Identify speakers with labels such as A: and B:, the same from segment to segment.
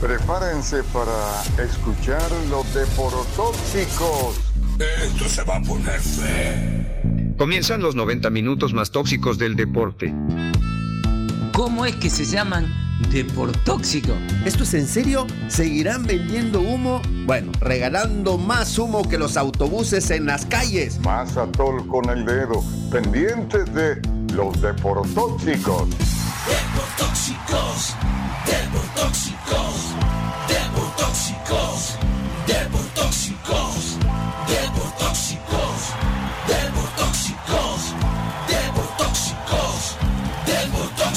A: Prepárense para escuchar los deporotóxicos.
B: Esto se va a poner feo.
C: Comienzan los 90 minutos más tóxicos del deporte.
D: ¿Cómo es que se llaman deportóxico?
E: ¿Esto es en serio? ¿Seguirán vendiendo humo? Bueno, regalando más humo que los autobuses en las calles.
A: Más atol con el dedo, pendientes de los deportóxicos.
B: Deportóxicos. Deportóxicos, deportóxicos, deportóxicos, deportóxicos, deportóxicos, deportóxicos,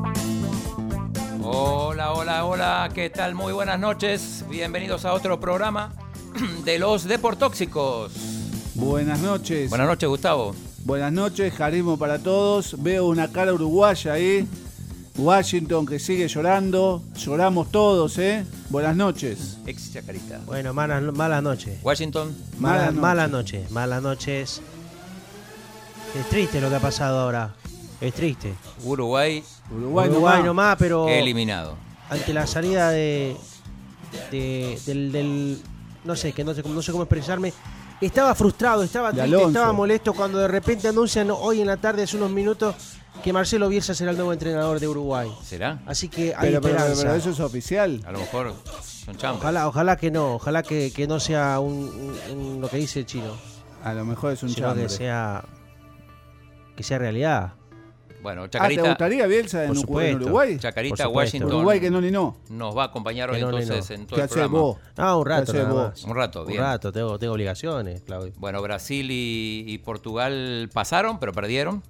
B: deportóxicos.
F: Hola, hola, hola, ¿qué tal? Muy buenas noches, bienvenidos a otro programa de los Deportóxicos.
G: Buenas noches.
F: Buenas noches, Gustavo.
G: Buenas noches, Jarismo para todos. Veo una cara uruguaya ahí. Washington que sigue llorando. Lloramos todos, ¿eh? Buenas noches.
F: Ex Chacarita.
H: Bueno, malas, malas noches.
F: Washington.
H: Malas, malas noches. Malas noches. Es triste lo que ha pasado ahora. Es triste.
F: Uruguay.
H: Uruguay, Uruguay nomás. nomás, pero.
F: Eliminado.
H: Ante la salida de, de del, del no sé, que no sé, no sé cómo expresarme. Estaba frustrado, estaba triste, estaba molesto cuando de repente anuncian hoy en la tarde, hace unos minutos, que Marcelo Bielsa será el nuevo entrenador de Uruguay.
F: ¿Será?
H: Así que
G: hay pero, pero, esperanza. Pero, eso es oficial.
F: A lo mejor son chambas.
H: Ojalá, ojalá que no, ojalá que, que no sea un, un, un, lo que dice el chino.
G: A lo mejor es un
H: Sino
G: chambre.
H: que sea que sea realidad.
F: Bueno, Chacarita.
G: Ah, ¿Te gustaría Bielsa en, en Uruguay?
F: Chacarita, Washington.
G: Uruguay que no ni no.
F: Nos va a acompañar hoy no, entonces no. en todo
G: ¿Qué
F: el programa.
G: Vos?
H: Ah, un rato. Nada
F: más. Un rato, bien.
H: Un rato, tengo, tengo obligaciones, Claudio.
F: Bueno, Brasil y, y, Portugal pasaron, pero perdieron.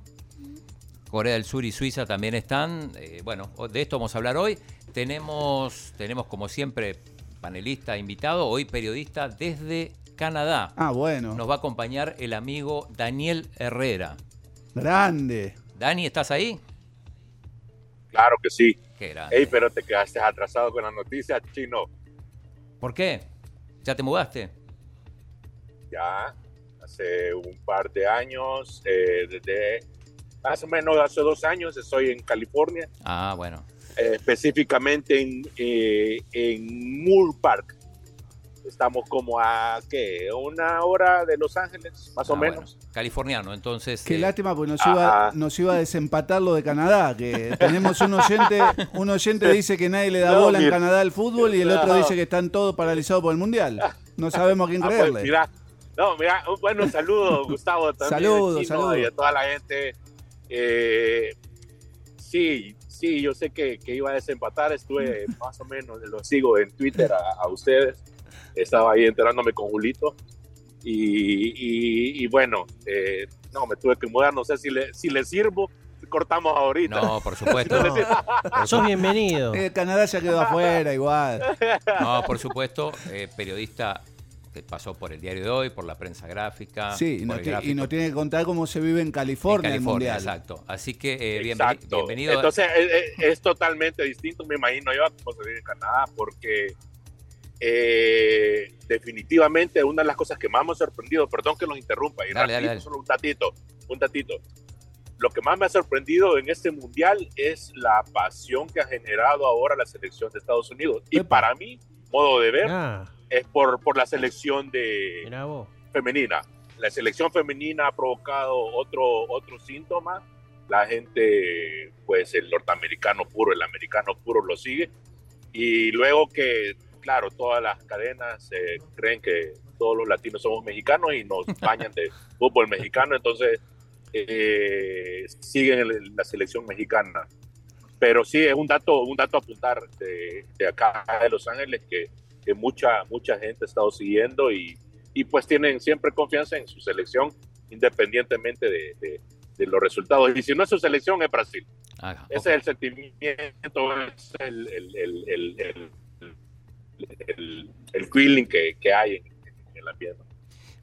F: Corea del Sur y Suiza también están. Eh, bueno, de esto vamos a hablar hoy. Tenemos, tenemos como siempre, panelista invitado, hoy periodista desde Canadá.
G: Ah, bueno.
F: Nos va a acompañar el amigo Daniel Herrera.
G: Grande.
F: Dani, ¿estás ahí?
I: Claro que sí.
F: Qué
I: Ey, pero te quedaste atrasado con las noticias, chino.
F: ¿Por qué? ¿Ya te mudaste?
I: Ya, hace un par de años, eh, desde más o menos hace dos años estoy en California.
F: Ah, bueno.
I: Eh, específicamente en, eh, en Moore Park. Estamos como a, ¿qué? Una hora de Los Ángeles, más ah, o menos.
F: Bueno. Californiano, entonces.
G: Qué eh... lástima, porque nos iba, ah. nos iba a desempatar lo de Canadá, que tenemos un oyente, un oyente dice que nadie le da no, bola mira. en Canadá al fútbol y el no. otro dice que están todos paralizados por el Mundial. No sabemos a quién ah, creerle. Pues,
I: mira. No, mira, un buen saludo, Gustavo.
G: Saludos, saludos.
I: Y a toda la gente. Eh, sí, sí, yo sé que, que, iba a desempatar, estuve más o menos, lo sigo en Twitter a, a ustedes estaba ahí enterándome con Julito. Y, y, y bueno, eh, no, me tuve que mudar, no sé si le, si le sirvo, cortamos ahorita.
F: No, por supuesto. No.
H: No. Sos bienvenido.
G: Eh, Canadá ya quedó afuera igual.
F: No, por supuesto, eh, periodista que pasó por el diario de hoy, por la prensa gráfica.
G: Sí, y nos, y nos, tiene que contar cómo se vive en California, en California el mundial.
F: Exacto. Así que eh, exacto. Bienveni bienvenido.
I: Entonces eh, es, es totalmente distinto, me imagino yo, a cómo se vive en Canadá, porque eh, definitivamente una de las cosas que más me ha sorprendido, perdón que los interrumpa, y
F: dale, dale, dale.
I: solo un tatito, un tatito. Lo que más me ha sorprendido en este mundial es la pasión que ha generado ahora la selección de Estados Unidos. Y para mí, modo de ver, ah. es por, por la selección de femenina. La selección femenina ha provocado otro, otro síntoma. La gente, pues el norteamericano puro, el americano puro lo sigue. Y luego que claro, todas las cadenas eh, creen que todos los latinos somos mexicanos y nos bañan de fútbol mexicano, entonces eh, siguen el, la selección mexicana. Pero sí, es un dato, un dato a apuntar de, de acá de Los Ángeles que, que, mucha, mucha gente ha estado siguiendo y, y, pues tienen siempre confianza en su selección independientemente de, de, de los resultados. Y si no es su selección, es Brasil. Ah, okay. Ese es el sentimiento, es el, el, el el, el feeling que, que hay en, en, la pierna.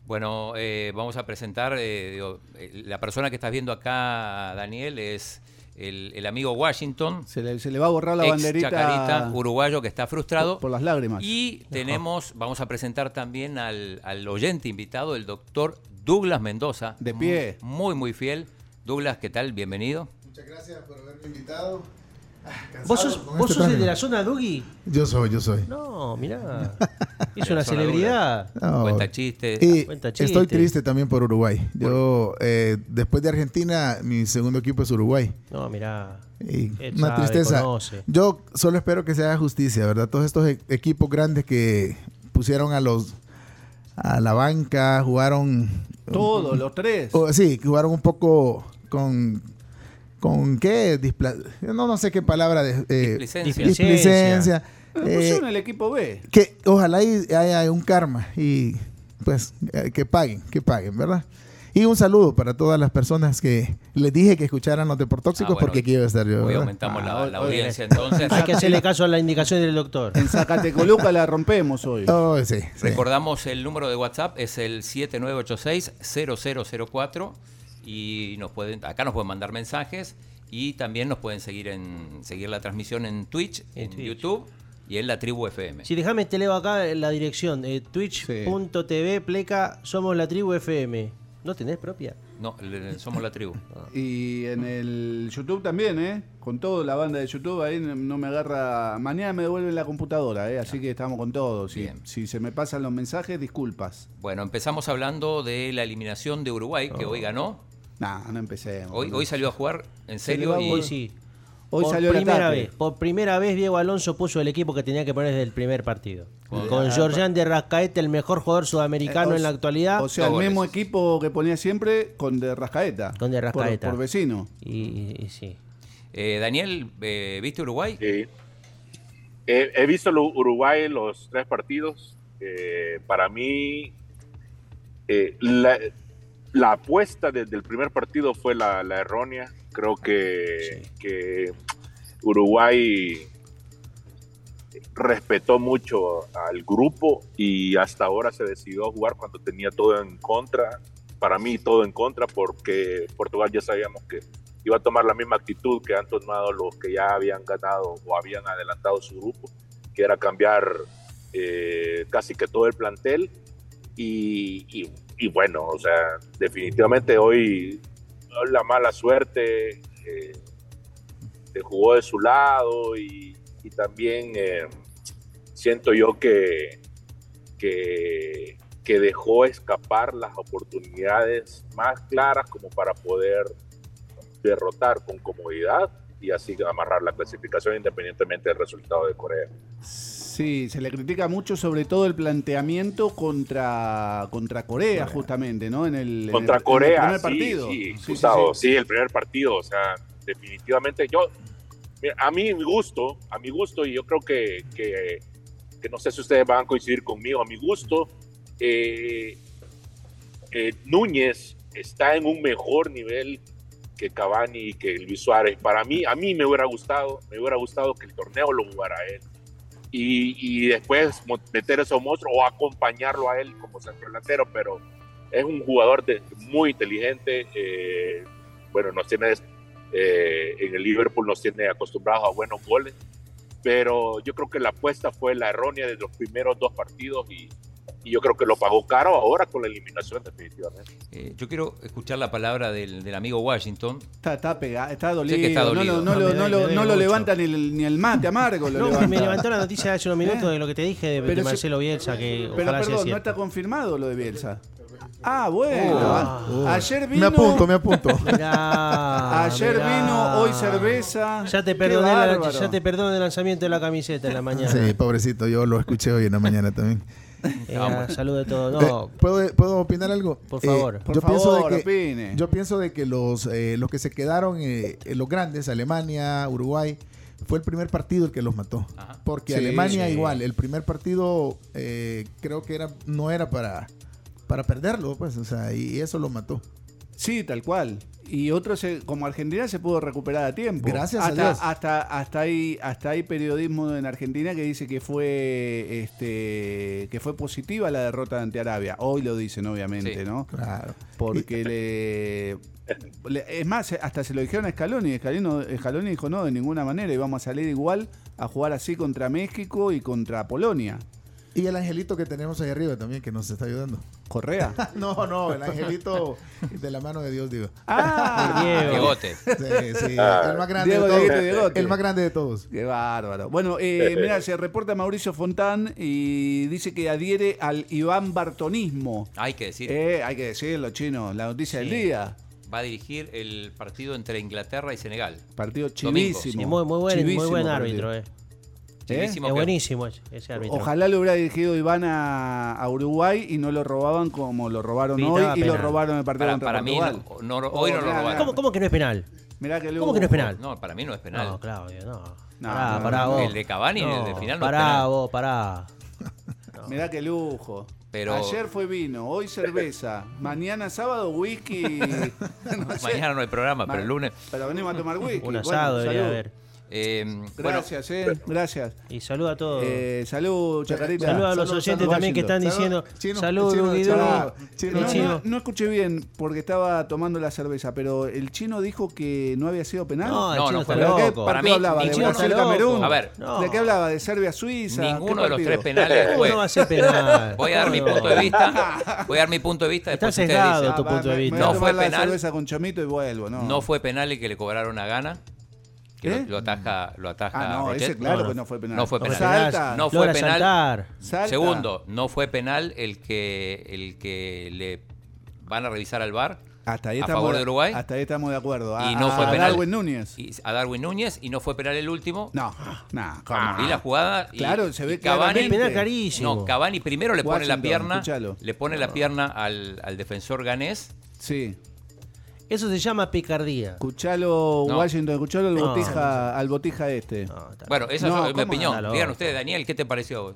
F: Bueno, eh, vamos a presentar, eh, digo, eh, la persona que estás viendo acá, Daniel, es el, el amigo Washington.
G: Se le, se le, va a borrar la
F: ex
G: banderita.
F: Chacarita, uruguayo que está frustrado.
G: Por, por las lágrimas.
F: Y tenemos, Ajá. vamos a presentar también al, al oyente invitado, el doctor Douglas Mendoza.
G: De pie.
F: Muy, muy fiel. Douglas, ¿qué tal? Bienvenido.
J: Muchas gracias por haberme invitado. Ah,
H: ¿Vos sos, vos
J: este
H: sos el
J: traje.
H: de la zona Dugi?
J: Yo soy, yo soy.
H: No, mirá. Es una
F: Zona
H: celebridad.
J: No.
F: Cuenta chistes.
J: Y
H: Cuenta
J: Estoy
H: chistes.
J: triste también por Uruguay. Yo, eh, después de Argentina, mi segundo equipo es Uruguay.
H: No, mirá.
J: Y
H: Él
J: una
H: sabe,
J: tristeza.
H: conoce.
J: Yo solo espero que se haga justicia, ¿verdad? Todos estos e- equipos grandes que pusieron a los a la banca, jugaron
G: Todos, los tres.
J: o- sí, que jugaron un poco con con qué Displa- no no sé qué palabra de eh,
F: Displicencia.
J: displicencia.
G: Pero
J: Eh,
G: pusieron el equipo B.
J: que ojalá y haya un karma y pues eh, que paguen, que paguen, ¿verdad? Y un saludo para todas las personas que les dije que escucharan los deportóxicos
F: Ah, bueno,
J: porque aquí iba a estar yo.
F: Hoy
J: ¿verdad?
F: aumentamos la, la
G: hoy-
F: audiencia entonces.
H: Hay que hacerle caso a la indicación del doctor.
G: En Zacatecoluca la rompemos hoy.
J: Oh, sí, sí.
F: Recordamos el número de WhatsApp, es el 7986-0004 y nos pueden, acá nos pueden mandar mensajes y también nos pueden seguir en seguir la transmisión en Twitch, en,
H: En Twitch.
F: YouTube y en la tribu FM.
H: Si dejame te leo acá la dirección, eh, twitch.tv pleca somos la tribu FM. ¿No tenés propia?
F: No, le- somos la tribu.
H: Ah.
G: Y en el YouTube también, ¿eh? Con toda la banda de YouTube, ahí no no me agarra. Mañana me devuelven la computadora, ¿eh? Así que estamos con todo. Si,
F: Ah. Bien.
G: si se me pasan los mensajes, disculpas.
F: Bueno, empezamos hablando de la eliminación de Uruguay, que
H: Ah.
F: hoy ganó.
G: Nah, no empecemos.
F: Hoy,
G: no.
F: hoy salió a jugar, en
G: le
F: serio.
G: va
F: y-
H: Hoy sí.
G: Hoy
H: por
G: salió el
H: primera
G: ataque.
H: vez, por primera vez Diego Alonso puso el equipo que tenía que poner desde el primer partido. Con Georgian de Rascaete, el mejor jugador sudamericano
G: Eh, o
H: en la
G: s-
H: actualidad.
G: O sea, el
F: Dos
G: mismo
F: goles.
G: equipo que ponía siempre con de Rascaeta.
H: Con De
G: Por-
H: Rascaeta.
G: Por, vecino.
H: y, y- y sí.
F: Eh, Daniel, eh, ¿viste Uruguay?
I: Sí. He, he visto lo- Uruguay los tres partidos. Eh, para mí, eh, la, la apuesta desde el primer partido fue la, la errónea. Creo que, que Uruguay respetó mucho al grupo y hasta ahora se decidió a jugar cuando tenía todo en contra. Para mí todo en contra porque Portugal ya sabíamos que iba a tomar la misma actitud que han tomado los que ya habían ganado o habían adelantado su grupo, que era cambiar eh, casi que todo el plantel. Y, y- y bueno, o sea, definitivamente hoy la mala suerte eh, se jugó de su lado y, y también eh, siento yo que, que, que dejó escapar las oportunidades más claras como para poder derrotar con comodidad y así amarrar la clasificación independientemente del resultado de Corea.
G: Sí, se le critica mucho sobre todo el planteamiento contra, contra Corea, justamente, ¿no? En el, en
I: Contra
G: el- en el
I: Corea,
G: primer
I: sí,
G: partido.
I: sí,
G: sí,
I: Gustavo,
G: sí.
I: sí, el primer partido, o sea, definitivamente yo, mira, a mí mi gusto, a mi gusto, y yo creo que, que, que no sé si ustedes van a coincidir conmigo, a mi gusto, eh, eh, Núñez está en un mejor nivel que Cavani y que Luis Suárez. Para mí, a mí me hubiera gustado, me hubiera gustado que el torneo lo jugara él. Y, y después mo- meter esos monstruos o acompañarlo a él como centro delantero, pero es un jugador de- muy inteligente. eh, bueno, nos tiene eh, en el Liverpool nos tiene acostumbrados a buenos goles, pero yo creo que la apuesta fue la errónea de los primeros dos partidos y, y yo creo que lo pagó caro ahora con la eliminación definitivamente.
F: Eh, yo quiero escuchar la palabra del, del amigo Washington.
G: Está, está pegado, está dolido.
F: que está
G: No lo-
F: dolido.
G: No,
H: No,
G: lo,
H: me
G: no
H: doy-
G: lo-
H: me doy
G: no lo
H: mucho.
G: levanta ni el, ni el mate amargo. Lo
H: No,
G: levanta.
H: me levantó la noticia hace unos minutos
G: ¿Eh?
H: de lo que te dije de, de
G: Pero se-
H: Marcelo Bielsa, que
G: Pero
H: ojalá sea
G: perdón, no
H: cierto.
G: está confirmado lo de Bielsa. Ah, bueno.
H: Ah.
G: Ayer
J: Me
G: vino.
J: apunto, me apunto.
H: Mirá,
G: Ayer
H: mirá.
G: vino, hoy cerveza.
H: Ya te,
G: Qué
H: perdoné la-
G: bárbaro.
H: ya te perdoné el lanzamiento de la camiseta en la mañana.
J: Sí, pobrecito, yo lo escuché hoy en la mañana también.
H: Venga, Eh, ah, saludo a todos. No,
J: Eh, ¿puedo, ¿Puedo opinar algo?
H: Por favor.
G: Por
J: Eh, yo,
G: favor,
J: pienso de que,
G: opine.
J: yo pienso de que los, eh, los que se quedaron, eh, eh, los grandes, Alemania, Uruguay, fue el primer partido el que los mató.
F: Ajá.
J: Porque
G: Sí,
J: Alemania
G: sí.
J: igual, el primer partido eh, creo que era no era para, para perderlo, pues, o sea, y eso lo mató.
G: Sí, tal cual. Y otro, se- como Argentina, se pudo recuperar a tiempo.
J: Gracias a
G: hasta,
J: Dios.
G: Hasta, hasta, hay, hasta hay periodismo en Argentina que dice que fue, este, que fue positiva la derrota ante Arabia. Hoy lo dicen, obviamente,
F: Sí.
G: ¿no?
J: Claro.
G: Porque le, le- Es más, hasta se lo dijeron a Scaloni. Scaloni, no- Scaloni dijo: no, de ninguna manera, y vamos a salir igual a jugar así contra México y contra Polonia.
J: Y, Y el angelito que tenemos ahí arriba también, que nos está ayudando.
G: Correa.
J: No, no, el angelito de la mano de Dios, digo.
H: Ah, Diego.
F: Diegote.
J: Sí, sí,
I: Ah.
J: el más grande
G: Diego,
J: de todos.
G: Dieguito, Diegote.
J: El más grande de todos.
G: Qué bárbaro. Bueno, eh, mira, se reporta Mauricio Fontán y dice que adhiere al Iván Bartonismo.
F: Hay que decir,
G: Eh, hay que decirlo, chino, la noticia
F: Ah, Sí.
G: del día.
F: va a dirigir el partido entre Inglaterra y Senegal.
G: Partido
F: Domingo.
G: chivísimo.
H: Sí, muy, muy buen, muy
G: Chivísimo
H: buen
G: partido.
H: árbitro, eh.
G: ¿Eh?
H: Es
F: Chivísimo que-
H: buenísimo ese- ese árbitro.
G: Ojalá lo hubiera dirigido Iván a, a Uruguay y no lo robaban como lo robaron
H: Pitaba
G: hoy y
H: penal.
G: lo robaron el partido
F: Para,
G: contra
F: para mí,
G: Portugal.
F: no- no- hoy no lo
G: Ojalá.
F: robaron.
H: ¿Cómo, cómo que no es penal?
G: Eh, Mirá que
H: ¿Cómo que no es penal?
F: No, para mí no es penal.
H: No, Claudio, no.
G: No,
H: pará,
G: no,
H: pará
G: no,
H: vos.
F: el de Cavani, el de final no es
H: Pará
F: penal.
H: vos, pará.
G: Mirá qué lujo.
F: Pero-
G: Ayer fue vino, hoy cerveza, mañana sábado whisky. No sé.
F: Mañana no hay programa, pero el lunes.
G: Pero venimos a tomar whisky.
H: Un
G: Bueno,
H: asado debería
G: salud.
H: haber.
F: eh, bueno,
G: Gracias, eh. Gracias.
H: Y saluda a todos.
G: Eh, salud, chacarita.
H: Saluda a los
J: Salud,
H: oyentes
J: salud,
H: también que están
J: Washington.
H: diciendo.
J: Salud, chino,
H: Salud,
J: chino,
H: Dudu,
J: chino,
H: Dudu.
J: chino.
H: El
G: No,
H: chino.
G: no, no escuché bien porque estaba tomando la cerveza, pero el chino dijo que no había sido penal.
H: No, el
F: No,
H: chino
F: no
H: está
F: fue.
G: ¿Pero qué
H: loco.
F: Para
G: partido
F: mí,
G: hablaba? ¿De
H: el chino
G: Brasil,
H: está loco.
G: Camerún?
F: A ver.
H: No.
G: ¿De qué hablaba? ¿De Serbia, Suiza?
F: ninguno
G: ¿Qué
F: de los
G: partido?
F: tres penales
H: ¿Cómo
F: fue.
H: no va a ser penal?
F: Voy a dar mi
H: Claudio.
F: punto de vista. Voy a dar mi punto de vista.
H: Está
F: Después ustedes
H: sesgado
F: dicen.
H: tu
G: va,
H: punto de
G: Ah, me-
H: vista.
G: me voy a
F: No fue
G: tomar la
F: penal.
G: cerveza con chomito y vuelvo, ¿no?
F: No fue penal el que le cobraron a Gana. Que
G: ¿Eh?
F: lo, lo ataja, lo ataja
G: Ah, no,
F: Rochet.
G: ese claro
H: No, no.
G: que no fue penal.
F: No fue
G: O
F: penal.
G: sea,
H: Salta.
G: alta.
F: No fue
H: Logra
F: penal.
H: saltar.
G: Salta.
F: Segundo, no fue penal el que el que le van a revisar al bar
G: Hasta Ah, ahí
F: a
G: estamos
F: favor de Uruguay.
G: Hasta ahí estamos de acuerdo. A-
F: y no
G: a-
F: fue
G: a
F: penal
G: Darwin Núñez.
F: Y a Darwin Núñez y no fue penal el último.
G: No, no, ¿cómo?
F: Y la jugada y-
G: Claro, se ve
F: y Cavani,
G: claramente.
H: Penal clarísimo.
F: no, Cavani primero le pone la
G: Washington,
F: pierna,
G: escuchalo.
F: le pone la pierna al, al defensor ganés.
G: Sí.
H: Eso se llama picardía.
G: Escuchalo,
F: No.
G: Washington, escuchalo al
H: No,
G: botija, al botija este.
H: No, está-
F: Bueno, esa
G: No,
F: es mi
G: ¿cómo?
F: opinión.
H: Dale,
F: Digan
H: vos.
F: ustedes, Daniel, ¿qué te pareció? a vos?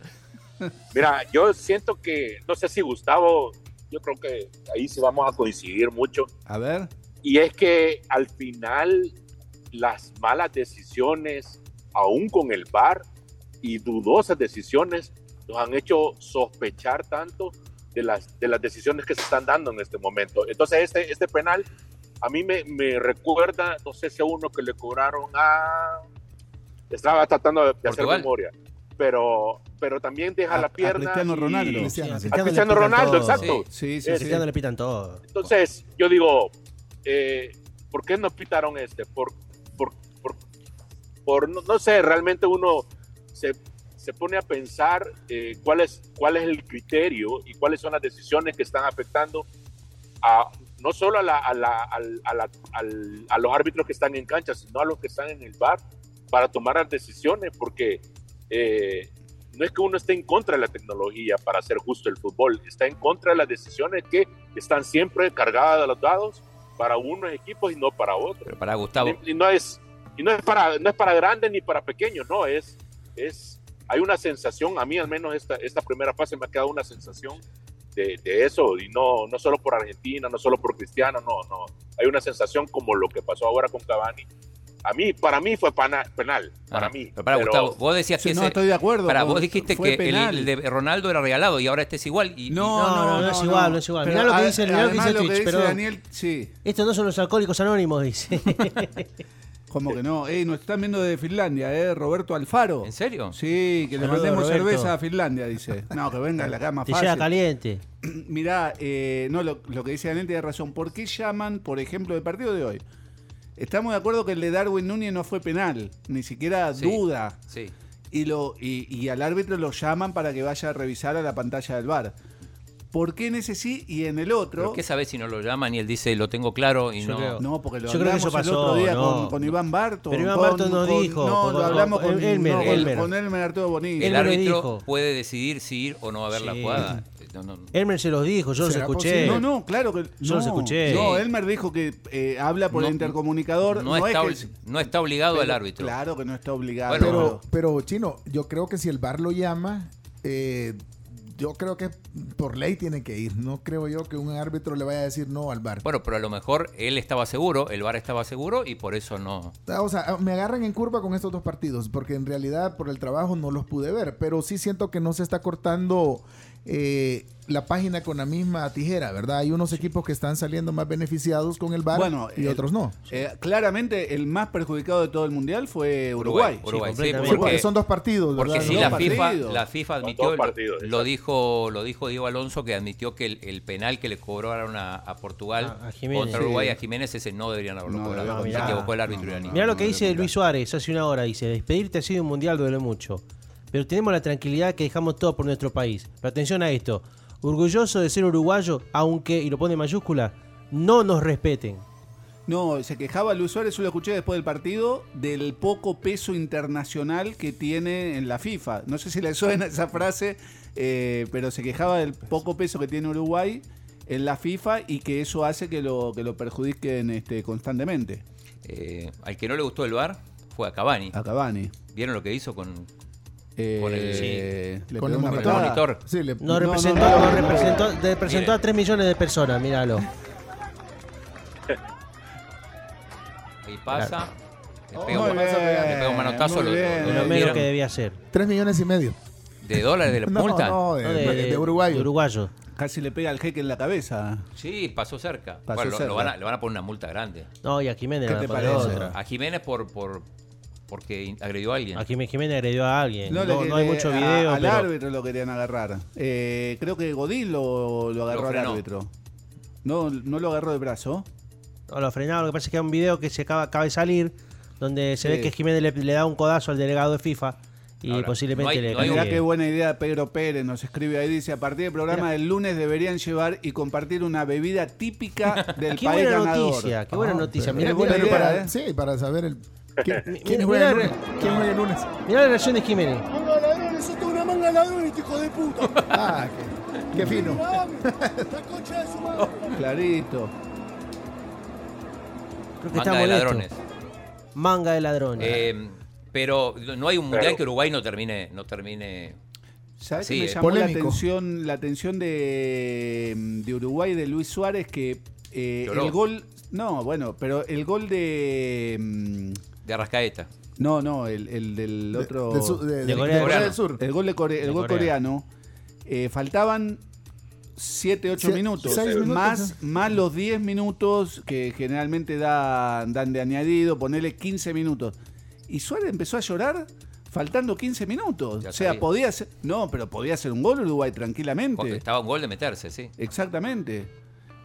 I: Mira, yo siento que, no sé si Gustavo, yo creo que ahí sí vamos a coincidir mucho.
G: A ver.
I: Y es que al final las malas decisiones, aún con el VAR y dudosas decisiones, nos han hecho sospechar tanto de las, de las decisiones que se están dando en este momento. Entonces este, este penal a mí me, me recuerda, no sé si a uno que le cobraron a... Estaba tratando de, de hacer
F: Portugal.
I: memoria, pero, pero también deja
G: A- a
I: la pierna.
G: Cristiano
I: y-
G: Ronaldo.
H: Sí,
J: Cristiano, sí.
I: A
H: le
I: Cristiano
H: pitan
I: Ronaldo,
H: todo.
I: exacto. Este,
G: Sí, sí,
H: A
G: sí.
H: Cristiano le pitan todo.
I: Entonces, yo digo, eh, ¿por qué no pitaron este? Por, por, por, por- no, no sé, realmente uno se, se pone a pensar eh, cuál, es, cuál es el criterio y cuáles son las decisiones que están afectando a, no solo a, la- a la- al- a la- al- a los árbitros que están en cancha, sino a los que están en el bar para tomar las decisiones, porque eh, no es que uno esté en contra de la tecnología para hacer justo el fútbol, está en contra de las decisiones que están siempre cargadas de los dados para unos equipos y no para otros.
F: Pero para Gustavo,
I: Y, y no es, y no es para, no es para grandes ni para pequeños, no, es, es, hay una sensación, a mí al menos esta, esta primera fase me ha quedado una sensación de, de eso, y no, no solo por Argentina, no solo por Cristiano, no, no, hay una sensación como lo que pasó ahora con Cavani. A mí, para mí fue pana- penal, para
F: Ah,
I: mí.
F: pero para
I: pero-
F: Gustavo, vos decías
G: Sí,
F: que
G: no,
F: ese-
G: estoy de acuerdo
F: Pará,
G: con-
F: vos dijiste
G: fue
F: que el-
G: penal.
F: el, de Ronaldo era regalado y ahora este es igual. Y,
G: No,
H: No,
G: no,
H: no,
G: no,
H: no es igual, no es igual. Mirá lo que
G: a-
H: dice- mirá lo que
G: además
H: dice Twitch, perdón.
G: Daniel, sí.
H: Estos no son los alcohólicos anónimos, dice.
G: Como que no. Ey, nos están viendo de Finlandia, ¿eh? Roberto Alfaro.
F: ¿En serio?
G: Sí, que le
H: Saludos,
G: mandemos
H: Roberto.
G: cerveza a Finlandia, dice. No, que venga la cama
H: Te llega
G: fácil.
H: caliente.
G: Mirá, eh, no, lo, lo que dice Daniel tiene razón. ¿Por qué llaman, por ejemplo, el partido de hoy? Estamos de acuerdo que el de Darwin Núñez no fue penal, ni siquiera
F: Sí.
G: duda.
F: Sí.
G: Y, lo, y, y al árbitro lo llaman para que vaya a revisar a la pantalla del bar. ¿Por qué en ese sí y en el
F: ¿Pero
G: otro?
F: qué sabes si no lo llaman y él dice lo tengo claro y
H: Yo
F: no?
H: creo.
G: No, porque lo
H: Yo creo que
G: hablamos
H: eso
G: el otro
H: pasó,
G: día
H: no.
G: con, con Iván Barton.
H: Pero Iván
G: con-
H: Barton nos
G: con-
H: dijo,
G: No,
H: con-
G: lo hablamos
H: con
G: con
H: Elmer,
G: no, con-
F: Elmer.
G: con Elmer Arturo Bonilla.
F: El
H: Él me lo
F: árbitro
H: dijo.
F: puede decidir si ir o no a ver la
H: Sí.
F: jugada. No, no, no.
H: Elmer se los dijo, yo los
J: ¿Será
H: escuché.
J: posible?
G: No, no, claro que.
H: Yo
G: no,
H: los escuché.
G: No,
F: Sí.
G: Elmer dijo que eh, habla por
F: No-
G: el intercomunicador.
F: No
G: No, es
F: está,
G: que-
F: obli- no está obligado el
G: Pero
F: árbitro.
G: Claro que no está obligado.
F: Bueno,
J: Pero, pero chino, yo creo que si el bar lo llama, eh, yo creo que por ley tiene que ir. No creo yo que un árbitro le vaya a decir no al bar.
F: Bueno, pero a lo mejor él estaba seguro, el bar estaba seguro y por eso no.
J: Ah, O sea, me agarran en curva con estos dos partidos, porque en realidad por el trabajo no los pude ver, pero sí siento que no se está cortando eh, la página con la misma tijera, ¿verdad? Hay unos equipos que están saliendo más beneficiados con el VAR
G: Bueno,
J: y
G: eh,
J: otros no.
G: Eh, claramente el más perjudicado de todo el mundial fue Uruguay.
F: Uruguay, sí,
J: Sí,
G: completamente.
J: porque,
F: porque-
J: son dos partidos,
F: Porque
J: ¿verdad?
F: sí,
J: Dos
F: la
J: partidos.
F: FIFA,
G: partidos.
F: la FIFA
I: Son
F: admitió,
I: dos
F: lo-
I: partidos,
F: lo,
I: exacto.
F: dijo, lo dijo Diego Alonso, que admitió que el, el penal que le cobraron a, a Portugal
H: A- a Jiménez.
F: contra
H: Sí.
F: Uruguay a Jiménez, ese no deberían haberlo
G: No,
F: cobrado.
G: no,
F: se
H: mirá.
F: equivocó el árbitro
G: No, no,
F: iraní.
H: Mirá lo que
G: no,
H: dice
G: no, no.
H: Luis Suárez hace una hora. Dice, despedirte ha sido un mundial duele mucho. Pero tenemos la tranquilidad que dejamos todo por nuestro país. Pero atención a esto. Orgulloso de ser uruguayo, aunque, y lo pone en mayúscula, no nos respeten.
G: No, se quejaba Luis Suárez, yo lo escuché después del partido, del poco peso internacional que tiene en la FIFA. No sé si le suena esa frase, eh, pero se quejaba del poco peso que tiene Uruguay en la FIFA y que eso hace que lo, que lo perjudiquen este, constantemente
F: Eh, al que no le gustó el VAR fue a Cavani.
G: a Cavani.
F: ¿Vieron lo que hizo con...?
G: Eh,
F: Con el- sí.
G: le
J: Con el
G: pegó una
J: monitor.
G: patada.
F: Monitor.
J: Sí, le-
H: No,
G: No,
H: representó,
G: no, no,
H: no
G: no.
H: representó, representó a
F: Mire.
H: 3 millones de personas, míralo.
F: Ahí pasa, le pega,
G: Oh, Muy
F: un,
G: bien,
F: le pega un manotazo,
G: muy
F: lo- lo-
G: bien.
F: lo
H: Lo menos
F: vieron,
H: que debía ser. No,
J: Tres millones y medio.
F: de dólares de la
J: No,
F: multa.
J: no, de,
H: De,
J: de- de uruguayo.
H: de uruguayo.
G: Eh, Casi le pega al jeque en la cabeza.
F: Sí, pasó cerca.
G: Pasó
F: Bueno, lo- lo
G: cerca.
F: van a- le van a poner una multa grande.
H: No, y a Jiménez
G: ¿Qué
H: le van
G: te
H: a poner
G: parece?
H: otra.
F: A Jiménez por, por porque in- agredió a alguien.
H: A Jiménez, Jiménez agredió a alguien. No,
G: le-
H: no
G: le-
H: hay mucho
G: Eh, a-
H: video,
G: al
H: pero-
G: árbitro lo querían agarrar. Eh, creo que Godín lo, lo agarró al
F: frenó.
G: árbitro. No, no lo agarró de brazo.
H: No, lo frenaba. Lo que pasa es que hay un video que se acaba, acaba de salir donde se ve que Jiménez le, le da un codazo al delegado de FIFA y
F: Ahora,
H: posiblemente
F: no hay-
H: le
F: no hay un-
G: Mirá
H: cambie.
G: qué buena idea Pedro Pérez nos escribe ahí, dice, a partir del programa del lunes deberían llevar y compartir una bebida típica del
H: Qué
G: país
H: buena
G: ganador.
H: noticia, qué buena
J: Ah,
H: noticia.
J: pero-
H: Mirá,
J: pero
G: buena
J: bueno,
G: idea,
J: para,
G: ¿eh?
J: Sí, para saber el, quién,
H: Mi-
J: quién
H: mi-
J: juega el,
H: mira-
J: lunes, quién juega el lunes.
H: mirá la reacción de Jiménez.
J: Ah, qué, qué fino.
G: Clarito.
H: Creo que
F: Manga
H: está
F: de
H: molesto.
F: ladrones.
H: Manga de ladrones.
F: Eh, pero no hay un mundial
I: Claro.
F: que Uruguay no termine, no termine. eh,
G: ¿Sabes
F: Sí,
G: que me
F: es
G: llamó
J: polémico.
G: la atención, la atención de, mm, de Uruguay de Luis Suárez que eh,
F: Lloró.
G: el gol... No, bueno, pero el gol de... mm,
F: De Arrascaeta.
G: No, no, el, el del otro...
J: De, su- de-
H: De
J: de
H: Corea.
J: Corea
F: Coreano.
J: del Sur.
G: El gol, de Core- el
H: De
G: gol
H: Corea.
G: coreano. eh, faltaban 7, 8
J: Sie-
G: minutos.
J: seis minutos,
G: Más,
J: ¿no?
G: más los 10 minutos que generalmente dan, dan de añadido. Ponele 15 minutos. Y Suárez empezó a llorar faltando 15 minutos.
F: Ya
G: o sea,
F: sabía.
G: podía ser. No, pero podía ser un gol Uruguay tranquilamente.
F: Estaba un gol de meterse, sí.
G: Exactamente.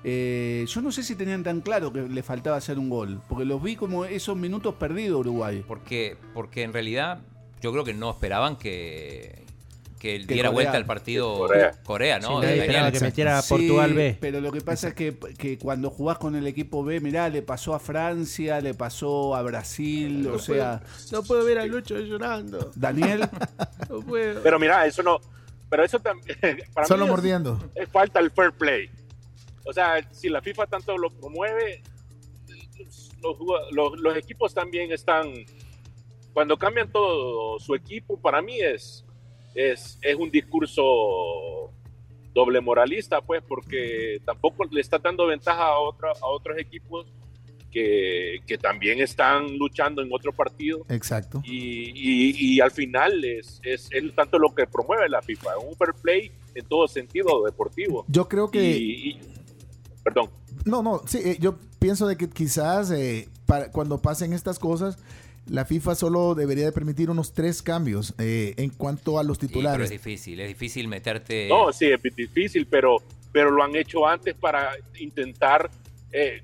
G: Eh, yo no sé si tenían tan claro que le faltaba hacer un gol. Porque los vi como esos minutos perdidos Uruguay.
F: Porque, porque en realidad yo creo que no esperaban que, que
G: Corea.
F: diera vuelta al partido Corea,
I: Corea.
F: ¿no?
H: Nadie
F: Daniel,
H: esperaba que metiera a
G: Sí,
H: Portugal B.
G: Pero lo que pasa es que, que cuando jugás con el equipo B, mirá, le pasó a Francia, le pasó a Brasil, o sea,
H: No puedo ver a Lucho llorando.
G: Daniel,
H: No puedo.
I: Pero mira, eso no. Pero eso también. Para
J: Solo
I: mí es-
J: mordiendo.
I: es falta el fair play. O sea, si la FIFA tanto lo promueve, los, jug- los- los equipos también están. Cuando cambian todo su equipo, para mí es, es, es un discurso doble moralista, pues, porque tampoco le está dando ventaja a, otra, a otros equipos que, que también están luchando en otro partido.
J: Exacto.
I: Y, y- y al final es, es, es tanto lo que promueve la FIFA, un fair play en todo sentido deportivo.
J: Yo creo que
I: Y, y- perdón.
J: No, no, sí, eh, yo pienso de que quizás eh, para, cuando pasen estas cosas, la FIFA solo debería de permitir unos tres cambios eh, en cuanto a los
F: Y- pero es
J: titulares.
F: difícil, es difícil meterte.
I: No, sí, es difícil, pero, pero lo han hecho antes para intentar eh,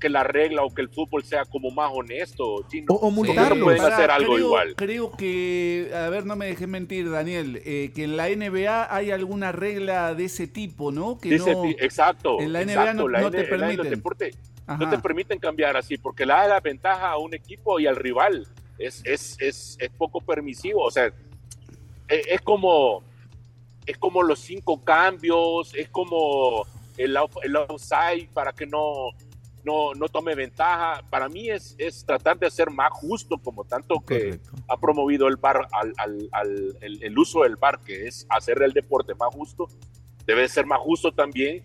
I: que la regla o que el fútbol sea como más honesto.
J: o,
I: chino.
J: o
F: Sí,
J: multarlos.
I: no pueden
G: Pará,
I: hacer algo
G: creo,
I: igual.
G: Creo que, a ver, no me dejes mentir, Daniel, eh, que en la NBA hay alguna regla de ese tipo, ¿no? Que
I: Dice,
G: no,
I: ti- exacto.
G: en la NBA
I: exacto,
G: no- no te
I: en la- en los
G: permiten.
I: deportes
G: Ajá.
I: no te permiten cambiar así, porque le da la ventaja a un equipo y al rival. Es, es, es, es poco permisivo. O sea, es, es como es como los cinco cambios, es como el, out- el outside para que no, no, no tome ventaja. Para mí es, es tratar de hacer más justo, como tanto que
J: Correcto.
I: ha promovido el bar al, al- al- el, el uso del bar, que es hacer el deporte más justo. Debe ser más justo también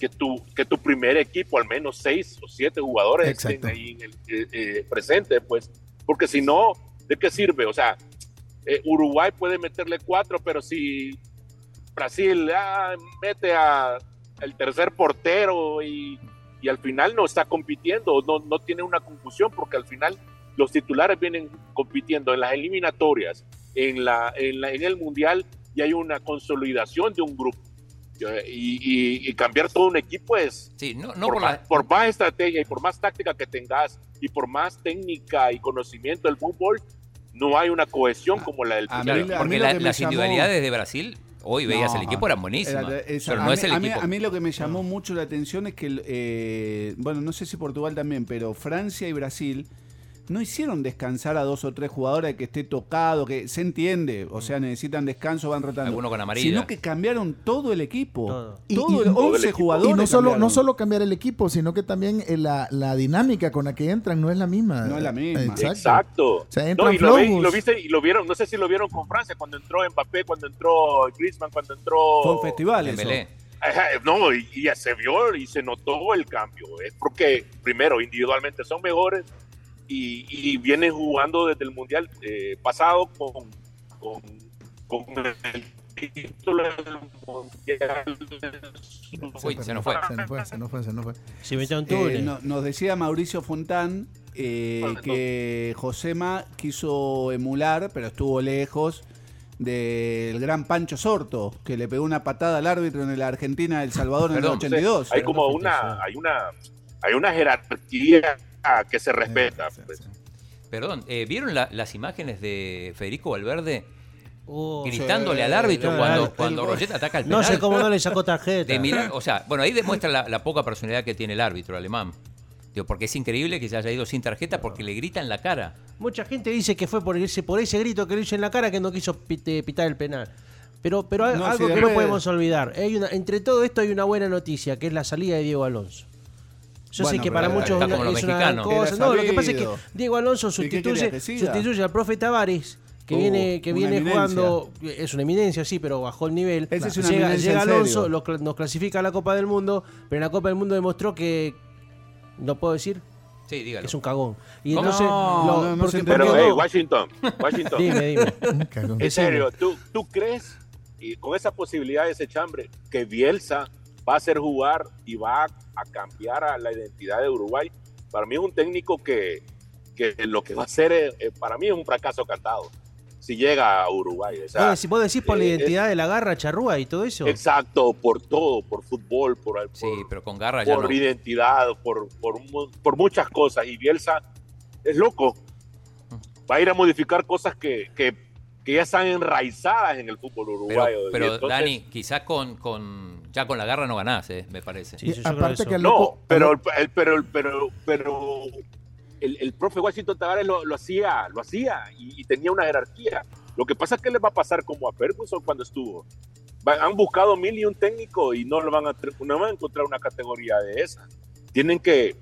I: que tu, que tu primer equipo, al menos seis o siete jugadores
J: Exacto.
I: estén ahí en el, eh, eh, presente, pues, porque si no, ¿de qué sirve? O sea, eh, Uruguay puede meterle cuatro, pero si Brasil, ah, mete a el tercer portero y, y al final no está compitiendo, no, no tiene una conclusión porque al final los titulares vienen compitiendo en las eliminatorias, en, la, en, la, en el Mundial y hay una consolidación de un grupo. Y, y, y cambiar todo un equipo es
F: Sí, no, no
I: por,
F: por
I: más,
F: la-
I: por más estrategia y por más táctica que tengas y por más técnica y conocimiento del fútbol, no hay una cohesión como la del
G: Ah, a
I: primero.
G: mí- a
F: porque
G: mí lo
F: la-
G: que me
F: las
G: llamó-
F: individualidades de Brasil, hoy veías
G: No,
F: el equipo, eran buenísimas.
G: era- esa-
F: pero
G: a
F: no
G: mí-
F: es el
G: a mí,
F: equipo.
G: a mí lo que me llamó mucho la atención es que, eh, bueno, no sé si Portugal también, pero Francia y Brasil no hicieron descansar a dos o tres jugadores que esté tocado, que se entiende, o
J: Mm.
G: sea, necesitan descanso, van rotando.
F: Alguno con amarilla.
G: Sino que cambiaron todo el equipo.
H: Todo.
J: Y-
G: Todo,
J: y- todo
G: el,
J: el
G: 11
I: equipo.
G: jugadores.
J: Y no solo,
G: cambiaron.
J: no solo cambiar el equipo, sino que también eh, la, la dinámica con la que entran no es la misma.
G: No es la misma.
J: Exacto.
I: Exacto.
J: sea,
I: no,
J: entran
I: y lo, ve-
J: flojos.
I: y lo viste y lo vieron, no sé si lo vieron con Francia cuando entró Mbappé, cuando entró Griezmann, cuando entró
G: Fue un festival eso.
F: Dembélé.
I: Ajá, No, y, y ya se vio y se notó el cambio. Es porque primero individualmente son mejores y, y vienen jugando desde el mundial eh, pasado con, con, con el título del mundial.
F: Uy, se nos fue.
J: Se nos fue, se nos fue, se nos fue.
H: Se metió en
G: Eh,
H: túnel.
G: no- nos decía Mauricio Fontán eh,
I: Bueno,
G: que Josema quiso emular, pero estuvo lejos, del gran Pancho Sorto, que le pegó una patada al árbitro en la Argentina El Salvador en el
F: Perdón,
G: 82.
I: Hay como una, hay una, hay una jerarquía que se respeta.
J: Sí,
I: pues.
J: sí.
F: Perdón, eh, ¿vieron la- las imágenes de Federico Valverde
H: Oh.
F: gritándole
G: sí,
F: al árbitro
H: el-
F: cuando,
H: el-
F: cuando
G: el-
F: Roget ataca el penal?
H: No sé cómo no le sacó tarjeta.
F: De mirar- o sea, bueno, ahí demuestra la, la poca personalidad que tiene el árbitro alemán. Digo, porque es increíble que se haya ido sin tarjeta porque le grita en la cara.
H: Mucha gente dice que fue por ese, por ese grito que le hizo en la cara que no quiso pite- pitar el penal. Pero, pero a-
G: No,
H: algo
G: sí,
H: que no
G: después-
H: podemos olvidar. Hay una- entre todo esto hay una buena noticia, que es la salida de Diego Alonso. Yo sé
G: Bueno,
H: que para
G: pero
H: muchos
F: está
H: es una-
F: como los
H: es una
F: mexicanos.
H: cosa.
G: Era
H: No, lo que pasa es que
G: sabido.
H: Diego Alonso
G: ¿Y qué quería
H: sustituye,
G: que siga?
H: sustituye al profe Tavares, que
G: Uh,
H: viene, que
G: una
H: viene
G: eminencia.
H: jugando, es una eminencia, sí, pero bajó el nivel.
G: Ese es una
H: llega
G: eminencia
H: llega
G: en
H: Alonso,
G: serio.
H: lo cl- nos clasifica a la Copa del Mundo, pero en la Copa del Mundo demostró que, no puedo decir,
F: Sí, dígalo.
H: es un cagón. Y
F: ¿Cómo?
H: entonces,
G: No,
H: lo-
G: no, no
H: porque-
G: se
I: Pero,
H: porque
I: hey,
H: no-
I: Washington, Washington.
H: Dime, dime.
J: Un cagón.
I: En serio, ¿tú, tú crees, y con esa posibilidad de ese chambre, que Bielsa va a hacer jugar y va a, a cambiar a la identidad de Uruguay? Para mí es un técnico que, que lo que va a hacer, es- eh, para mí es un fracaso cantado, si llega a Uruguay. O sea,
H: Vos decís- vos decís por la
I: eh,
H: identidad de la garra charrúa y todo eso.
I: Exacto, por todo, por fútbol, por, por,
F: Sí, pero con garra ya
I: por
F: no.
I: identidad, por, por, mu- por muchas cosas. Y Bielsa es loco.
F: Mm.
I: Va a ir a modificar cosas que, que, que ya están enraizadas en el fútbol
F: Pero,
I: uruguayo. Y
F: pero,
I: entonces-
F: Dani, quizás con, con- ya con la garra no ganás, eh, me parece.
H: Sí, sí, yo creo
J: aparte
H: eso.
J: que al
I: No,
J: loco-
I: pero el, el- pero el- pero, pero el, el profe Washington Tavares lo, lo hacía, lo hacía y, y tenía una jerarquía. Lo que pasa es que les va a pasar como a Ferguson cuando estuvo. Va- han buscado mil y un técnico y no lo van a tr- no van a encontrar una categoría de esa. Tienen que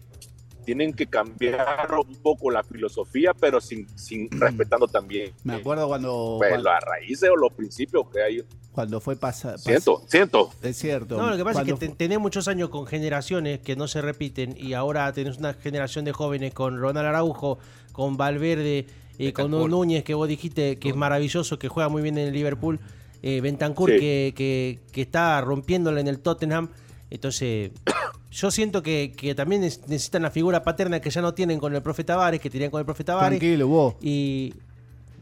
I: tienen que cambiar un poco la filosofía, pero sin, sin
J: Mm.
I: respetando también
G: Me
I: eh,
G: acuerdo cuando,
I: pues,
G: cuando,
I: las raíces o los principios que hay.
G: cuando fue pasado.
I: Siento, siento.
G: Es cierto.
H: No, lo que pasa es que
G: Cuando
H: te-
G: fu-
H: tenés muchos años con generaciones que no se repiten y ahora tenés una generación de jóvenes con Ronald Araujo, con Valverde, eh, con
F: Bentancur.
H: Núñez, que vos dijiste que es maravilloso, que juega muy bien en el Liverpool, eh, Bentancur,
I: Sí.
H: que, que- que está rompiéndola en el Tottenham. Entonces, yo siento que, que también es- necesitan la figura paterna que ya no tienen con el profe Tavares, que tenían con el profe Tavares.
G: Tranquilo, vos.
H: Y.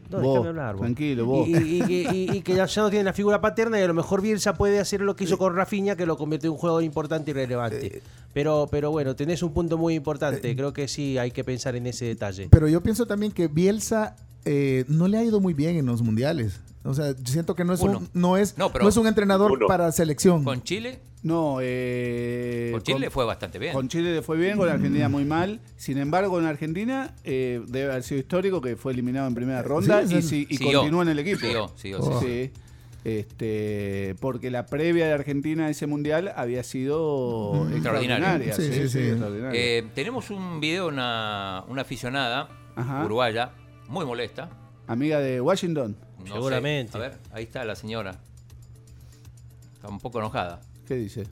H: No,
G: Vos,
H: déjame hablar, vos.
G: tranquilo, vos.
H: Y, y- y- y- y que ya, ya no tiene la figura paterna y a lo mejor Bielsa puede hacer lo que hizo con Rafinha, que lo convirtió en un jugador importante y
G: Eh,
H: relevante. Pero, pero bueno, tenés un punto muy importante. Creo que sí hay que pensar en ese detalle.
J: Pero yo pienso también que Bielsa eh, no le ha ido muy bien en los mundiales. O sea, yo siento que no es,
F: Uno.
J: un, no es,
F: No,
J: no,
F: pero-
J: es un entrenador
I: Uno.
J: para selección.
F: Con Chile,
G: No, eh,
F: con Chile
G: con-
F: fue bastante bien.
G: Con Chile le fue bien, con Argentina muy mal. Sin embargo, en Argentina eh, debe haber sido histórico que fue eliminado en primera ronda
J: sí,
G: y,
J: sí.
G: si- y
F: Siguió,
G: continúa en el equipo.
F: siguió, siguió,
J: Oh.
F: sí, sí.
G: Sí. Este, porque la previa de Argentina a ese mundial había sido
F: Extraordinaria.
G: extraordinaria.
J: Sí, sí, sí.
G: extraordinaria.
F: Eh, tenemos un video, una, una aficionada
G: Ajá.
F: uruguaya, muy molesta.
G: Amiga de Washington,
F: No sé,
H: Seguramente.
F: A ver, ahí está la señora. Está un poco enojada.
G: ¿qué dice?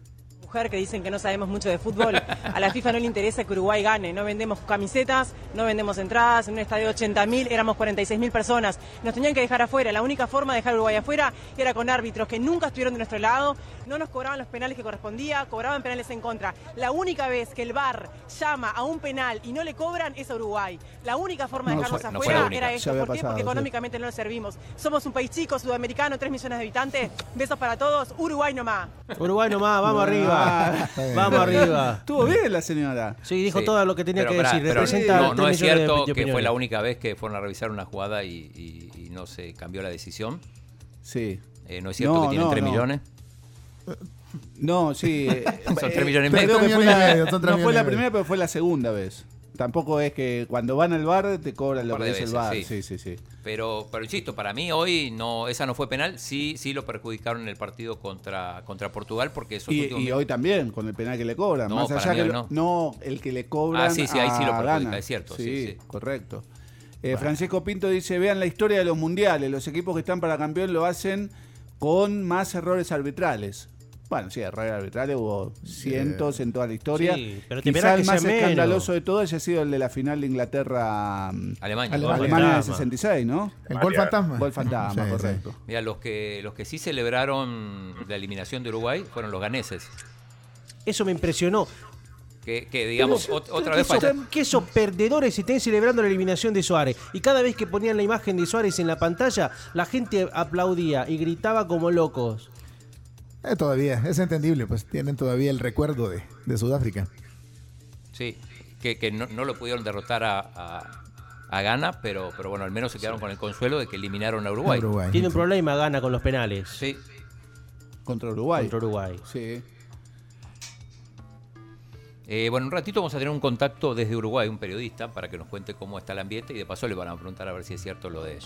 K: mujer que dicen que no sabemos mucho de fútbol. A la FIFA no le interesa que Uruguay gane. No vendemos camisetas, no vendemos entradas. En un estadio de 80.000 éramos 46.000 personas. Nos tenían que dejar afuera. La única forma de dejar a Uruguay afuera era con árbitros que nunca estuvieron de nuestro lado. No nos cobraban los penales que correspondía, cobraban penales en contra. La única vez que el VAR llama a un penal y no le cobran es a Uruguay. La única forma de
F: No,
K: dejarnos
F: fue- no fue la
K: afuera
F: única.
K: era
F: Ya
K: eso.
F: había
K: ¿Por qué?
F: pasado,
K: Porque
F: sí.
K: económicamente no nos servimos. Somos un país chico, sudamericano, 3 millones de habitantes. Besos para todos. Uruguay nomás.
H: Uruguay nomás, vamos
G: Ah,
H: arriba.
G: está bien.
H: Vamos arriba.
G: Estuvo bien la señora.
H: Sí, dijo
F: Sí,
H: todo lo que tenía
F: pero
H: que
F: pará,
H: decir.
F: pero
H: Representa
F: no, no
H: tres millones
F: es
H: de- de
F: cierto que fue
H: opiniones.
F: la única vez que fueron a revisar una jugada y, y- y no se cambió la decisión.
G: Sí.
F: Eh, no es cierto que tienen 3
G: no.
F: millones.
G: No, sí. eh,
F: Son
G: eh,
F: tres millones y
G: creo que
F: medio. Tres
G: fue
F: millones y
G: la-
F: medio, son tres
G: No fue
F: millones
G: la
F: y medio.
G: primera, pero fue la segunda vez. Tampoco es que cuando van al bar te cobran lo
F: par
G: que
F: de
G: dice el
F: veces,
G: bar.
F: sí.
G: Sí, sí, sí.
F: Pero, pero insisto, para mí hoy no, esa no fue penal. Sí, sí lo perjudicaron en el partido contra, contra Portugal porque esos
G: Y,
F: últimos
G: y hoy también, con el penal que le cobran.
F: No,
G: Más
F: para
G: allá
F: mí
G: que
F: hoy
G: lo-
F: no.
G: el que le cobran.
F: Ah, sí, sí, ahí sí lo
G: a
F: perjudica,
G: Ghana.
F: es cierto, sí, sí.
G: correcto. Eh, Francisco Pinto dice: Vean la historia de los mundiales. Los equipos que están para campeón lo hacen con más errores arbitrales. Bueno, sí, errores arbitrales hubo cientos en toda la historia.
H: Eh, Sí, pero te
G: Quizá
H: esperás
G: el
H: que
G: más
H: sea menos.
G: escandaloso de todo haya sido el de la final de Inglaterra. mm,
F: Alemania.
G: Alemania,
J: Alemania.
G: del 66, ¿no?
J: El gol fantasma.
G: Gol fantasma,
J: Sí,
G: correcto.
F: Mira, los que, los que sí celebraron la eliminación de Uruguay fueron los ganeses.
H: Eso me impresionó.
F: Que, que, digamos,
H: Pero
F: ot-
H: eso-
F: otra
H: que
F: vez
H: esos-
F: fallaron.
H: Que esos perdedores estén celebrando la eliminación de Suárez. Y cada vez que ponían la imagen de Suárez en la pantalla, la gente aplaudía y gritaba como locos.
J: Eh, todavía, es entendible, pues tienen todavía el recuerdo de, de Sudáfrica.
F: Sí, que, que no, no lo pudieron derrotar a, a, a Ghana, pero, pero bueno, al menos se quedaron con el consuelo de que eliminaron a Uruguay.
J: Uruguay.
H: Tiene un problema, gana con los penales.
F: Sí,
G: Contra Uruguay.
H: Contra Uruguay.
G: Sí.
F: Eh, bueno, en un ratito vamos a tener un contacto desde Uruguay, un periodista, para que nos cuente cómo está el ambiente y de paso le van a preguntar a ver si es cierto lo de,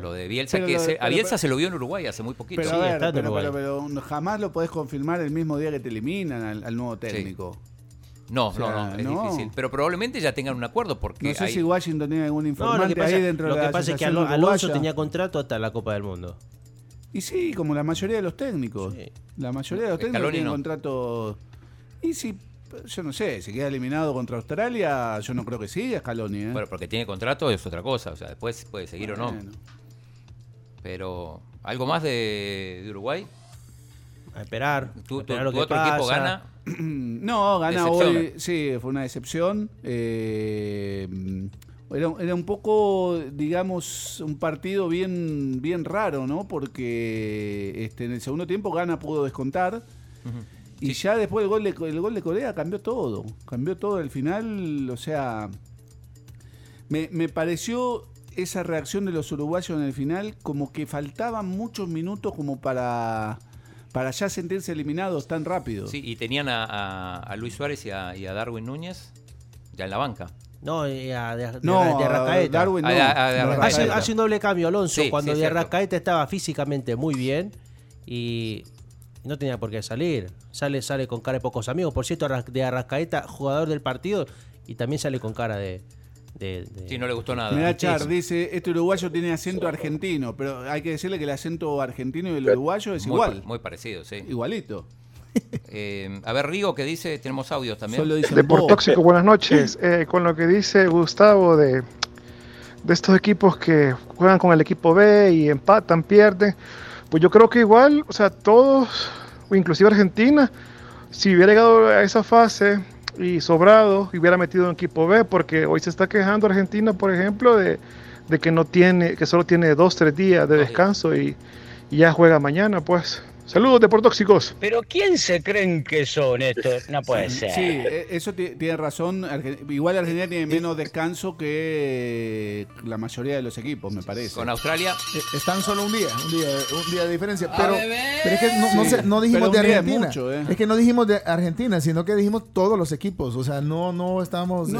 F: lo de Bielsa.
G: Pero
F: que
G: lo de-
F: se- a
G: pero-
F: Bielsa
G: pero-
F: se lo vio en Uruguay hace muy poquito.
G: Pero,
H: Sí,
G: a ver,
H: está en
G: pero-
H: Uruguay.
G: pero- pero jamás lo podés confirmar el mismo día que te eliminan al, al nuevo técnico.
F: No,
G: O sea,
F: no, no, es
G: no.
F: difícil. Pero probablemente ya tengan un acuerdo porque
G: No sé
F: hay-
G: si Washington tiene algún
H: No, lo que
G: informante
H: pasa,
G: ahí dentro
H: lo
G: de
H: que
G: la
H: pasa es que
G: Asociación
H: Alo- Alonso
G: Uruguaya.
H: tenía contrato hasta la Copa del Mundo.
G: Y sí, como la mayoría de los técnicos.
H: Sí.
G: La mayoría de los técnicos
F: Scaloni
G: tienen
F: no.
G: contrato... Y si, yo no sé, si queda eliminado contra Australia, yo no creo que siga Scaloni. ¿eh?
F: Bueno, porque tiene contrato es otra cosa, o sea, después puede seguir o no.
G: Bueno.
F: Pero, ¿algo más de, de Uruguay?
H: A esperar.
F: ¿Tu,
H: a
F: tu-
H: esperar lo
F: tu
H: que
F: otro
H: pasa.
F: equipo gana?
G: No, gana
F: Decepción.
G: hoy. Sí, fue una decepción. Eh, era, era un poco, digamos, un partido bien, bien raro, ¿no? Porque este, en el segundo tiempo Gana pudo descontar. Y ya después el gol, de, el gol de Corea cambió todo. Cambió todo al final. O sea, me, me pareció esa reacción de los uruguayos en el final como que faltaban muchos minutos como para, para ya sentirse eliminados tan rápido.
F: Sí, y tenían a, a- a Luis Suárez y a, y a Darwin Núñez ya en la banca.
H: No, eh, a- de, de-
G: No,
H: de Arrascaeta.
G: Darwin no.
F: Ah, ah, ah,
G: No,
F: ah,
H: Hace,
F: Arrascaeta.
H: hace un doble cambio Alonso
F: Sí,
H: cuando
F: sí,
H: de
F: cierto.
H: Arrascaeta estaba físicamente muy bien y no tenía por qué salir. Sale, sale con cara de pocos amigos. Por cierto, Arras- de Arrascaeta, jugador del partido, y también sale con cara de. de- de-
F: Sí, no le gustó nada.
G: Mirá, Char, dice, este uruguayo tiene acento argentino, pero hay que decirle que el acento argentino y el uruguayo es
F: Muy
G: igual.
F: pa- Muy parecido, sí.
G: Igualito.
F: Eh, a ver, Rigo, que dice? Tenemos audios también.
G: Solo dicen vos.
L: Deportóxico, buenas noches. Eh, con lo que dice Gustavo de, de estos equipos que juegan con el equipo B y empatan, pierden, pues yo creo que igual, o sea, todos, o inclusive Argentina, si hubiera llegado a esa fase y sobrado, hubiera metido un equipo B, porque hoy se está quejando Argentina, por ejemplo, de, de que no tiene, que solo tiene dos, tres días de descanso y, y ya juega mañana, pues. Saludos, Deportóxicos.
M: Pero ¿quién se creen que son estos? No puede
G: Sí,
M: ser.
G: eh, eso ti- tiene razón. Arge- Igual Argentina tiene menos descanso que eh, la mayoría de los equipos, me parece.
F: Con Australia.
J: Eh, Están solo un día, un día, un día de diferencia. Pero, pero es que no, no
G: Sí,
J: se- no dijimos de
G: pero un día es
J: Argentina.
G: mucho, eh.
J: Es que no dijimos de Argentina, sino que dijimos todos los equipos. O sea, no, no estamos eh,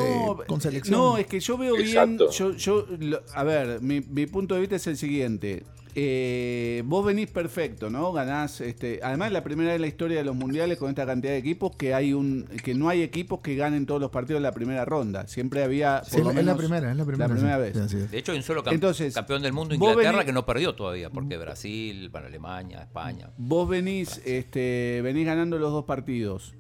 J: con selección.
G: No, es que yo veo bien.
I: Exacto.
G: Yo, yo, lo- a ver, mi, mi punto de vista es el siguiente. Eh, vos venís perfecto, ¿no? Ganás, este, además la primera vez en la historia de los mundiales con esta cantidad de equipos que hay un, que no hay equipos que ganen todos los partidos en la primera ronda. Siempre había.
J: Sí,
G: por
J: es,
G: lo
J: la, es la
G: menos,
J: primera, es la primera. sí.
G: vez.
J: Sí, así es.
F: De hecho, hay un solo cam-
G: Entonces,
F: campeón del mundo,
G: vos
F: Inglaterra,
G: venís-
F: que no perdió todavía, porque Brasil, bueno, Alemania, España.
G: Vos venís, este, venís ganando los dos partidos.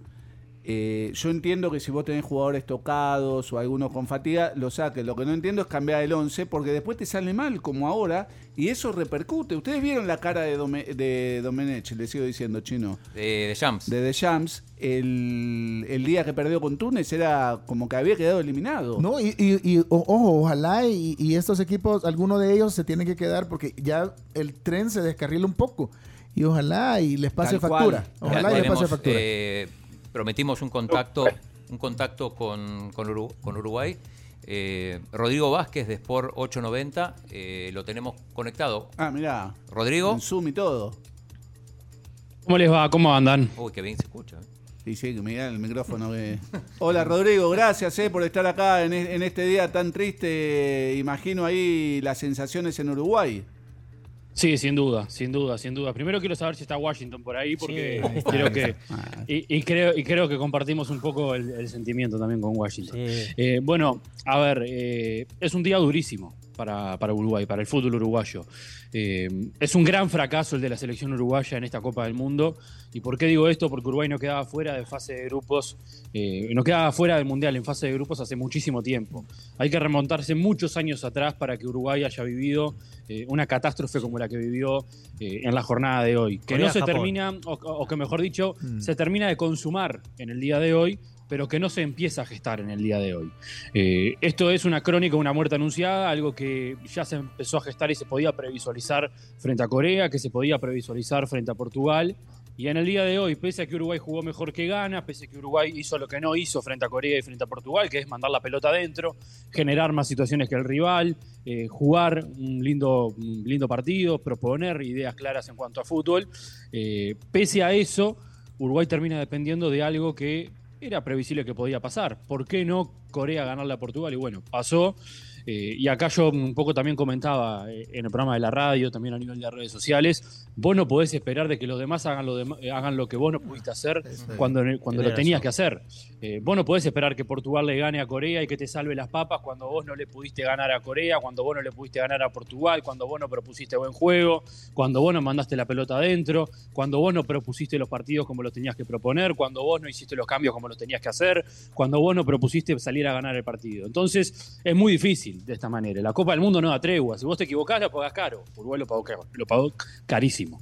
G: eh, yo entiendo que si vos tenés jugadores tocados o algunos con fatiga, lo saques. Lo que no entiendo es cambiar el 11 porque después te sale mal, como ahora, y eso repercute. Ustedes vieron la cara de, Dome, de Domenech, le sigo diciendo, chino.
F: De The Shams.
G: De The Shams, el, el, día que perdió con Túnez era como que había quedado eliminado.
J: No, y, y, y o, ojo, ojalá y, y estos equipos, alguno de ellos se tiene que quedar porque ya el tren se descarrila un poco. Y ojalá y les pase
F: Tal
J: factura.
F: cual.
J: Ojalá
F: Ya
J: y les pase
F: tenemos,
J: factura.
F: eh, prometimos un contacto, un contacto con, con Uru- con Uruguay. Eh, Rodrigo Vázquez de Sport 890, eh, lo tenemos conectado.
G: Ah, mirá.
F: Rodrigo.
G: En Zoom y todo.
N: ¿Cómo les va? ¿Cómo andan?
F: Uy, qué bien se escucha.
G: Y sí, mirá el micrófono que... Hola Rodrigo, gracias eh, por estar acá en, e- en este día tan triste. Imagino ahí las sensaciones en Uruguay.
N: Sí, sin duda, sin duda, sin duda. Primero quiero saber si está Washington por ahí, porque
G: Sí, ahí está,
N: creo
G: ahí
N: que
G: Ah.
N: y, y creo y creo que compartimos un poco el, el sentimiento también con Washington. Eh, bueno, a ver, eh, es un día durísimo para, para Uruguay, para el fútbol uruguayo. Eh, es un gran fracaso el de la selección uruguaya en esta Copa del Mundo. ¿Y por qué digo esto? Porque Uruguay no quedaba fuera de fase de grupos, eh, no quedaba fuera del Mundial en fase de grupos hace muchísimo tiempo. Hay que remontarse muchos años atrás para que Uruguay haya vivido eh, una catástrofe como la que vivió eh, en la jornada de hoy. Que no se
O: Corea-Japón.
N: termina, o, o que mejor dicho, se termina de consumar en el día de hoy, pero que no se empieza a gestar en el día de hoy. Eh, esto es una crónica, una muerte anunciada, algo que ya se empezó a gestar y se podía previsualizar frente a Corea, que se podía previsualizar frente a Portugal. Y en el día de hoy, pese a que Uruguay jugó mejor que Gana, pese a que Uruguay hizo lo que no hizo frente a Corea y frente a Portugal, que es mandar la pelota adentro, generar más situaciones que el rival, eh, jugar un lindo, un lindo partido, proponer ideas claras en cuanto a fútbol, eh, pese a eso, Uruguay termina dependiendo de algo que era previsible que podía pasar. ¿Por qué no Corea ganarle a Portugal? Y bueno, pasó. Eh, y acá yo un poco también comentaba eh, en el programa de la radio, también a nivel de las redes sociales, vos no podés esperar de que los demás hagan lo, dem- eh, hagan lo que vos no pudiste hacer cuando, cuando lo
O: Tenés
N: tenías
O: razón.
N: que hacer. Eh, vos no podés esperar que Portugal le gane a Corea y que te salve las papas cuando vos no le pudiste ganar a Corea, cuando vos no le pudiste ganar a Portugal, cuando vos no propusiste buen juego, cuando vos no mandaste la pelota adentro, cuando vos no propusiste los partidos como los tenías que proponer, cuando vos no hiciste los cambios como los tenías que hacer, cuando vos no propusiste salir a ganar el partido. Entonces es muy difícil de esta manera. La Copa del Mundo no da tregua. Si vos te equivocás, la pagás caro. Uruguay lo pagó, caro- lo pagó carísimo.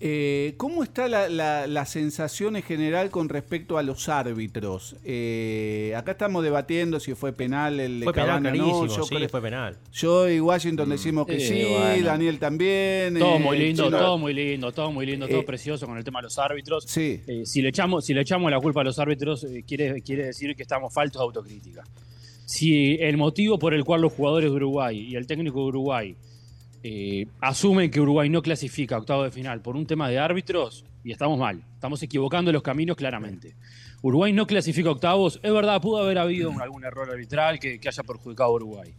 G: Eh, ¿Cómo está la, la- la sensación en general con respecto a los árbitros? Eh, acá estamos debatiendo si fue penal el de
O: Fue penal
G: Cavani o no.
O: clarísimo,
G: Yo,
O: sí,
G: creo-
O: fue penal.
G: yo y Washington decimos que
N: Eh,
G: sí,
N: bueno.
G: Daniel también.
N: Todo
G: eh,
N: muy lindo,
G: Chino-
N: todo muy lindo, todo muy lindo,
G: Eh,
N: todo precioso con el tema de los árbitros. Eh, si, le echamos, si le echamos la culpa a los árbitros, eh, quiere, quiere decir que estamos faltos de autocrítica. Si el motivo por el cual los jugadores de Uruguay y el técnico de Uruguay eh, asumen que Uruguay no clasifica a octavo de final por un tema de árbitros, y estamos mal, estamos equivocando los caminos claramente. Uruguay no clasifica a octavos, es verdad, pudo haber habido un- algún error arbitral que, que haya perjudicado a Uruguay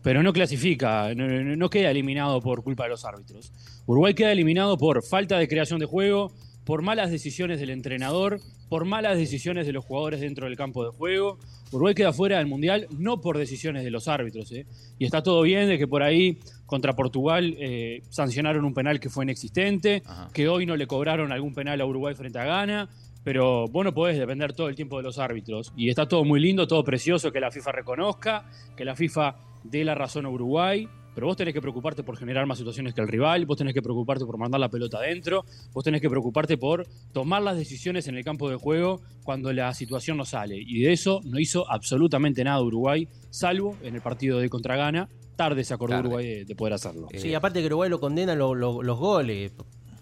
N: pero no clasifica, no, no- no queda eliminado por culpa de los árbitros. Uruguay queda eliminado por falta de creación de juego, por malas decisiones del entrenador, por malas decisiones de los jugadores dentro del campo de juego. Uruguay queda fuera del Mundial no por decisiones de los árbitros. ¿eh? Y está todo bien de que por ahí contra Portugal eh, sancionaron un penal que fue inexistente, que hoy no le cobraron algún penal a Uruguay frente a Ghana. Pero vos no podés depender todo el tiempo de los árbitros. Y está todo muy lindo, todo precioso, que la FIFA reconozca, que la FIFA dé la razón a Uruguay, pero vos tenés que preocuparte por generar más situaciones que el rival, vos tenés que preocuparte por mandar la pelota adentro, vos tenés que preocuparte por tomar las decisiones en el campo de juego cuando la situación no sale. Y de eso no hizo absolutamente nada Uruguay, salvo en el partido de contra Ghana. Tarde se acordó
H: Tarde.
N: Uruguay de, de poder hacerlo.
F: Eh,
H: Sí, aparte que Uruguay lo condena lo- lo- los goles.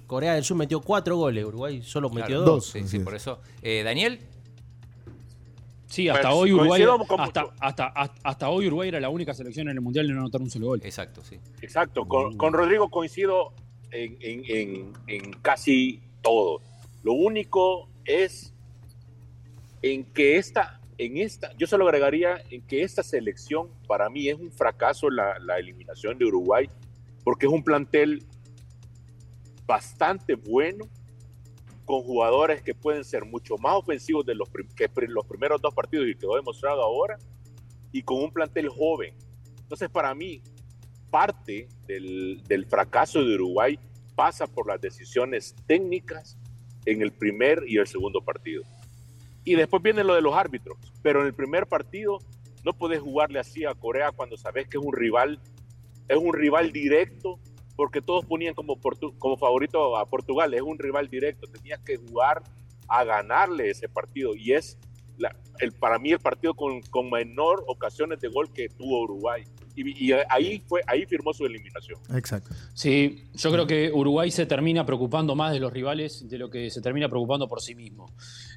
H: Corea del Sur metió cuatro goles, Uruguay solo
F: Claro,
H: metió dos.
F: Sí, sí, por eso. Eh, Daniel,
N: Sí, hasta
F: Pues,
N: hoy Uruguay
F: coincido con
N: hasta, hasta, hasta, hasta hoy Uruguay era la única selección en el mundial en no anotar un solo gol.
F: Exacto, sí.
I: Exacto, con, con Rodrigo coincido en, en- en- en casi todo. Lo único es en que esta, en esta, yo se lo agregaría en que esta selección para mí es un fracaso la, la eliminación de Uruguay, porque es un plantel bastante bueno, con jugadores que pueden ser mucho más ofensivos de los, prim- que pri- los primeros dos partidos y quedó demostrado ahora, y con un plantel joven. Entonces para mí parte del, del fracaso de Uruguay pasa por las decisiones técnicas en el primer y el segundo partido. Y después viene lo de los árbitros. Pero en el primer partido no podés jugarle así a Corea cuando sabes que es un rival, es un rival directo, porque todos ponían como, Portu como favorito a Portugal, es un rival directo. Tenías que jugar a ganarle ese partido. Y es la, el, para mí el partido con, con, menor ocasiones de gol que tuvo Uruguay. Y, y, ahí fue ahí firmó su eliminación.
J: Exacto.
N: Sí, yo creo que Uruguay se termina preocupando más de los rivales de lo que se termina preocupando por sí mismo.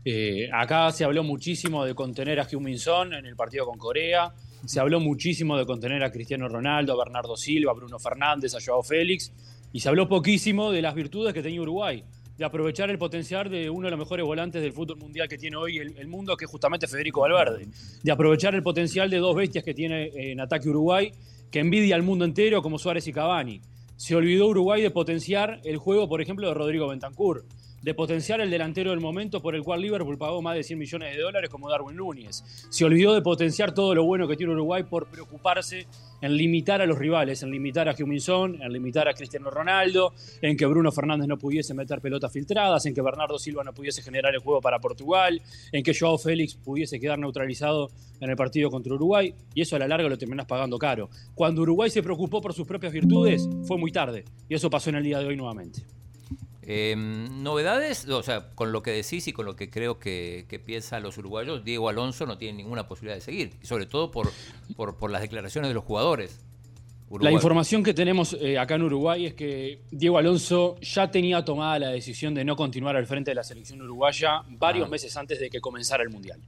N: Eh, acá se habló muchísimo de contener a Heung-Min Son en el partido con Corea. Se habló muchísimo de contener a Cristiano Ronaldo, a Bernardo Silva, a Bruno Fernández, a Joao Félix. Y se habló poquísimo de las virtudes que tenía Uruguay de aprovechar el potencial de uno de los mejores volantes del fútbol mundial que tiene hoy el, el, mundo, que es justamente Federico Valverde, de aprovechar el potencial de dos bestias que tiene en ataque Uruguay, que envidia al mundo entero, como Suárez y Cavani. Se olvidó Uruguay de potenciar el juego, por ejemplo, de Rodrigo Bentancur, de potenciar el delantero del momento por el cual Liverpool pagó más de 100 millones de dólares como Darwin Núñez. Se olvidó de potenciar todo lo bueno que tiene Uruguay por preocuparse en limitar a los rivales, en limitar a Huminson, en limitar a Cristiano Ronaldo, en que Bruno Fernández no pudiese meter pelotas filtradas, en que Bernardo Silva no pudiese generar el juego para Portugal, en que Joao Félix pudiese quedar neutralizado en el partido contra Uruguay, y eso a la larga lo terminás pagando caro. Cuando Uruguay se preocupó por sus propias virtudes, fue muy tarde, y eso pasó en el día de hoy nuevamente.
F: Eh, Novedades, o sea, con lo que decís y con lo que creo que, que, piensan los uruguayos, Diego Alonso no tiene ninguna posibilidad de seguir, sobre todo por, por, por las declaraciones de los jugadores.
N: Uruguay. La información que tenemos eh, acá en Uruguay es que Diego Alonso ya tenía tomada la decisión de no continuar al frente de la selección uruguaya varios ah. meses antes de que comenzara el Mundial.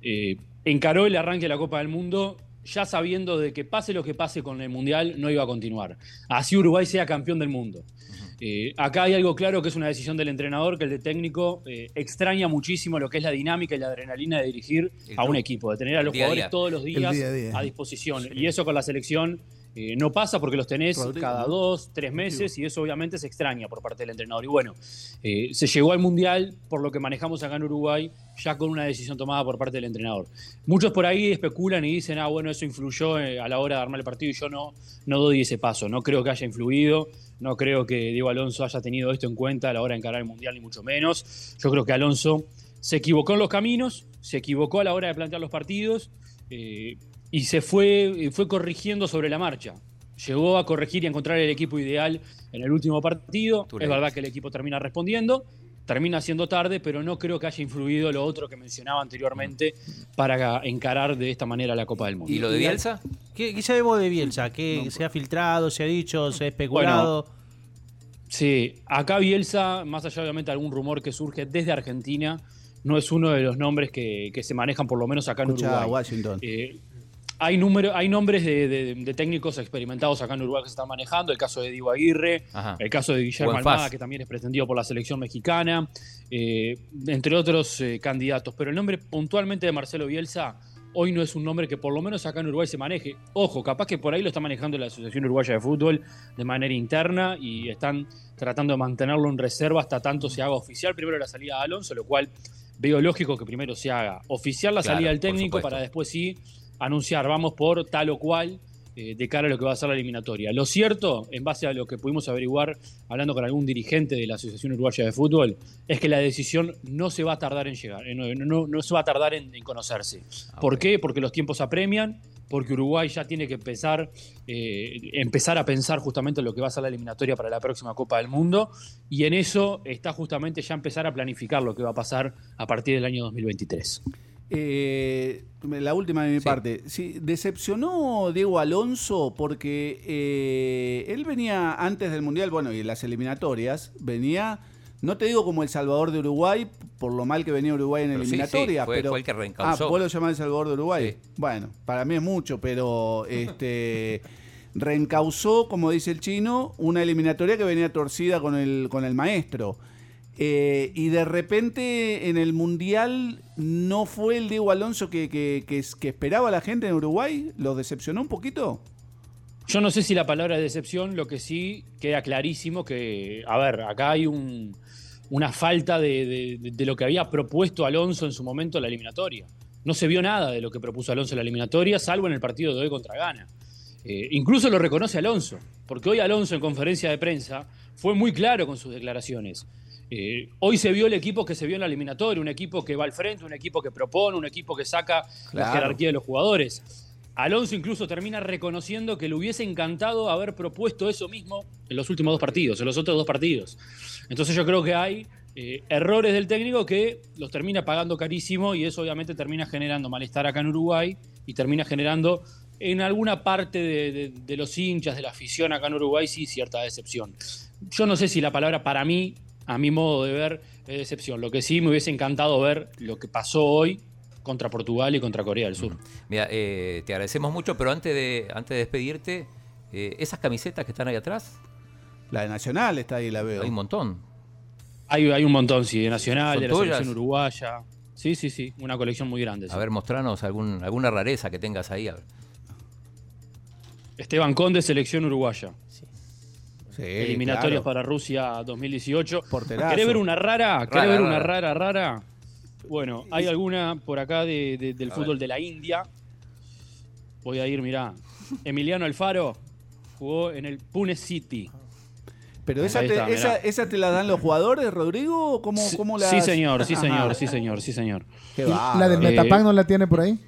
N: Eh, encaró el arranque de la Copa del Mundo ya sabiendo de que pase lo que pase con el Mundial, no iba a continuar. Así Uruguay sea campeón del mundo. Uh -huh. eh, acá hay algo claro que es una decisión del entrenador, que el de técnico eh, extraña muchísimo lo que es la dinámica y la adrenalina de dirigir el, a un equipo, de tener a los jugadores a todos los días día a, día. a, disposición. Sí. Y eso con la selección eh, no pasa porque los tenés Rodrigo. cada dos, tres meses y eso obviamente se extraña por parte del entrenador. Y bueno, eh, se llegó al Mundial por lo que manejamos acá en Uruguay ya con una decisión tomada por parte del entrenador. Muchos por ahí especulan y dicen, ah, bueno, eso influyó eh, a la hora de armar el partido y yo no, no doy ese paso, no creo que haya influido, no creo que Diego Alonso haya tenido esto en cuenta a la hora de encarar el Mundial, ni mucho menos. Yo creo que Alonso se equivocó en los caminos, se equivocó a la hora de plantear los partidos. Eh, y se fue, eh, fue corrigiendo sobre la marcha. Llegó a corregir y a encontrar el equipo ideal en el último partido. Es verdad que el equipo termina respondiendo, termina siendo tarde, pero no creo que haya influido lo otro que mencionaba anteriormente para encarar de esta manera la Copa del Mundo.
F: ¿Y lo de Bielsa?
H: ¿Qué, qué sabemos de Bielsa? ¿Qué no. se ha filtrado, se ha dicho, se ha especulado? Bueno,
N: sí, acá Bielsa, más allá obviamente de algún rumor que surge desde Argentina, no es uno de los nombres que, que se manejan por lo menos acá en Escucha Uruguay.
E: Washington. Eh,
N: hay, número, hay nombres de, de, de, técnicos experimentados acá en Uruguay que se están manejando. El caso de Diego Aguirre, Ajá. el caso de Guillermo Buenfaz. Almada, que también es pretendido por la selección mexicana, eh, entre otros eh, candidatos. Pero el nombre puntualmente de Marcelo Bielsa hoy no es un nombre que por lo menos acá en Uruguay se maneje. Ojo, capaz que por ahí lo está manejando la Asociación Uruguaya de Fútbol de manera interna y están tratando de mantenerlo en reserva hasta tanto se haga oficial primero la salida de Alonso, lo cual veo lógico que primero se haga oficial la claro, salida del técnico para después sí anunciar, vamos por tal o cual eh, de cara a lo que va a ser la eliminatoria. Lo cierto, en base a lo que pudimos averiguar hablando con algún dirigente de la Asociación Uruguaya de Fútbol, es que la decisión no se va a tardar en llegar, eh, no, no, no, se va a tardar en, en conocerse. Ah, ¿Por okay. qué? Porque los tiempos apremian, porque Uruguay ya tiene que empezar, eh, empezar a pensar justamente lo que va a ser la eliminatoria para la próxima Copa del Mundo, y en eso está justamente ya empezar a planificar lo que va a pasar a partir del año 2023.
G: Eh, la última de mi sí. parte. Sí, ¿Decepcionó Diego Alonso? Porque eh, él venía antes del Mundial, bueno, y en las eliminatorias, venía, no te digo como el Salvador de Uruguay, por lo mal que venía Uruguay en pero eliminatorias, sí,
F: fue,
G: pero.
F: Fue el que reencausó.
G: Ah, vos lo llamás el Salvador de Uruguay. Bueno, para mí es mucho, pero este. reencausó, como dice el chino, una eliminatoria que venía torcida con el, con el maestro. Eh, y de repente en el Mundial no fue el Diego Alonso que, que, que, que, esperaba la gente en Uruguay. ¿Los decepcionó un poquito?
N: Yo no sé si la palabra es decepción, lo que sí queda clarísimo que, a ver, acá hay un, una falta de, de, de lo que había propuesto Alonso en su momento en la eliminatoria. No se vio nada de lo que propuso Alonso en la eliminatoria, salvo en el partido de hoy contra Ghana. Eh, incluso lo reconoce Alonso, porque hoy Alonso en conferencia de prensa fue muy claro con sus declaraciones. Eh, hoy se vio el equipo que se vio en la eliminatoria, un equipo que va al frente, un equipo que propone, un equipo que saca la
G: Claro.
N: jerarquía de los jugadores. Alonso incluso termina reconociendo que le hubiese encantado haber propuesto eso mismo en los últimos dos partidos, en los otros dos partidos. Entonces yo creo que hay eh, errores del técnico que los termina pagando carísimo y eso obviamente termina generando malestar acá en Uruguay y termina generando en alguna parte de, de- de los hinchas, de la afición acá en Uruguay, sí cierta decepción. Yo no sé si la palabra para mí, a mi modo de ver, es decepción. Lo que sí me hubiese encantado ver lo que pasó hoy contra Portugal y contra Corea del Sur.
F: Mira, eh, te agradecemos mucho, pero antes de, antes de despedirte, eh, esas camisetas que están ahí atrás,
G: La de Nacional está ahí, la veo.
F: hay un montón.
N: Hay, hay un montón, sí, de Nacional,
F: ¿Son
N: de la
F: tuyas?
N: selección uruguaya. Sí, sí, sí, una colección muy grande. sí.
F: A ver, mostranos algún, alguna rareza que tengas ahí. a ver.
N: Esteban Conde, selección uruguaya.
G: Sí,
N: Eliminatorias
G: Eh, claro.
N: para Rusia 2018.
G: Porterazo.
N: ¿Querés ver una rara? ¿Querés
G: Rara,
N: ver una
G: rara.
N: rara, rara? Bueno, hay alguna por acá de- de- del
F: A
N: fútbol
F: ver.
N: de la India. Voy a ir, mirá. Emiliano Alfaro jugó en el Pune City.
G: Pero esa
N: Ahí
G: te,
N: está, mirá.
G: esa, esa te la dan los jugadores, Rodrigo, o cómo, cómo la
N: Sí, señor, sí, señor, sí, señor, sí, señor. Eh,
J: ¿Y ¿La del Metapac no la tiene por ahí?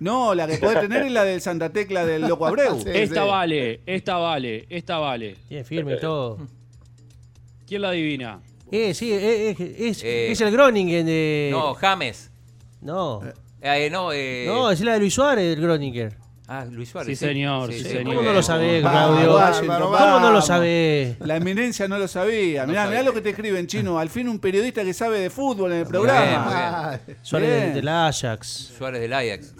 G: No, la que puede tener es la del Santa Tecla del Loco Abreu.
N: esta vale, esta vale, esta vale.
H: Bien, firme y todo.
N: ¿Quién la adivina?
H: Eh, sí, eh, eh, es,
F: Eh,
H: es el Groningen de.
F: No, James.
H: No.
F: Eh, no, eh,
H: No, es la de Luis Suárez, el Groninger.
F: Ah, Luis Suárez.
N: Sí, señor, sí, señor.
H: ¿Cómo no lo
F: Eh,
H: sabés,
G: Vamos,
F: ah.
H: Claudio?
G: Washington,
H: ¿Cómo no lo
G: vamos.
H: sabés?
G: La eminencia no lo sabía. Mirá, mirá lo que te escribe en chino. Al fin un periodista que sabe de fútbol en el programa.
F: bien,
H: Suárez
G: Bien.
H: del- del Ajax.
F: Suárez del Ajax.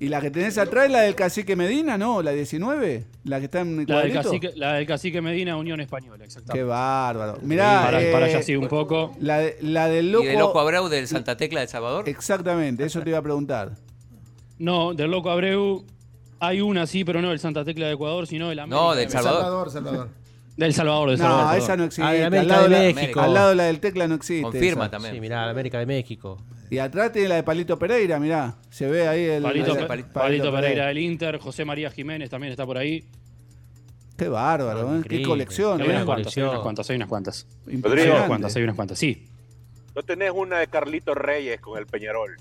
G: ¿Y la que tenés atrás es la del cacique Medina? No, la 19. La que está en
N: La del,
G: cuadrito.
N: cacique, la del cacique Medina, Unión Española, exactamente.
G: Qué bárbaro. Mirá,
N: para,
G: eh,
N: para allá sí un poco.
G: la, de- la del loco.
F: Y de Loco Abreu del Santa Tecla del Salvador.
G: Exactamente, eso te iba a preguntar.
N: No, del Loco Abreu hay una sí, pero no del Santa Tecla de Ecuador, sino del América.
F: No, del
J: Salvador,
F: Salvador.
J: Salvador.
N: Del Salvador, del
G: No,
N: Salvador. perdón.
G: esa no existe.
H: Ah, de
G: al,
H: América
G: lado
H: de
G: la,
H: México.
G: al lado la del tecla no existe.
F: Confirma
G: esa.
F: también.
H: Sí, mirá, la América de México.
G: Y atrás tiene la de Palito Pereira, mirá. Se ve ahí el.
N: Palito,
G: el-
N: Pe- Palito Pereira del Inter, José María Jiménez también está por ahí.
G: Qué bárbaro, ¿eh? qué
H: Increíble.
G: colección.
N: Hay
H: buena
N: unas cuantas, hay
H: colección.
N: unas cuantas, hay unas cuantas. Hay
G: Impresionante.
N: unas cuantas, hay unas cuantas, sí.
I: ¿No tenés una de Carlitos Reyes con el Peñarol?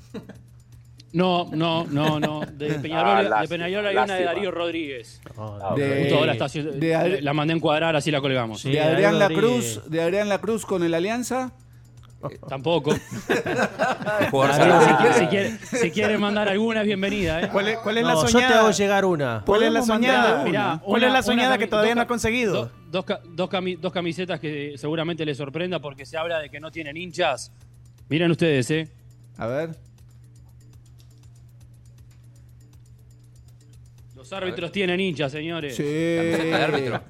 N: No, no, no, no. De Peñarol,
I: Ah,
N: de
I: lástima,
N: Peñarol hay una de
I: lástima.
N: Darío Rodríguez. Ah,
G: De-
N: Toda la, estación-
G: de Adri-
N: la mandé a encuadrar, así la colgamos.
H: Sí,
G: de Adrián La
H: Darío
G: Cruz,
H: Rodríguez.
G: de Adrián La Cruz con el Alianza.
N: Eh, Tampoco.
F: Jugador
N: Adrián, si,
F: salvaje.
N: quiere, si quiere- si quiere mandar alguna, es bienvenida. ¿eh?
O: ¿Cuál es, cuál es
H: No,
O: la
H: yo te hago
O: soñada?
H: llegar una.
O: ¿Cuál es la
G: Podemos mandar
O: soñada?
G: una.
N: Mirá,
O: ¿Cuál
N: una-
O: es la
N: una
O: soñada que
N: cami-
O: todavía
N: dos
O: no ha
N: cami-
O: conseguido?
N: do- dos, ca- dos cami- dos camisetas que seguramente les sorprenda porque se habla de que no tienen hinchas. Miren ustedes, ¿eh?
G: A ver.
N: Los árbitros tienen hinchas, señores.
G: Sí.
F: Camiseta de árbitro.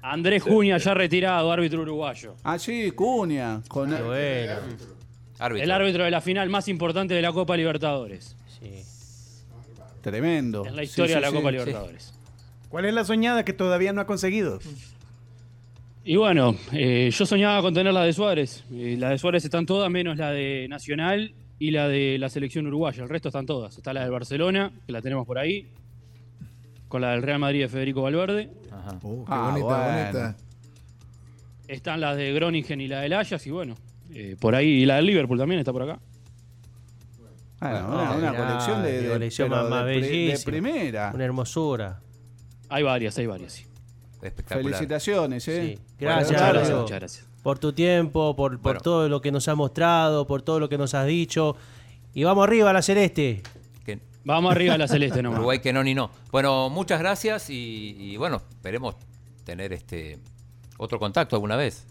N: Andrés Junia ya retirado, árbitro uruguayo.
G: Ah, sí, Cunha. Con,
H: Qué bueno.
F: Árbitro.
N: El árbitro de la final más importante de la Copa Libertadores.
H: Sí.
G: Tremendo.
N: En la historia
G: Sí, sí,
N: de la Copa
G: sí.
N: Libertadores.
O: ¿Cuál es la soñada que todavía no ha conseguido?
N: Y bueno, eh, yo soñaba con tener la de Suárez. Eh, la de Suárez están todas, menos la de Nacional y la de la selección uruguaya. El resto están todas. Está la de Barcelona, que la tenemos por ahí, con la del Real Madrid de Federico Valverde.
F: Ajá.
J: Oh, qué
G: Ah,
J: bonita,
G: bueno.
J: bonita.
N: Están las de Groningen y la del Ajax, y bueno, eh, por ahí. Y la del Liverpool también está por acá.
G: Bueno,
H: No,
G: una, Ah, una
H: Ah, mirá,
G: colección de, de-
H: colección
G: pero
H: más- más
G: de pri- de
H: bellísima.
G: primera.
H: Una hermosura.
N: Hay varias, hay varias. sí.
F: Espectacular.
G: Felicitaciones, ¿eh?
H: Sí. Gracias,
N: muchas gracias,
H: Rodrigo,
N: muchas gracias.
H: por tu tiempo, por, por
F: Bueno.
H: todo lo que nos has mostrado, por todo lo que nos has dicho. Y vamos arriba a la celeste.
F: Que-
N: Vamos arriba a la celeste nomás.
F: Uruguay que no ni no. Bueno, muchas gracias y, y bueno, esperemos tener este otro contacto alguna vez.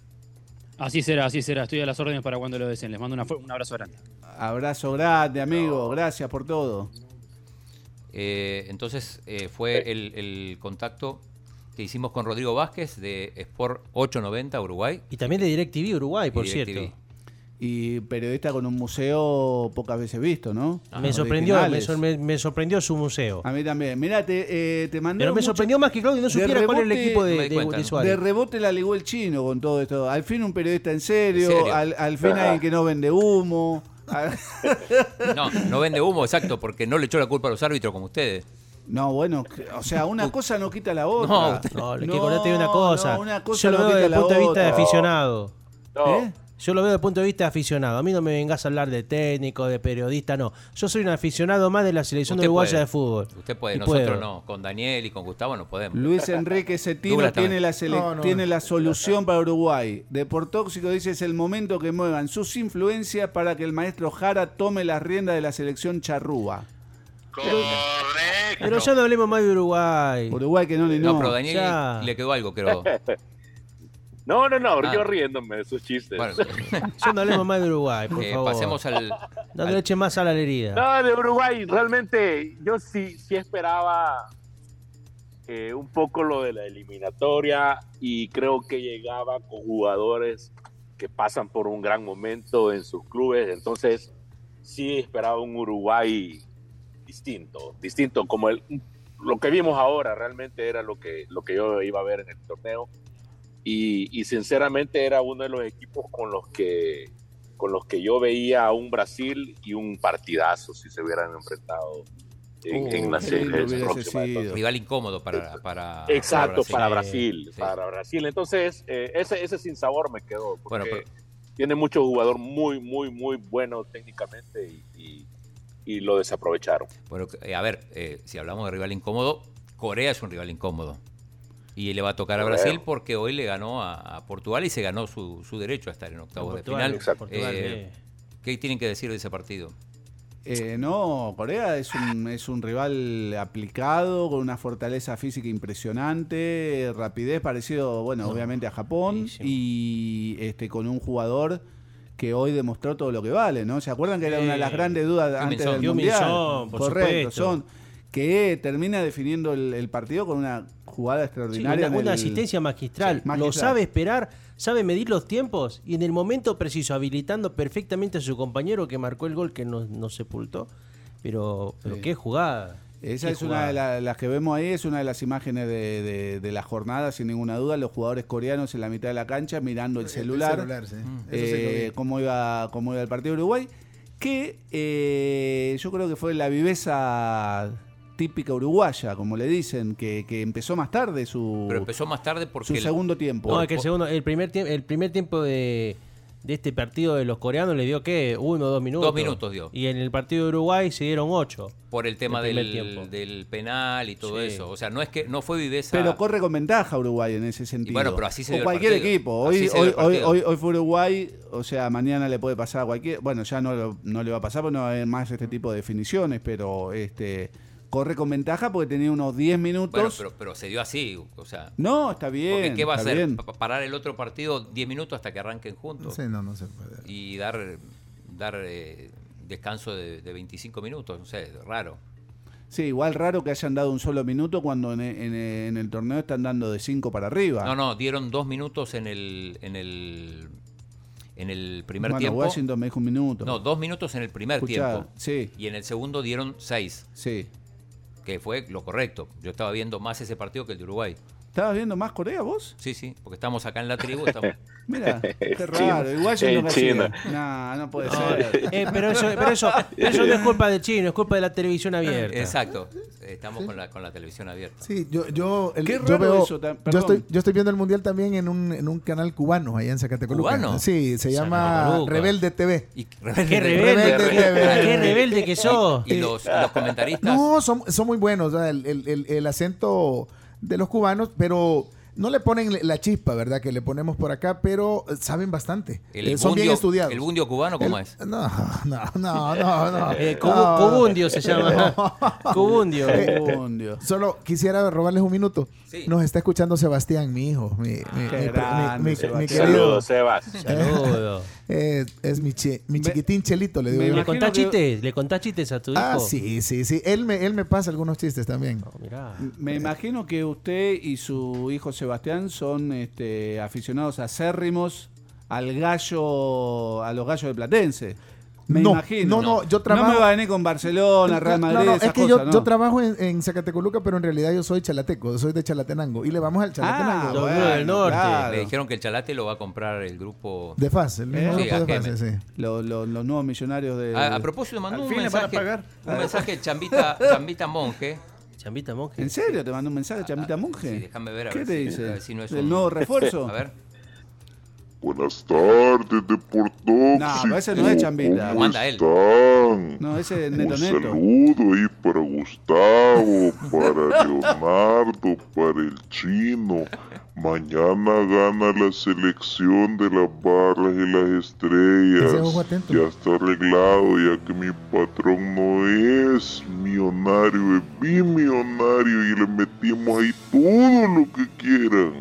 N: Así será, así será. Estoy a las órdenes para cuando lo deseen. Les mando una fu- un abrazo grande.
G: Abrazo grande, amigo. Gracias por todo.
F: Eh, entonces eh, fue el, el contacto que hicimos con Rodrigo Vázquez de Sport 890 Uruguay.
H: Y también de DirecTV Uruguay,
F: y
H: por
F: DirecTV.
H: cierto.
G: Y periodista con un museo pocas veces visto, ¿no?
H: Ah,
G: Ah,
H: Me
G: Los
H: sorprendió, me,
G: originales.
H: sor- me- me sorprendió su museo.
G: A mí también. Mirá, te, eh, te mandé.
H: Pero me sorprendió más que Claudio no
G: de
H: supiera cuál era el
G: rebote-
H: equipo de,
F: No me di
H: de-
F: cuenta,
H: de
F: ¿no?
G: De
H: Suárez.
G: rebote la ligó el chino con todo esto. Al fin un periodista en serio,
F: ¿En serio?
G: Al, al
N: Ah.
G: fin alguien que no vende humo. A-
F: No, no vende humo, exacto, porque no le echó la culpa a los árbitros como ustedes.
G: No, bueno, o sea, una cosa no quita la otra.
H: No, no, el que contate una cosa.
G: no, una cosa
H: Yo lo
G: no
H: veo
G: quita
H: desde el
G: la
H: punto de vista de
G: otra.
H: aficionado.
G: No.
H: ¿Eh? Yo lo veo desde el punto de vista de aficionado. A mí no me vengas a hablar de técnico, de periodista, no. Yo soy un aficionado más de la selección
F: Usted
H: uruguaya
F: puede.
H: de fútbol.
F: Usted puede,
H: Y
F: nosotros
H: puedo.
F: no. Con Daniel y con Gustavo no podemos.
G: Luis Enrique Cetino
F: Douglas
G: tiene
F: también.
G: la, sele-
F: No, no.
G: tiene la solución para Uruguay. Deportóxico dice es el momento que muevan sus influencias para que el maestro Jara tome las riendas de la selección charrúa.
H: Pero ya no hablemos más de Uruguay.
G: Uruguay que no le
F: No,
G: no.
F: pero Daniel
H: ya.
F: le quedó algo, creo.
I: No, no, no,
F: Ah.
I: yo riéndome de sus chistes.
F: Bueno.
H: Ya no hablemos más de Uruguay, por
F: Eh,
H: favor.
F: pasemos al-
H: No le eches más sal a la herida.
I: No, de Uruguay, realmente yo sí, sí esperaba eh, un poco lo de la eliminatoria y creo que llegaba con jugadores que pasan por un gran momento en sus clubes, entonces sí esperaba un Uruguay distinto, distinto como el, lo que vimos ahora realmente era lo que, lo que yo iba a ver en el torneo y, y sinceramente era uno de los equipos con los que con los que yo veía a un Brasil y un partidazo si se hubieran enfrentado en,
F: Uh,
I: en la
F: qué
I: serie
F: lindo hubiese
I: próxima. Entonces,
F: Rival incómodo para, para
I: Exacto, para
F: Brasil.
I: Brasil, para Brasil. Entonces, eh, ese, ese sin sabor me quedó. Porque
F: Bueno,
I: tiene mucho jugador muy, muy, muy bueno técnicamente y, y- y lo desaprovecharon.
F: Bueno, eh, a ver, eh, si hablamos de rival incómodo, Corea es un rival incómodo. Y le va a tocar a
I: Bueno.
F: Brasil porque hoy le ganó a, a Portugal y se ganó su, su derecho a estar en octavos de
H: Portugal,
F: final.
H: exacto. Portugal,
F: Eh, ¿Qué tienen que decir de ese partido?
G: Eh, no, Corea es un, es un rival aplicado, con una fortaleza física impresionante, rapidez parecido, bueno, obviamente a Japón, y este con un jugador que hoy demostró todo lo que vale, ¿no? ¿Se acuerdan que era una de las
H: Sí.
G: grandes dudas
H: Heung-min
G: antes
H: Son.
G: del
H: Heung-min
G: Mundial?
H: Son, por
G: Correcto,
H: supuesto.
G: son que termina definiendo el, el partido con una jugada
H: Sí,
G: extraordinaria.
H: una,
G: en
H: una
G: el-
H: asistencia magistral.
G: Sí,
H: Lo
G: magistral.
H: sabe esperar, sabe medir los tiempos y en el momento preciso, habilitando perfectamente a su compañero que marcó el gol que nos, nos sepultó. Pero, pero
G: Sí.
H: qué jugada.
G: Esa
H: qué
G: es una
H: jugada.
G: de la- las que vemos ahí, es una de las imágenes de, de- de la jornada, sin ninguna duda, los jugadores coreanos en la mitad de la cancha mirando el celular,
J: celular, sí.
G: Mm.
J: Eso sí lo vi.
G: eh, cómo, iba, cómo iba el partido de Uruguay, que eh, yo creo que fue la viveza típica uruguaya, como le dicen, que, que empezó más tarde su,
F: Pero empezó más tarde porque...
G: su
F: el-
G: segundo tiempo.
H: No, es que el segundo, el primer tiempo, el primer tiempo de, de este partido de los coreanos le dio qué, uno o dos minutos.
F: Dos minutos dio.
H: Y en el partido de Uruguay se dieron ocho.
F: Por el tema
H: El primer tiempo.
F: del, del penal y todo
H: Sí.
F: eso. O sea, no es que no fue viveza.
G: Pero corre con ventaja Uruguay en ese sentido.
F: bueno, pero así
G: o
F: se dio el
G: cualquier
F: partido.
G: equipo.
F: Así
G: Hoy,
F: se dio
G: hoy,
F: el
G: hoy,
F: partido.
G: hoy- hoy fue Uruguay, o sea, mañana le puede pasar a cualquier. Bueno, ya no, lo- no le va a pasar porque no va a haber más este tipo de definiciones, pero este corre con ventaja porque tenía unos 10 minutos.
F: Bueno, pero, pero se dio así. O sea,
G: no, está
F: porque
G: bien.
F: ¿qué va a
G: está
F: hacer?
G: bien.
F: Pa- Parar el otro partido 10 minutos hasta que arranquen juntos.
J: Sí, no, no se puede.
F: y dar, dar eh, descanso de, de 25 minutos, no sé, raro.
G: Sí, igual raro que hayan dado un solo minuto cuando en, en- en el torneo están dando de 5 para arriba.
F: No, no, dieron dos minutos en el, en el, en el primer
G: Bueno,
F: tiempo.
G: Washington me dijo un minuto.
F: No, dos minutos en el primer
G: Escuchá,
F: tiempo.
G: sí.
F: Y en el segundo dieron seis.
G: Sí.
F: Que fue lo correcto. Yo estaba viendo más ese partido que el de Uruguay.
G: ¿Estabas viendo más Corea vos?
F: Sí, sí, porque estamos acá en la tribu. estamos-
G: Mira, qué
I: En
G: raro.
I: China.
G: Igual yo
I: En
G: no
I: China.
G: No, no puede
H: No,
G: ser.
H: eh, pero, eso, pero eso- pero eso no es culpa del chino, es culpa de la televisión abierta.
F: Exacto. Estamos con, la, con la televisión abierta.
J: Sí, yo, yo, el-
F: Qué
J: yo
F: raro
J: veo-
F: eso, tan-
J: yo
F: perdón.
J: estoy, yo estoy viendo el mundial también en un, en un canal cubano allá en Zacatecoluca.
F: ¿Cubano?
J: Sí, se llama
F: Zacatecoluca.
J: Rebelde TV.
H: Qué rebelde, qué, qué rebelde que sos.
F: Y los, los comentaristas.
J: No, son, son muy buenos. o sea, el, el- el- el acento de los cubanos, pero no le ponen la chispa, ¿verdad? Que le ponemos por acá, pero eh, saben bastante.
F: El
J: Eh, son bien
F: bundio-
J: estudiados.
F: ¿El bundio cubano cómo
J: El-
F: es?
J: No, no, no, no. no.
H: Eh, cubu-
J: No.
H: cubundio se llama. Cubundio.
J: Eh,
G: Cubundio.
J: Solo quisiera robarles un minuto. Nos está escuchando Sebastián, mi hijo. Mi, mi- mi- mi-
G: grande,
J: mi- mi
G: Sebastián.
J: querido.
I: Saludos, Sebas.
H: Saludos.
J: Eh, es mi, che- mi chiquitín Chelito, le digo. yo.
H: ¿Le contás chistes? ¿Le contás chistes a tu hijo?
J: Ah, sí, sí, sí. Él me, él me pasa algunos chistes también.
H: Mirá.
G: Me imagino que usted y su hijo Sebastián son este, aficionados acérrimos al gallo, a los gallos de Platense. Me
J: No,
G: imagino.
J: no, no, yo trabajo-
G: No me va a venir con Barcelona, Real Madrid,
J: No, no,
G: esas
J: es que
G: cosas,
J: yo,
G: ¿no?
J: yo trabajo en, en Zacatecoluca, pero en realidad yo soy chalateco, soy de Chalatenango. Y le vamos al Chalatenango.
G: Ah, bueno, claro.
F: Le dijeron que el chalate lo va a comprar el grupo.
J: De fase, el mismo
F: Sí,
J: grupo de
F: AGM.
J: fase, sí.
G: Los, ¿Eh? los- los nuevos millonarios de.
F: A, a propósito, mandó
G: Al
F: un
G: fin le van a
F: mensaje,
G: pagar.
F: un mensaje Chambita, Chambita Monje,
H: Chambita Monje.
G: ¿En serio? ¿Te mandó un mensaje, Chambita Monje?
F: Ah, Sí, déjame ver a
G: ¿Qué
F: ver
G: te
F: si-
G: dice?
F: a ver si no es
G: ¿Del
F: un-
G: nuevo refuerzo?
F: A ver.
P: Buenas tardes, Deportóxico.
G: No, pero ese no es Chambita.
P: ¿Cómo
G: Manda él.
P: están?
G: No, ese es
P: Un
G: Neto Neto.
P: saludo ahí para Gustavo, para Leonardo, para el chino. Mañana gana la selección de las barras y las
J: Ese ojo
P: estrellas.
J: atento.
P: Ya está arreglado, ya que mi patrón no es millonario, es bimillonario y le metimos ahí todo lo que quieran.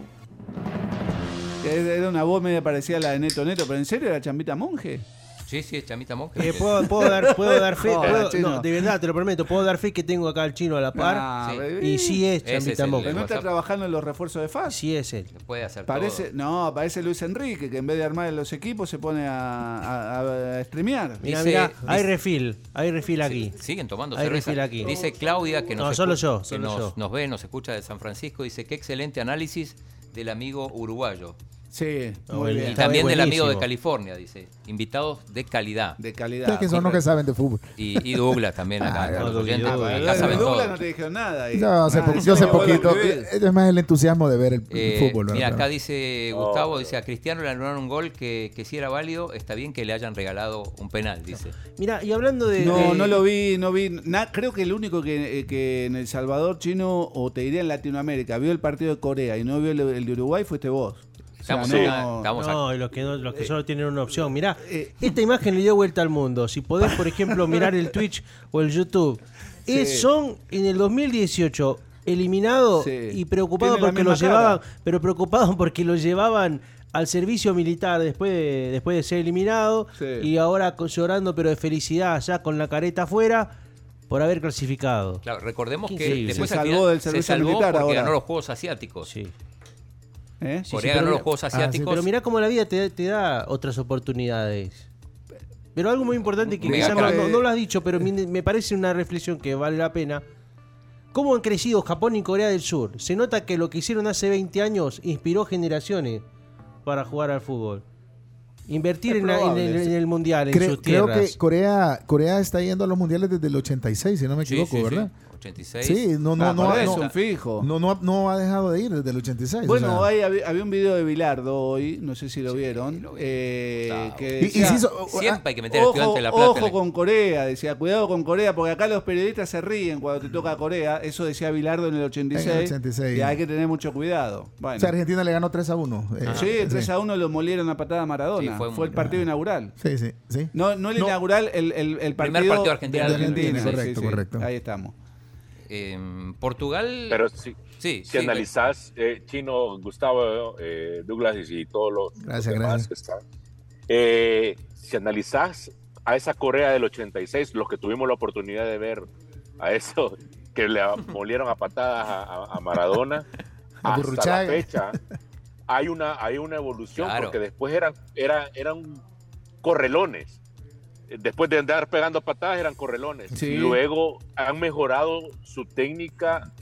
G: Eh, Era una voz media parecida a la de Neto Neto, pero ¿en serio era Chambita Monje?
F: Sí, sí, es Chamita Monje.
G: Eh,
H: Puedo, puedo dar, puedo dar fe,
G: Joder,
H: puedo-
G: chino.
H: no, de verdad, te lo prometo, puedo dar fe que tengo acá al chino a la par.
G: Ah, baby.
H: y sí es Chambita Monje.
G: Pero no está trabajando en los refuerzos de FAS.
H: Sí es él.
F: Puede hacer
G: Parece, no, parece Luis Enrique, que en vez de armar los equipos se pone a, a, a streamear.
H: Mirá, mirá, hay refil, hay refil aquí.
F: Siguen tomando
H: Hay
F: cerveza.
H: refil aquí.
F: Dice Claudia que nos,
H: No, solo
F: escu-
H: yo,
F: que
H: solo
F: nos,
H: yo.
F: nos ve, nos escucha de San Francisco. Dice qué excelente análisis del amigo uruguayo.
G: Sí,
H: Ah,
J: muy bien.
F: Y
J: Está
F: también del
J: buenísimo.
F: amigo de California, dice. Invitados de calidad.
G: De
J: Ustedes
G: calidad.
J: que son los que saben de fútbol.
F: Y, y Douglas también acá.
J: Ah,
F: acá
J: no,
F: los
J: Douglas,
F: oyentes,
J: Douglas.
F: acá saben
G: Douglas
F: todo.
G: no te dijeron nada. ahí.
J: Yo hace,
G: Ah,
J: po-
G: sí,
J: yo hace
G: sí, bueno,
J: poquito.
G: bien.
J: eh, Es más el entusiasmo de ver el, el
F: Eh,
J: fútbol.
F: mira,
J: ¿verdad?
F: acá dice Gustavo, dice a Cristiano le anularon un gol que, que si era válido, está bien que le hayan regalado un penal, dice.
H: Mira, y hablando de.
G: No,
H: de-
G: no lo vi, no vi. na- creo que el único que, eh, que en El Salvador chino, o te diría en Latinoamérica, vio el partido de Corea y no vio el, el de Uruguay, fuiste vos. O sea,
H: Estamos
G: no- Eh,
H: acá,
G: no,
H: no, y los que, no- los que solo tienen una opción. Mirá, esta imagen le dio vuelta al mundo. Si podés, por ejemplo, mirar el Twitch o el YouTube.
G: Sí.
H: Eh, son en el 2018 eliminados
G: Sí.
H: y preocupados
G: Tienen la
H: porque lo
G: misma
H: llevaban,
G: cara.
H: pero preocupados porque lo llevaban al servicio militar después de, después de ser eliminado
G: Sí.
H: y ahora co- llorando pero de felicidad ya con la careta afuera por haber clasificado.
F: Claro, recordemos que
H: Increíble.
F: después
H: Se
F: al
H: salvó
F: final
H: del servicio
F: se salvó
H: militar
F: porque
H: ahora.
F: ganó los Juegos Asiáticos.
H: Sí.
G: ¿Eh?
H: Sí, sí,
F: Corea
H: pero
F: ganó
H: mira-
F: los Juegos
H: ah, sí,
F: Asiáticos.
H: pero mirá cómo la vida te, te da otras oportunidades. Pero algo muy importante que
F: Mega
H: quizás no,
F: crack.
H: no- no lo has dicho, pero mi- me parece una reflexión que vale la pena. ¿Cómo han crecido Japón y Corea del Sur? Se nota que lo que hicieron hace 20 años inspiró generaciones para jugar al fútbol. Invertir
J: Es
H: en, la- en
J: probable,
H: el,
J: sí.
H: en el mundial, en
J: Cre-
H: sus
J: creo
H: tierras.
J: que Corea, Corea está yendo a los mundiales desde el 86, si no me
F: Sí,
J: equivoco,
F: sí,
J: ¿verdad?
F: sí. 86.
J: Sí, no, no,
G: Ah,
J: no,
G: por
J: no,
G: eso, un fijo.
J: no, no, ha- no ha dejado de ir desde el 86.
G: Bueno,
J: o sea,
G: ahí había, había un video de Bilardo hoy, no sé si lo vieron. eh,
J: Y-
G: que
J: y
G: decía,
J: se hizo- ah,
F: Siempre hay que meter al
G: ojo,
F: estudiante de la plata. en
G: Ojo
F: el-
G: con Corea, decía, cuidado con Corea, porque acá los periodistas se ríen cuando te toca Corea. Eso decía Bilardo en el 86.
J: En el 86.
G: Y hay que tener mucho cuidado. Bueno.
J: o sea, Argentina le ganó 3 a 1. eh,
G: sí, 3 a 1 lo molieron a patada a Maradona.
J: Sí,
G: fue
J: fue
G: el partido inaugural.
J: Ah. Sí, sí, sí.
G: No, no el inaugural, el, el, el partido.
F: partido argentino.
G: de Argentina.
J: Argentina,
G: sí,
J: correcto,
G: sí,
J: correcto.
G: Ahí estamos.
F: Em, Portugal.
I: Pero si,
F: Sí,
I: si
F: sí,
I: analizás, eh, Chino, Gustavo, eh, Douglas y todos los,
J: Gracias,
I: los demás
J: gracias.
I: que están, eh, si analizás a esa Corea del 86, los que tuvimos la oportunidad de ver a eso, que le molieron a patadas a, a- a Maradona,
J: A
I: hasta la
J: Burruchaga.
I: fecha, hay una, hay una evolución,
F: Claro.
I: porque después eran, era, eran correlones. Eh, Después de andar pegando patadas eran correlones.
G: Sí.
I: Luego han mejorado su técnica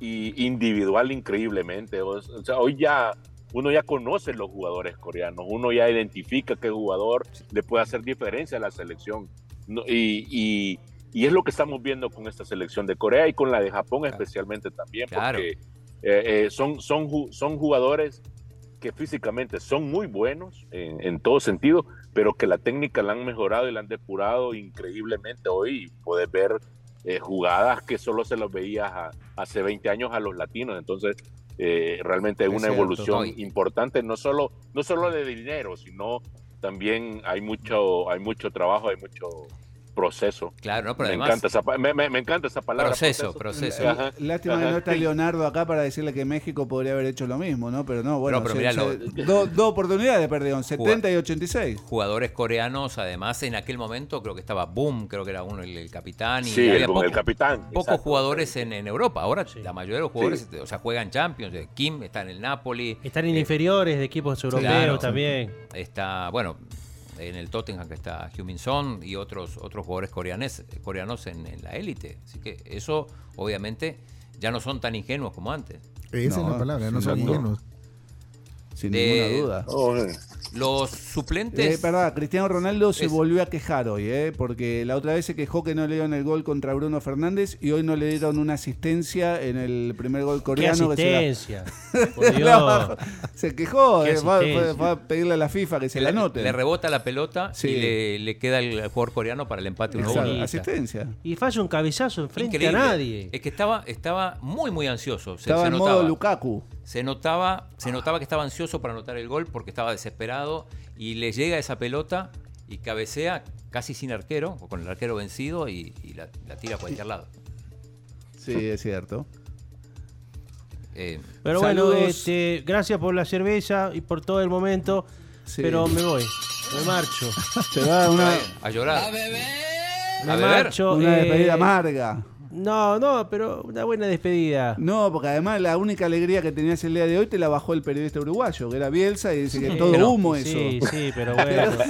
I: y individual increíblemente. O o sea, hoy ya uno ya conoce los jugadores coreanos, uno ya identifica qué jugador le puede hacer diferencia a la selección. No, y, y- y es lo que estamos viendo con esta selección de Corea y con la de Japón especialmente también,
F: Claro.
I: porque eh, eh, son, son, ju- son jugadores que físicamente son muy buenos en, en todo sentido, pero que la técnica la han mejorado y la han depurado increíblemente hoy. Puedes ver eh, jugadas que solo se las veías a- hace 20 años a los latinos. Entonces, eh, realmente hay
F: Es
I: una
F: cierto.
I: evolución
F: No, y-
I: importante, no solo, no solo de dinero, sino también hay mucho, hay mucho trabajo, hay mucho proceso.
F: Claro, no, pero
I: me,
F: además-
I: encanta esa, pa- me, me- me encanta esa palabra.
F: Proceso, proceso.
I: Ajá.
G: Lástima que
I: Ajá.
G: no está Leonardo acá para decirle que México podría haber hecho lo mismo, ¿no? Pero no, bueno,
F: No, pero
G: se-
F: mirá
G: se-
F: lo-
G: dos dos oportunidades perdieron, 70 y 86.
F: Jugadores coreanos, además en aquel momento creo que estaba Boom, creo que era uno el, el capitán. Y
I: Sí, el
F: había
I: Boom, el capitán,
F: Pocos
I: exacto.
F: jugadores en, en Europa. Ahora la mayoría de los jugadores
I: Sí.
F: o sea, juegan Champions. eh, Kim está en el Napoli.
H: Están en inferiores de equipos europeos
F: Claro.
H: también.
F: Está, bueno, en el Tottenham que está Heung-min Son y otros, otros jugadores coreanes, coreanos en, en la élite. Así que eso, obviamente, ya no son tan ingenuos como antes.
J: Esa es la palabra, no son
G: sin duda.
J: ingenuos.
G: Sin
F: De-
G: ninguna duda.
F: Los suplentes.
G: Eh, perdón, Cristiano Ronaldo se volvió a quejar hoy, eh, porque la otra vez se quejó que no le dieron el gol contra Bruno Fernández y hoy no le dieron una asistencia en el primer gol coreano.
H: ¿Qué asistencia?
G: Que se, la... se quejó, eh, va, va- va a pedirle a la FIFA que se la anote.
F: Le rebota la pelota
G: Sí.
F: y le, le queda el jugador coreano para el empate uno a
G: Exacto,
F: uno.
G: asistencia.
H: Y falla un cabezazo enfrente
F: Increíble.
H: a nadie.
F: Es que estaba, estaba muy, muy ansioso. Se-
G: Estaba
F: se
G: en
F: notaba.
G: modo Lukaku.
F: Se notaba, se notaba que estaba ansioso para anotar el gol porque estaba desesperado y le llega esa pelota y cabecea casi sin arquero, o con el arquero vencido y, y la, la tira a cualquier lado.
G: Sí, es cierto.
F: Eh,
H: Pero bueno,
F: saludos.
H: este, gracias por la cerveza y por todo el momento. Pero me voy, me marcho.
G: Se va una,
F: a llorar.
H: Me
G: A beber.
H: marcho. eh,
G: Una despedida amarga.
H: No, no, pero una buena despedida.
G: No, porque además la única alegría que tenías el día de hoy te la bajó el periodista uruguayo, que era Bielsa, y dice que
H: Sí,
G: todo
H: pero-
G: humo
H: sí,
G: eso.
H: sí, pero bueno.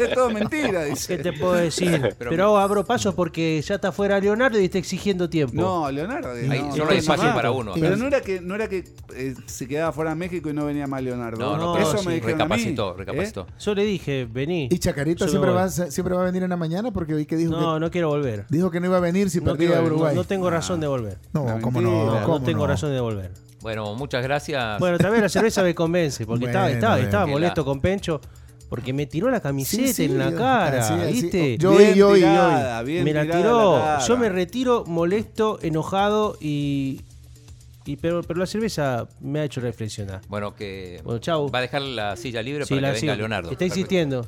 G: es todo mentira, dice.
H: ¿Qué te puedo decir? Pero, abro pasos porque ya está fuera Leonardo y está exigiendo tiempo.
G: No, Leonardo.
H: Ahí
G: no,
H: solo
G: no,
H: hay espacio
G: no,
H: para uno acá.
G: Pero no era que, no era que eh, se quedaba fuera de México y no venía más Leonardo.
F: No, no, pero
G: eso
F: sí,
G: me dijeron a mí,
F: recapacitó,
G: ¿eh?
F: recapacitó.
H: Yo le dije, vení.
J: Y Chacarita
H: Yo
J: siempre
H: me
J: va,
H: voy.
J: a ser- siempre va a venir en la mañana porque vi que dijo
H: No,
J: que
H: no quiero volver.
J: dijo que no iba a venir si
H: No,
J: perdía
H: quiero
J: a
H: volver, no-
J: Uruguay.
H: no tengo razón de volver.
J: No,
H: La
J: cómo
H: mentira,
J: no, cómo
H: no tengo
J: no.
H: razón de volver.
F: Bueno, muchas gracias.
H: Bueno, tal vez la cerveza me convence, porque
F: Bueno,
H: estaba, estaba,
F: bueno.
H: estaba
F: Que
H: molesto con Pencho, porque me tiró la camiseta
J: Sí, sí,
H: en la
J: yo-
H: cara,
J: así, así.
H: ¿viste?
J: Yo Bien y yo y yo y- tirada, bien
H: me la
J: tirada
H: tiró.
J: la cara.
H: Yo me retiro molesto, enojado y... y pero, pero la cerveza me ha hecho reflexionar.
F: Bueno, que
H: Bueno, chau.
F: va a dejar la silla libre
H: Sí,
F: para
H: la
F: que venga
H: sigo.
F: Leonardo.
H: Está insistiendo.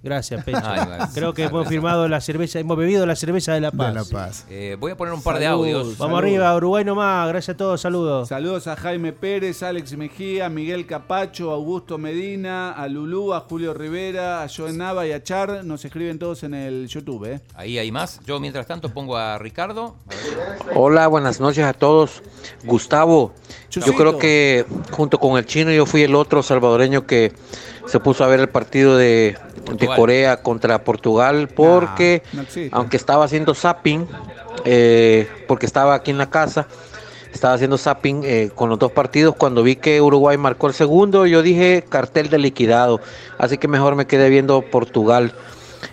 H: Gracias, Pencho.
F: Ay, bueno,
H: Creo que
F: Ah, sí,
H: hemos
F: sí.
H: firmado la cerveza, hemos bebido la cerveza de La Paz.
F: Eh, voy a poner un par de
G: Salud,
F: audios.
H: Vamos arriba, Uruguay nomás. Gracias a todos, saludos.
G: Saludos a Jaime Pérez, Alex Mejía, Miguel Capacho, Augusto Medina, a Lulú, a Julio Rivera, a Joen Nava y a Char. Nos escriben todos en el YouTube. ¿eh?
F: Ahí hay más. Yo mientras tanto pongo a Ricardo.
Q: Hola, buenas noches a todos. Gustavo, yo creo que junto con el chino yo fui el otro salvadoreño que se puso a ver el partido de, de Corea contra Portugal porque
G: Ah, no existe.
Q: aunque estaba haciendo zapping, eh, porque estaba aquí en la casa, estaba haciendo zapping eh, con los dos partidos, cuando vi que Uruguay marcó el segundo, yo dije cartel de liquidado, así que mejor me quedé viendo Portugal.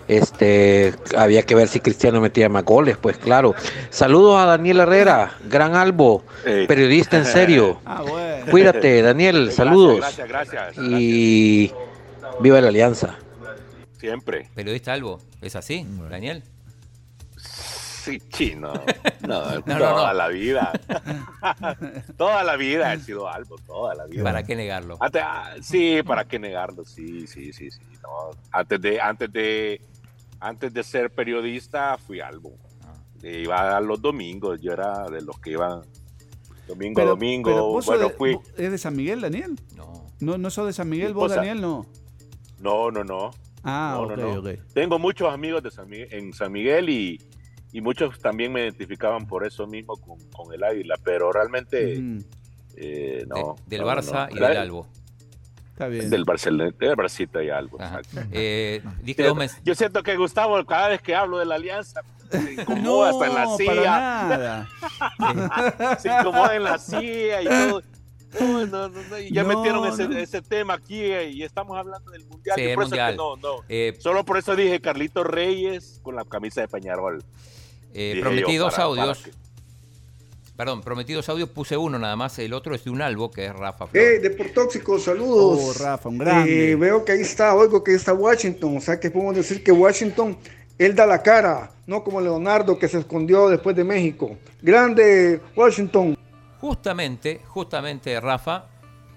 Q: Este, había que ver si Cristiano metía más goles, pues claro. Saludos a Daniel Herrera, gran albo, periodista en serio.
F: Ah,
Q: Cuídate, Daniel,
I: Gracias,
Q: saludos.
I: gracias, gracias.
Q: Y viva la alianza.
I: Siempre.
F: Periodista Albo, ¿es así, Daniel?
I: Sí, chino. No,
F: no,
I: toda
F: no.
I: la vida. toda la vida he sido algo, toda la vida.
F: ¿Para qué negarlo?
I: Antes- ah, sí, para qué negarlo, sí, sí, sí, sí. no. Antes de, antes de, antes de ser periodista fui algo.
F: Ah.
I: Eh, Iba a los domingos, yo era de los que iban domingo a domingo.
G: pero vos sos
I: bueno,
G: de-
I: fui.
G: vos- ¿Es de San Miguel, Daniel?
F: No.
G: No, no sos de San Miguel,
I: Mi
G: vos,
I: esposa.
G: Daniel, no.
I: No, no, no.
G: Ah,
I: No, no,
G: ok,
I: no.
G: ok.
I: Tengo muchos amigos de San Miguel- en San Miguel y, y muchos también me identificaban por eso mismo con, con el Águila, pero realmente
G: Mm.
I: eh, no.
F: Del
I: no,
F: Barça
I: no.
F: y del Albo.
G: Está bien.
I: Del Barcelona, del Barcita y Albo. exacto.
F: Eh, dije
I: Yo-
F: dos meses.
I: Yo siento que Gustavo, cada vez que hablo de la alianza, se incomoda hasta en la
G: para
I: silla.
G: nada.
I: se incomoda en la silla y todo. No, no, no, no, y ya
F: No,
I: metieron ese,
F: no.
I: ese tema aquí eh, y estamos hablando del mundial.
F: Sí,
I: y
F: el
I: por eso es que
F: Mundial.
I: no, no.
F: Eh,
I: Solo por eso dije Carlito Reyes con la camisa de Peñarol.
F: eh,
I: Dije
F: prometí
I: yo,
F: dos
I: para-
F: audios.
I: para que-
F: Perdón, prometí dos audios, puse uno nada más. El otro es de un Albo, que es Rafa. Flores.
R: Hey, Deportóxico, saludos.
F: Oh, Rafa, un grande.
R: Eh, veo que ahí está, oigo que ahí está Washington. O sea que podemos decir que Washington, él da la cara, no como Leonardo que se escondió después de México. Grande Washington.
F: Justamente, justamente Rafa.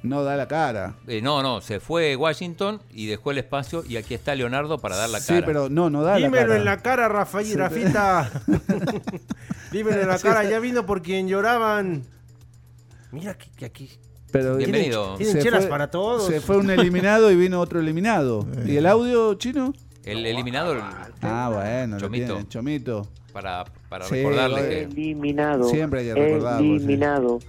G: No da la cara.
F: eh, no, no, se fue Washington y dejó el espacio. Y aquí está Leonardo para dar la
G: Sí,
F: cara.
G: pero no, no da la
H: Dímelo
G: cara.
H: en la cara, Rafael,
G: Sí.
H: Rafita. Dímelo en la cara, ya vino por quien lloraban. Mira que, que aquí.
G: Pero
H: Tienen-
F: Bienvenido.
H: Tienen
G: Se
H: chelas
G: fue-
H: para todos.
G: Se fue un eliminado y vino otro eliminado. ¿Y el audio chino?
F: El eliminado el-
G: Ah, bueno, lo
F: Chomito.
G: tiene, Chomito.
F: para, para
G: Sí,
F: recordarle
G: vale.
F: que.
S: Eliminado.
G: Siempre hay que recordarlo, sí.
S: Eliminado.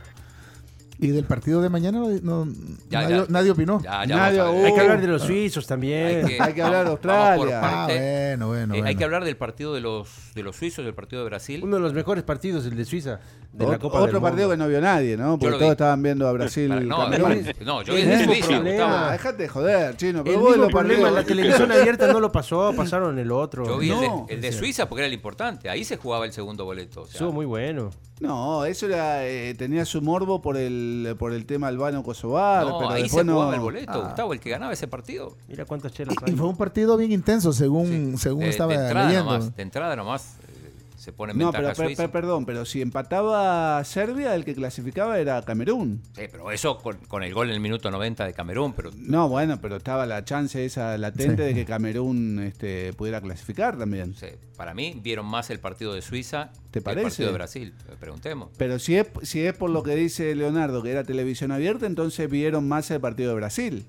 J: Y del partido de mañana no, no-
F: Ya,
J: nadie,
F: ya.
J: nadie opinó.
F: Ya, ya
J: nadie,
F: vamos a ver.
H: Hay que hablar de los suizos también.
F: vamos- vamos por parte.
J: Ah, bueno, bueno,
F: Eh, Hay
J: bueno.
F: que hablar del partido de los, de los suizos, del partido de Brasil.
H: Uno de los mejores partidos, el de Suiza. De la
G: Ot-
H: Copa
G: otro
H: del
G: partido
H: Mundo.
G: que no vio nadie, ¿no? Porque
F: lo
G: todos
F: vi.
G: estaban viendo a Brasil.
F: Para- no,
G: Camerún.
F: para- no, yo vi
G: El
F: el de
G: mismo
F: Suiza,
G: problema.
F: Gustavo.
G: Dejate de joder, chino.
H: El
G: pero vos
H: mismo
G: los partidos-
H: problema, la televisión abierta no lo pasó, pasaron el otro.
F: Yo vi el de-
H: No.
F: el de, Suiza porque era el importante. Ahí se jugaba el segundo boleto. o sea,
H: Estuvo muy bueno.
G: No, eso era, eh, tenía su morbo por el, por el tema albano-kosovar.
F: no,
G: pero
F: ahí se
G: después no-
F: jugaba el boleto,
G: Ah.
F: Gustavo, el que ganaba ese partido.
H: Mira cuántas chelas
J: Y fue un partido bien intenso, según, según
F: Eh,
J: estaba
F: de entrada
J: leyendo.
F: nomás, de entrada nomás eh, se pone en
G: No,
F: ventaja
G: pero per-
F: Suiza.
G: per- perdón, pero si empataba Serbia, el que clasificaba era Camerún.
F: Sí, pero eso con, con el gol en el minuto 90 de Camerún, pero
G: No, bueno, pero estaba la chance esa latente de que Camerún este, pudiera clasificar también.
F: para mí vieron más el partido de Suiza
G: ¿Te
F: que
G: parece?
F: el partido de Brasil. Eh, Preguntemos.
G: Pero si es, si es por lo que dice Leonardo, que era televisión abierta, entonces vieron más el partido de Brasil.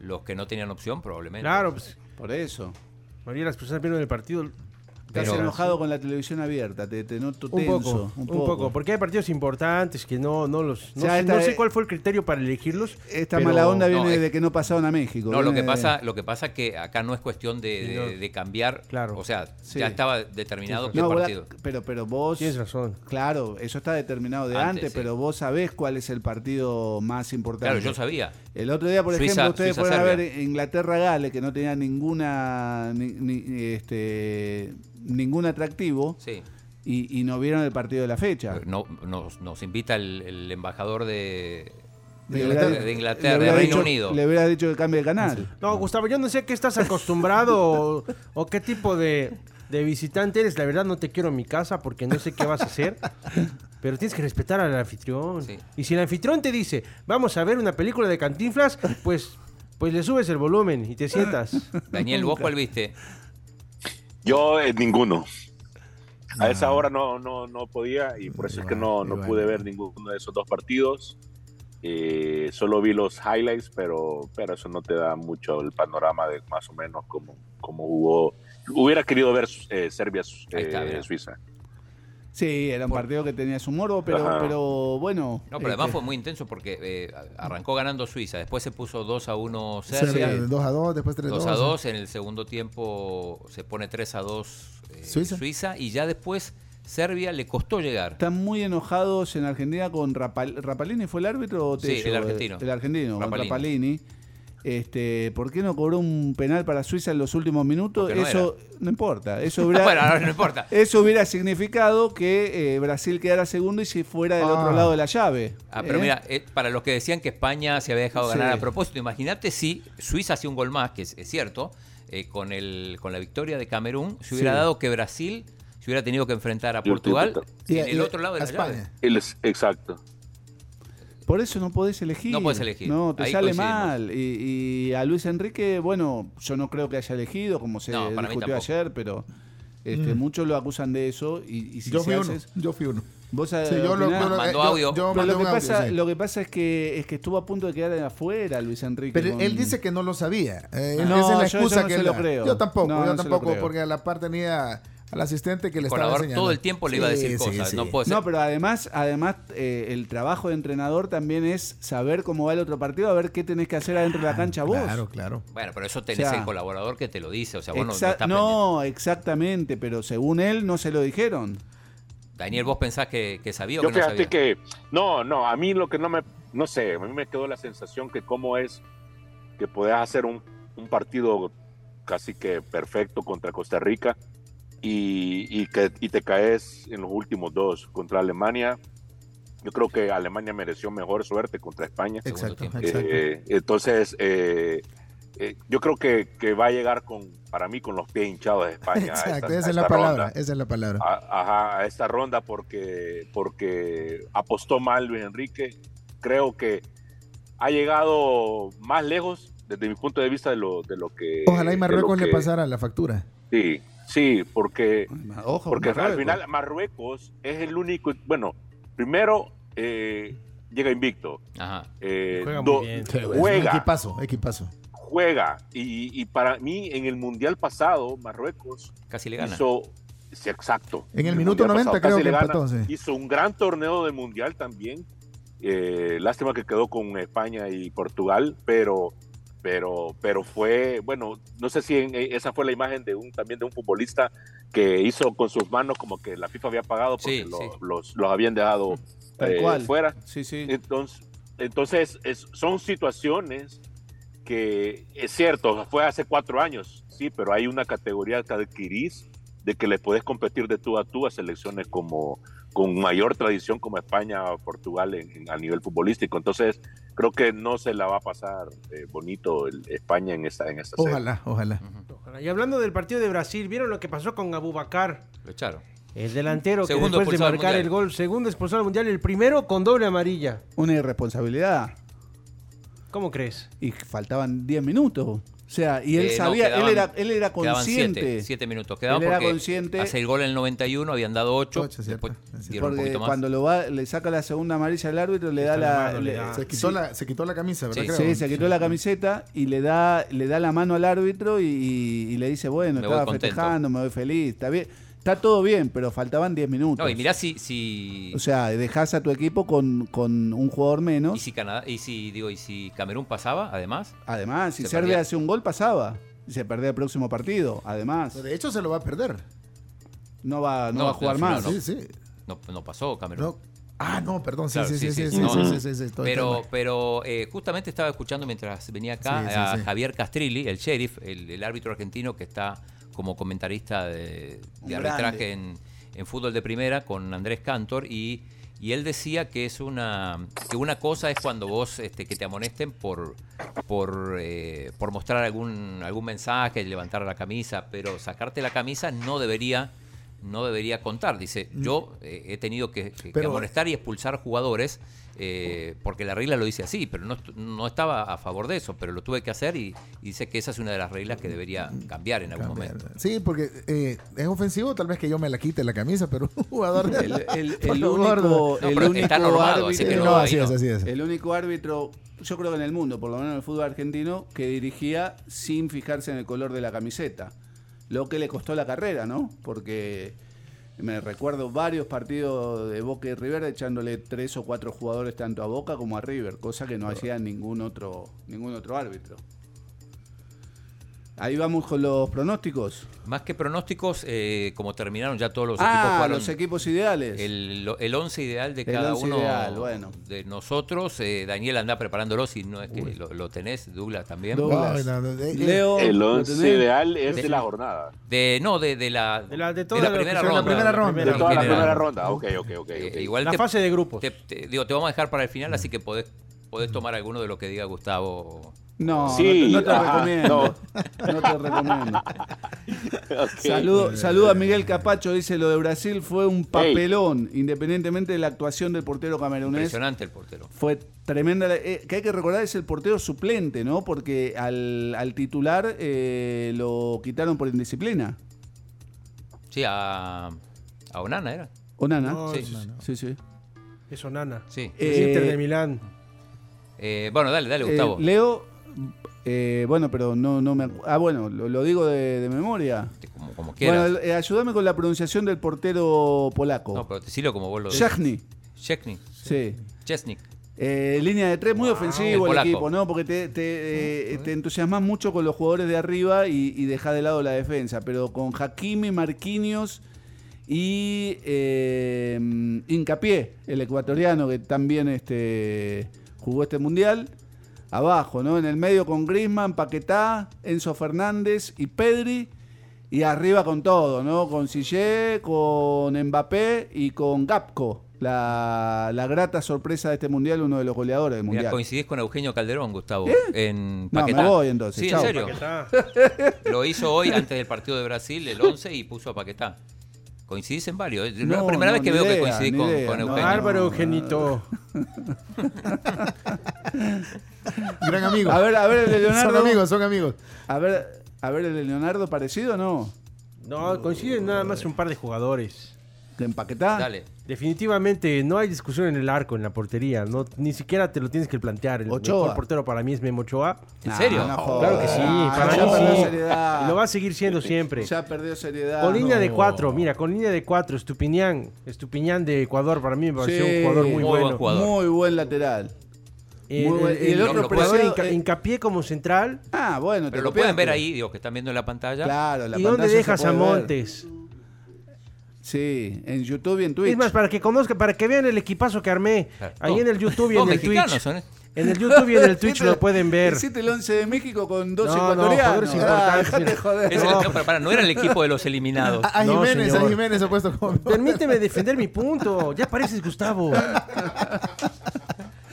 F: Los que no tenían opción, probablemente.
H: Claro, pues,
G: Por eso.
H: María, las personas vieron el partido.
G: Estás
H: Pero-
G: enojado con la televisión abierta, te, te noto
H: Un
G: tenso.
H: poco, un poco, porque hay partidos importantes que no, no los. No,
G: O sea,
H: sé-
G: esta-
H: no sé cuál fue el criterio para elegirlos.
G: Esta
H: pero-
G: mala onda
F: no,
G: viene
F: es-
G: de que no pasaron a México.
F: No, lo
G: viene
F: que
G: de-
F: pasa, lo que pasa que acá no es cuestión de, de- de cambiar. O sea, ya estaba determinado qué
G: No, vos la-
F: partido.
G: pero, pero vos.
H: Tienes razón.
G: Claro, eso está determinado de antes,
F: Antes, sí.
G: pero vos sabés cuál es el partido más importante.
F: Claro, yo sabía.
G: El otro día, por
F: Suiza-
G: ejemplo, ustedes
F: Suiza,
G: fueron a
F: Serbia.
G: ver Inglaterra-Gales, que no tenía ninguna ni- ni- este, ningún atractivo,
F: Sí.
G: y, y no vieron el partido de la fecha.
F: No, nos, nos invita el, el embajador de, de,
G: Le hubiera-
F: de
G: le
F: Inglaterra, de
G: hubiera
F: Reino
G: dicho-
F: Unido. Ah,
G: Le hubiera dicho que cambie de canal.
H: Ah, No, Gustavo, yo no sé a qué estás acostumbrado o, o qué tipo de, de visitante eres. La verdad, no te quiero en mi casa porque no sé qué vas a hacer. Pero tienes que respetar al anfitrión. Y si el anfitrión te dice, vamos a ver una película de cantinflas, pues, pues le subes el volumen y te sientas.
F: Daniel, ¿vos cuál viste?
I: Yo eh, ninguno. A esa hora no, no, no podía y por eso es que no, no pude ver ninguno de esos dos partidos. Eh, solo vi los highlights, pero, pero eso no te da mucho el panorama de más o menos cómo, cómo hubo. Hubiera querido ver eh,
F: Ahí está, mira.
I: Serbia-Suiza.
G: Sí, era un partido que tenía su morbo, pero,
I: Ajá.
G: pero bueno.
F: No, pero además
G: este,
F: fue muy intenso porque eh, arrancó ganando Suiza, después se puso 2 a 1
J: Serbia,
F: Serbia.
J: 2 a 2, después 3 a
F: 2
J: 2.
F: a 2, en el segundo tiempo se pone 3 a 2 eh,
J: Suiza.
F: Suiza. y ya después Serbia le costó llegar.
G: Están muy enojados en Argentina con Rapal- Rapalini, ¿fue el árbitro o
F: Sí,
G: Tello?
F: el argentino.
G: El argentino, con
F: Rapalini.
G: Rapalini. Este, ¿Por qué no cobró un penal para Suiza en los últimos minutos?
F: Porque no
G: eso no importa. Eso hubiera,
F: Bueno, ahora no importa.
G: Eso hubiera significado que eh, Brasil quedara segundo y si fuera del
F: Ah.
G: otro lado de la llave.
F: Ah, pero
G: ¿eh?
F: mira, eh, para los que decían que España se había dejado
G: Sí.
F: ganar a propósito, imagínate si Suiza hacía un gol más, que es, es cierto, eh, con, el, con la victoria de Camerún, se hubiera
I: Sí.
F: dado que Brasil se hubiera tenido que enfrentar a
I: Yo estoy
F: Portugal
I: contento.
F: en
I: Y-
F: el
I: y-
F: otro lado de
I: a
F: la llave.
I: Él es- exacto.
G: Por eso no podés elegir.
F: No podés elegir.
G: No, te
F: Ahí
G: sale
F: coincidimos.
G: mal. Y, y a Luis Enrique, bueno, yo no creo que haya elegido, como se
F: No, para mí
G: discutió
F: tampoco.
G: ayer, pero este,
J: Mm.
G: muchos lo acusan de eso. Y, y si
J: Yo
G: se
J: fui uno,
G: hace eso-
J: yo fui uno.
G: ¿Vos eh,
J: Sí, yo lo-
G: opinás?
J: yo lo- Mandó eh, yo- audio. yo
G: Pero
J: mandé
G: lo, que
J: un audio,
G: pasa,
J: sí.
G: lo que pasa es que es que estuvo a punto de quedar afuera Luis Enrique.
J: Pero
G: con-
J: él dice que no lo sabía. Eh, esa
G: No,
J: es la
G: yo- yo
J: excusa
G: no
J: que
G: se
J: él
G: lo
J: da.
G: creo.
J: Yo tampoco,
G: No,
J: yo
G: no se lo
J: tampoco,
G: creo.
J: porque a la par tenía al asistente que le estaba
F: Colador
J: enseñando.
F: todo el tiempo le iba a decir cosas, no puede ser.
G: No, pero además, además eh, el trabajo de entrenador también es saber cómo va el otro partido, a ver qué tenés que hacer adentro de la cancha vos.
J: Claro, claro.
F: Bueno, pero eso tenés
G: O sea,
F: el colaborador que te lo dice, o sea, vos no- no
G: Exa-
F: estás
G: no, exactamente, pero según él no se lo dijeron.
F: Daniel, ¿vos pensás que, que sabía o
I: Yo
F: que no
I: fíjate
F: sabía?
I: que, no, no, a mí lo que no me, no sé, a mí me quedó la sensación que cómo es que podés hacer un, un partido casi que perfecto contra Costa Rica y, y que, y te caes en los últimos dos contra Alemania. Yo creo que Alemania mereció mejor suerte contra España.
J: Exacto,
I: Eh,
J: exacto.
I: eh, entonces, eh, eh, yo creo que, que va a llegar con, para mí, con los pies hinchados de España. a esta-
J: Exacto,
I: a
J: esa es
I: esta
J: la
I: ronda.
J: palabra, esa es la palabra.
I: A, ajá, a esta ronda porque, porque apostó mal Luis Enrique. Creo que ha llegado más lejos desde mi punto de vista de lo, de lo que...
J: Ojalá
I: de
J: y
I: lo
J: Marruecos le
I: que-
J: pasara la factura.
I: Sí, sí, porque, porque
J: Marruecos.
I: al final Marruecos es el único... Bueno, primero eh, llega invicto. Eh,
J: Juega
I: do-
J: muy bien. Sí, güey, es un
I: juega,
J: Equipazo, equipazo.
I: juega. Y, y para mí en el Mundial pasado Marruecos
F: Casi le gana.
I: hizo... Sí, exacto.
J: En el
I: El
J: minuto
I: Mundial
J: 90 creo
I: casi
J: que
I: le gana.
J: empató, sí.
I: Hizo un gran torneo de mundial también. Eh, lástima que quedó con España y Portugal, pero, pero, pero fue, bueno, no sé si en- eh, esa fue la imagen de un, también de un futbolista que hizo con sus manos como que la FIFA había pagado porque
F: Sí,
I: lo-
F: sí.
I: Los, los habían dejado
G: Tal
I: eh,
G: cual.
I: fuera.
G: Sí, sí.
I: Entonces, entonces es- son situaciones que es cierto, fue hace cuatro años, sí, pero hay una categoría que adquirís de que le podés competir de tú a tú a selecciones como con mayor tradición como España o Portugal en- en- a nivel futbolístico. Entonces, creo que no se la va a pasar eh, bonito el- España en esta en esta serie.
J: Ojalá, ojalá.
H: Ojalá. Y hablando del partido de Brasil, ¿vieron lo que pasó con Abubacar?
F: Lo echaron.
H: El delantero
F: Segundo
H: que después de
F: expulsado del
H: marcar
F: Mundial.
H: el gol, segundo expulsado del mundial, el primero con doble amarilla.
G: Una irresponsabilidad.
H: ¿Cómo crees?
G: Y faltaban 10 minutos. O sea, y él
F: Eh, no,
G: sabía,
F: quedaban-
G: él era, él era
F: quedaban
G: consciente.
F: Siete, siete minutos quedaban
G: Él era
F: porque
G: consciente.
F: Hace el gol en el 91, habían dado 8. después dieron un
G: Porque
F: poquito más.
G: cuando lo va, le saca la segunda amarilla al árbitro, le da
J: Está
G: la.
J: enojado,
G: le-
J: le da- Se quitó la- se quitó la camisa, ¿verdad?
G: Sí,
J: Creo.
G: sí, se quitó la camiseta y le da, le da la mano al árbitro y, y- y le dice, bueno,
F: Me voy
G: estaba
F: contento.
G: festejando, me voy feliz, está bien. Está todo bien, pero faltaban 10 minutos.
F: No, y mirá si, si,
G: O sea, dejás a tu equipo con, con un jugador
F: y
G: menos.
F: si Canadá, y si digo, y si Camerún pasaba, además.
G: Además, si
F: se
G: Serbia
F: perdía.
G: hace un gol, pasaba. Y se perdía el próximo partido. Además,
J: De hecho, se lo va a perder.
G: no va, no
F: No,
G: va a jugar
F: al final
G: más.
F: no.
J: Sí, sí.
F: No, no pasó Camerún.
J: No. Ah, no, perdón. Sí,
F: Claro,
J: sí, sí, sí, sí,
F: no,
J: sí,
F: no.
J: sí, sí, sí, estoy-
F: Pero, pero eh, justamente estaba escuchando mientras venía acá
J: Sí, sí,
F: a
J: sí.
F: Javier Castrilli, el sheriff, el, el árbitro argentino que está como comentarista de,
C: Un
F: de arbitraje en, en fútbol de primera con Andrés Cantor y, y él decía que es una que una cosa es cuando vos este, que te amonesten por por, eh, por mostrar algún algún mensaje, levantar la camisa, pero sacarte la camisa no debería no debería contar. Dice,
J: Mm.
F: yo eh, he tenido que, que- que
J: Pero-
F: amonestar y expulsar jugadores eh, porque la regla lo dice así, pero no, est- no estaba a favor de eso, pero lo tuve que hacer y, y dice que esa es una de las reglas que debería cambiar en algún momento.
J: Sí, porque eh, es ofensivo tal vez que yo me la quite la camisa, pero un jugador...
G: El, el-
J: por
G: el
J: lo
G: único,
J: gordo.
G: el único árbitro,
J: no, así es, así es.
G: El único árbitro, yo creo que en el mundo, por lo menos en el fútbol argentino, que dirigía sin fijarse en el color de la camiseta. Lo que le costó la carrera, ¿no? Porque me recuerdo varios partidos de Boca y River echándole tres o cuatro jugadores tanto a Boca como a River, cosa que no hacía ningún otro, ningún otro árbitro. Ahí vamos con los pronósticos.
F: Más que pronósticos, eh, como terminaron ya todos los equipos
G: ah,
F: jugaron
G: los equipos ideales.
F: el, lo- el once ideal de
G: El
F: cada
G: once
F: uno
G: ideal, bueno.
F: de nosotros. Eh, Daniel anda preparándolo, si no es que lo, lo tenés, Douglas también.
J: Douglas. No, no, no, eh,
G: Leo,
I: El
G: ¿lo
I: once
G: tenés?
I: ideal es de la jornada.
F: De, no, de, de la, de
H: la,
I: toda la-
F: primera
I: de la
F: ronda.
I: primera ronda. De toda la
F: general. Eh,
I: primera ronda, ok, ok, ok, ok.
F: igual
H: La
F: te-
H: fase de grupos.
F: Te, te- digo, te vamos a dejar para el final, así que podés, podés tomar alguno de lo que diga Gustavo.
G: No,
I: Sí, Ah,
G: no te, no te
I: ajá,
G: recomiendo. No. te recomiendo.
F: Eh.
G: Saludo, saludo a Miguel Capacho, dice lo de Brasil fue un papelón, independientemente de la actuación del portero camerunés.
F: Impresionante el portero.
G: Fue tremenda. la- eh, que hay que recordar es el portero suplente, ¿no? Porque al, al titular eh, lo quitaron por indisciplina.
F: Sí, a, a Onana era.
G: Onana.
H: No,
F: Sí.
H: es Onana.
G: Sí, sí.
H: Es Onana.
F: Sí.
H: Es
G: Eh,
H: Inter de Milán.
F: Eh, bueno, dale, dale,
G: Eh,
F: Gustavo.
G: Leo, eh, bueno, pero no, no me acu- Ah, bueno, lo, lo digo de, de memoria.
F: como, como quieras.
G: Bueno, eh, ayúdame con la pronunciación del portero polaco.
F: no, pero decilo como vos lo
G: Szczęsny.
F: Chechny.
G: Sí.
F: Chesnik.
G: Eh, línea de tres, muy
F: Ah, El
G: ofensivo el,
F: polaco.
G: equipo, ¿no? Porque te, te, eh, te entusiasmas mucho con los jugadores de arriba y, y dejas de lado la defensa. Pero con Hakimi, Marquinhos y eh, Hincapié, el ecuatoriano que también este, jugó este mundial. Abajo, ¿no? En el medio con Grisman, Paquetá, Enzo Fernández y Pedri. Y arriba con todo, ¿no? Con Sillé, con Mbappé y con Gapco. La, la grata sorpresa de este mundial, uno de los goleadores del
F: Mira,
G: mundial. ¿Eh?
F: coincidís con Eugenio Calderón, Gustavo. En
G: No,
F: Paquetá.
G: me voy entonces,
F: Sí,
G: chao.
F: en serio.
H: Paquetá.
F: Lo hizo hoy antes del partido de Brasil, el 11, y puso a Paquetá. Coincidís en varios. Es la
G: No,
F: primera
G: no,
F: vez que
G: ni
F: veo que
G: idea,
F: coincidís
G: ni
F: con,
G: idea,
F: con
G: no.
F: Eugenio.
H: Bárbaro Eugenito.
J: Gran amigo.
G: A ver, a ver, el de Leonardo.
J: Son amigos, son amigos.
G: A ver, a ver, el de Leonardo parecido o no?
H: No, coinciden nada más un par de jugadores.
G: empaquetá.
F: Dale.
H: Definitivamente no hay discusión en el arco, en la portería. No, ni siquiera te lo tienes que plantear. El
T: Ochoa.
H: mejor portero para mí es Memo Ochoa.
F: ¿En serio?
H: No, claro que sí.
G: Ah,
H: para
G: ya
H: mí
G: perdió
H: sí.
G: seriedad.
H: Y Lo va a seguir siendo siempre.
G: Ya perdió seriedad.
H: Con línea de
G: No.
H: cuatro, mira, con línea de cuatro, Estupiñán. Estupiñán de Ecuador para mí me pareció
G: Sí,
H: un jugador muy,
G: muy
H: bueno.
G: buen jugador. Muy buen lateral.
H: Eh,
G: Muy buen-
H: el,
G: y el
H: el
G: otro
H: jugador
G: preciado,
H: Inca-
G: eh,
H: hincapié como central.
G: Ah, bueno,
F: Pero lo pueden ver ahí, digo, que están viendo en la pantalla.
G: Claro, la
H: ¿Y dónde
G: pantalla se
H: dejas
G: puede
H: a
G: ver.
H: Montes?
G: Sí, en YouTube y en Twitch.
H: Es más, para que conozcan, para que vean el equipazo que armé.
G: Claro.
H: Ahí
G: No.
H: en el YouTube y
G: No,
H: en el
G: mexicanos
H: Twitch.
G: son, ¿eh?
H: En el YouTube y en el Twitch lo pueden ver.
G: Hiciste el 11 de México con dos
H: No, no,
G: ecuatorianos.
H: jugadores importantes.
G: Ah, dejate joder.
F: Ese- no, pero para, no era el equipo de los eliminados.
G: Ah,
J: A, a
H: No,
J: Jiménez, a
H: señor.
J: Jiménez ha puesto como.
H: Permíteme defender mi punto. Ya pareces Gustavo.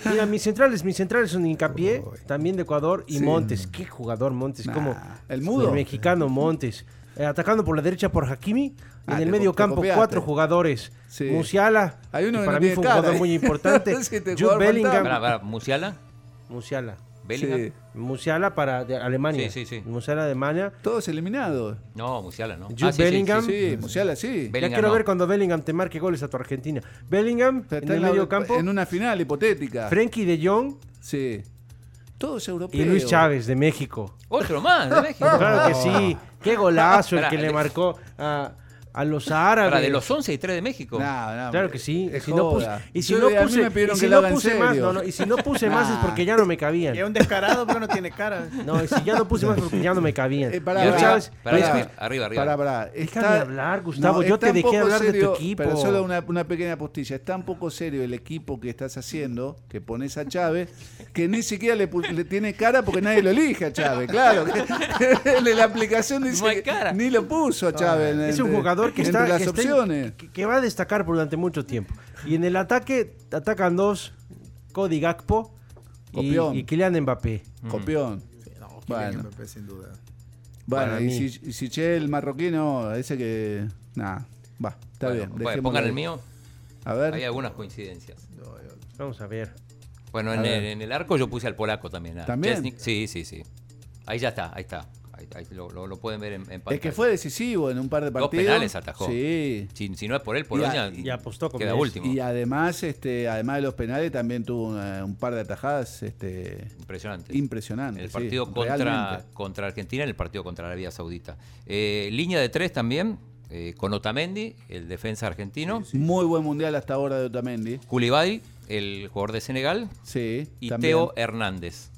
H: Mira, mis centrales, mis centrales son hincapié, también de Ecuador, y
G: Sí.
H: Montes. Qué jugador Montes, como
G: el mudo.
H: El mexicano Montes. Eh, atacando por la derecha por Hakimi.
G: Ah,
H: en el
G: te-
H: medio
G: te
H: campo,
G: copiaste.
H: cuatro jugadores.
G: Sí.
H: Musiala.
G: Hay uno
H: que
G: que
H: para
G: no
H: mí
G: tiene
H: fue un
G: cara,
H: jugador
G: ¿eh?
H: muy importante.
G: Es que te
H: Jude
G: jugador
H: Bellingham.
F: Para, para, ¿Musiala?
H: Musiala.
F: ¿Bellingham? Sí.
H: Musiala para de Alemania.
F: Sí, sí, sí.
H: Musiala de Alemania.
G: Todos eliminados.
F: No, Musiala no.
H: Jude
F: Ah, sí, sí,
H: Bellingham.
F: sí, sí.
G: Sí, Musiala sí.
H: ya
F: Bellingham
H: quiero
F: no.
H: ver cuando Bellingham te marque goles a tu Argentina. Bellingham
G: Está
H: en el
G: la-
H: medio campo.
G: En una final hipotética.
H: Frenkie de Jong
G: Sí. Todos
H: y
G: europeos.
H: Luis Chávez de México.
F: Otro más, de México.
G: Ah.
F: Ah.
H: Claro que sí. Qué golazo el
F: Pará,
H: que le
F: de-
H: marcó a, a los árabes.
F: Para de los 11 y 3 de México.
G: No, no,
H: Claro que sí.
G: es
H: Si no puse-
G: joda.
H: y si
G: Yo-
H: no
G: a mí
H: puse,
G: me pidieron
H: y
G: que
H: si
G: lo
H: no
G: haga en
H: puse más,
G: serio.
H: no, no, y si no puse más es porque ya no me cabían.
U: Es un descarado, pero no tiene cara.
H: No, y si ya no puse más porque ya no me cabían.
G: Eh, pará,
H: Luis
G: pará,
H: Chávez-
G: pará,
H: Luis-
G: pará,
F: arriba, arriba.
G: Pará, pará.
H: Déjame hablar, Gustavo,
G: no,
H: yo
G: está
H: te
G: un
H: dejé
G: poco
H: hablar de tu
G: serio,
H: equipo.
G: Pero solo una, una pequeña postilla. Es tan poco serio el equipo que estás haciendo, que pones a Chávez, que ni siquiera le, pu- le tiene cara porque nadie lo elige a Chávez. Claro. que- de la aplicación dice que ni lo puso a Chávez. en-
H: Es un
G: entre-
H: jugador que
G: entre
H: está,
G: las
H: que, está en-
G: opciones.
H: que- que va a destacar por durante mucho tiempo. Y en el ataque atacan dos, Cody Gakpo y,
G: Copión.
H: y Kylian Mbappé.
G: Mm. Copión. bueno,
J: Mbappé, sin duda.
G: bueno,
H: Para
G: y
H: mí.
G: si, y si Che el marroquino, ese que. Nada, va, está
F: Bueno,
G: bien.
F: bueno,
G: dejémoslo
F: pongan
G: ahí.
F: el mío.
G: A ver.
F: Hay algunas coincidencias.
H: Vamos a ver.
F: Bueno,
H: A
F: en
H: ver.
F: el, en el arco yo puse al polaco también. a
G: ¿También?
F: Chesnik. Sí, sí, sí. Ahí ya está, ahí está. Ahí- ahí lo, lo- lo pueden ver en, en pantalla.
G: Es que fue decisivo en un par de
F: Dos
G: partidos.
F: penales atajó.
G: Sí.
F: Si, si no es por él, Polonia
G: Y a-
H: y apostó con
F: queda
H: Messi.
F: último.
G: Y además, este, además de los penales, también tuvo una- un par de atajadas este,
F: Impresionante.
G: impresionantes.
F: El
G: sí,
F: partido contra,
G: realmente.
F: contra Argentina, en el partido contra Arabia Saudita. Eh, línea de tres también, eh, con Otamendi, el defensa argentino.
G: Muy buen mundial hasta ahora de Otamendi.
F: Koulibaly, el jugador de Senegal.
G: Sí,
F: Y
G: también.
F: Teo Hernández,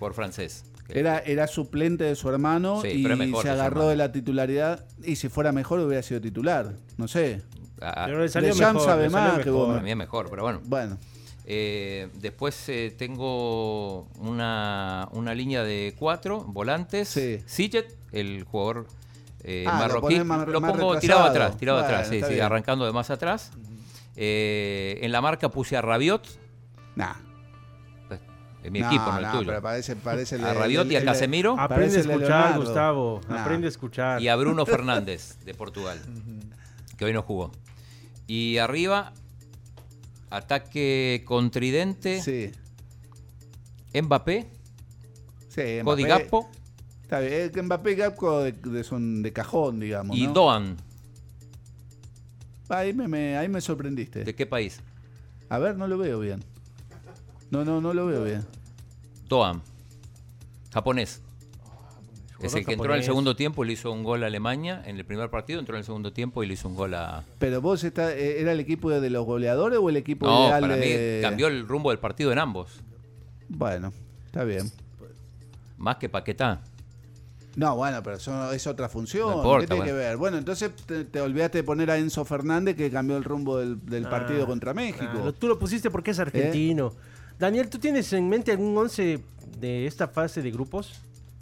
F: jugador francés. Que-
G: Era, era suplente de su hermano
F: Sí,
G: y
F: pero es mejor
G: se
F: que su
G: agarró
F: hermano.
G: de la titularidad. Y si fuera mejor, hubiera sido titular. No sé.
F: Ah,
H: Pero le salió
G: Deschamps
H: mejor,
G: sabe
H: le salió
G: más que
H: mejor.
G: vos.
F: Para mí es mejor, pero bueno.
G: Bueno.
F: Eh, después eh, tengo una, una línea de cuatro volantes. Sillet, el jugador eh,
G: Ah, lo
F: marroquí.
G: ponés más-
F: lo
G: más
F: pongo
G: retrasado.
F: tirado atrás, tirado
G: Bueno,
F: atrás, sí,
G: está
F: sí,
G: bien.
F: arrancando de más atrás. Eh, en la marca puse a Rabiot.
G: Nah.
F: En mi
G: No,
F: equipo, no el
G: no,
F: tuyo.
G: pero parece- parece el-
F: a Rabiot y a
G: el- el-
F: Casemiro.
H: Aprende a
G: Parece
H: escuchar,
G: Leonardo.
H: Gustavo.
G: Nah.
H: Aprende a escuchar.
F: y a Bruno Fernández de Portugal, que hoy no jugó. Y arriba, ataque contridente. Mbappé,
G: Sí,
F: Cody
G: Mbappé-
F: Gakpo
G: Está bien, es que Mbappé y Gapco de, de- son de cajón, digamos.
F: y
G: ¿no?
F: Doan.
G: Ahí me, me- ahí me sorprendiste.
F: ¿De qué país?
G: A ver, no lo veo bien. No, no, no lo veo bien.
F: Doan, japonés. Es el que entró en el
G: japonés.
F: segundo tiempo y le hizo un gol a Alemania. En el primer partido entró en el segundo tiempo y le hizo un gol a.
G: Pero vos está, eh, era el equipo de los goleadores o el equipo
F: No,
G: ideal
F: para
G: de-
F: mí cambió el rumbo del partido en ambos.
G: eh, Bueno, está bien.
F: Más que Paquetá.
G: No, bueno, pero eso es otra función.
F: No importa,
G: ¿Qué tiene
F: bueno.
G: que ver? Bueno, entonces te, te olvidaste de poner a Enzo Fernández que cambió el rumbo del, del
H: Ah,
G: partido contra México. ¿Eh?
H: Claro, tú lo pusiste porque es argentino. Daniel, ¿tú tienes en mente algún once de esta fase de grupos?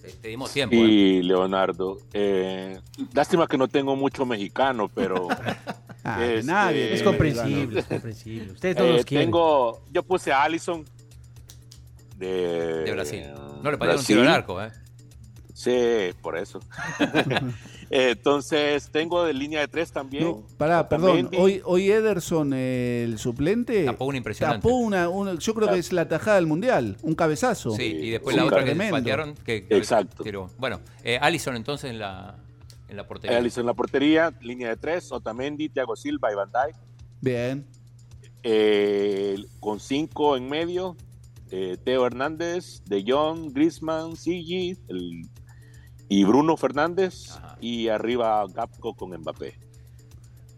F: Te, te dimos tiempo. ¿eh?
I: Y Leonardo, eh, lástima que no tengo mucho mexicano, pero este,
H: Es comprensible, es comprensible. Ustedes todos
I: eh,
H: los quieren.
I: tengo, yo puse a Allison de, eh,
F: De Brasil. No le patearon un tiro al arco, ¿eh?
I: Sí, por eso. Entonces tengo de línea de tres también.
G: Pará, perdón.
I: Otamendi.
G: Hoy, hoy Ederson, eh, el suplente. Tapó
F: una impresionante.
G: una, yo creo que es la tajada del mundial. Un cabezazo.
F: Sí, y después la otra que
G: Tremendo.
F: patearon. Que,
G: Exacto.
F: tiró. Bueno, eh, Allison entonces en la, en la portería.
I: Ellis en la portería, línea de tres, Otamendi, Thiago Silva y Van Dijk.
G: Bien.
I: Eh, con cinco en medio, eh, Teo Hernández, De Jong, Grisman, Sigi el- y Bruno Fernández. Y arriba Gapco con Mbappé.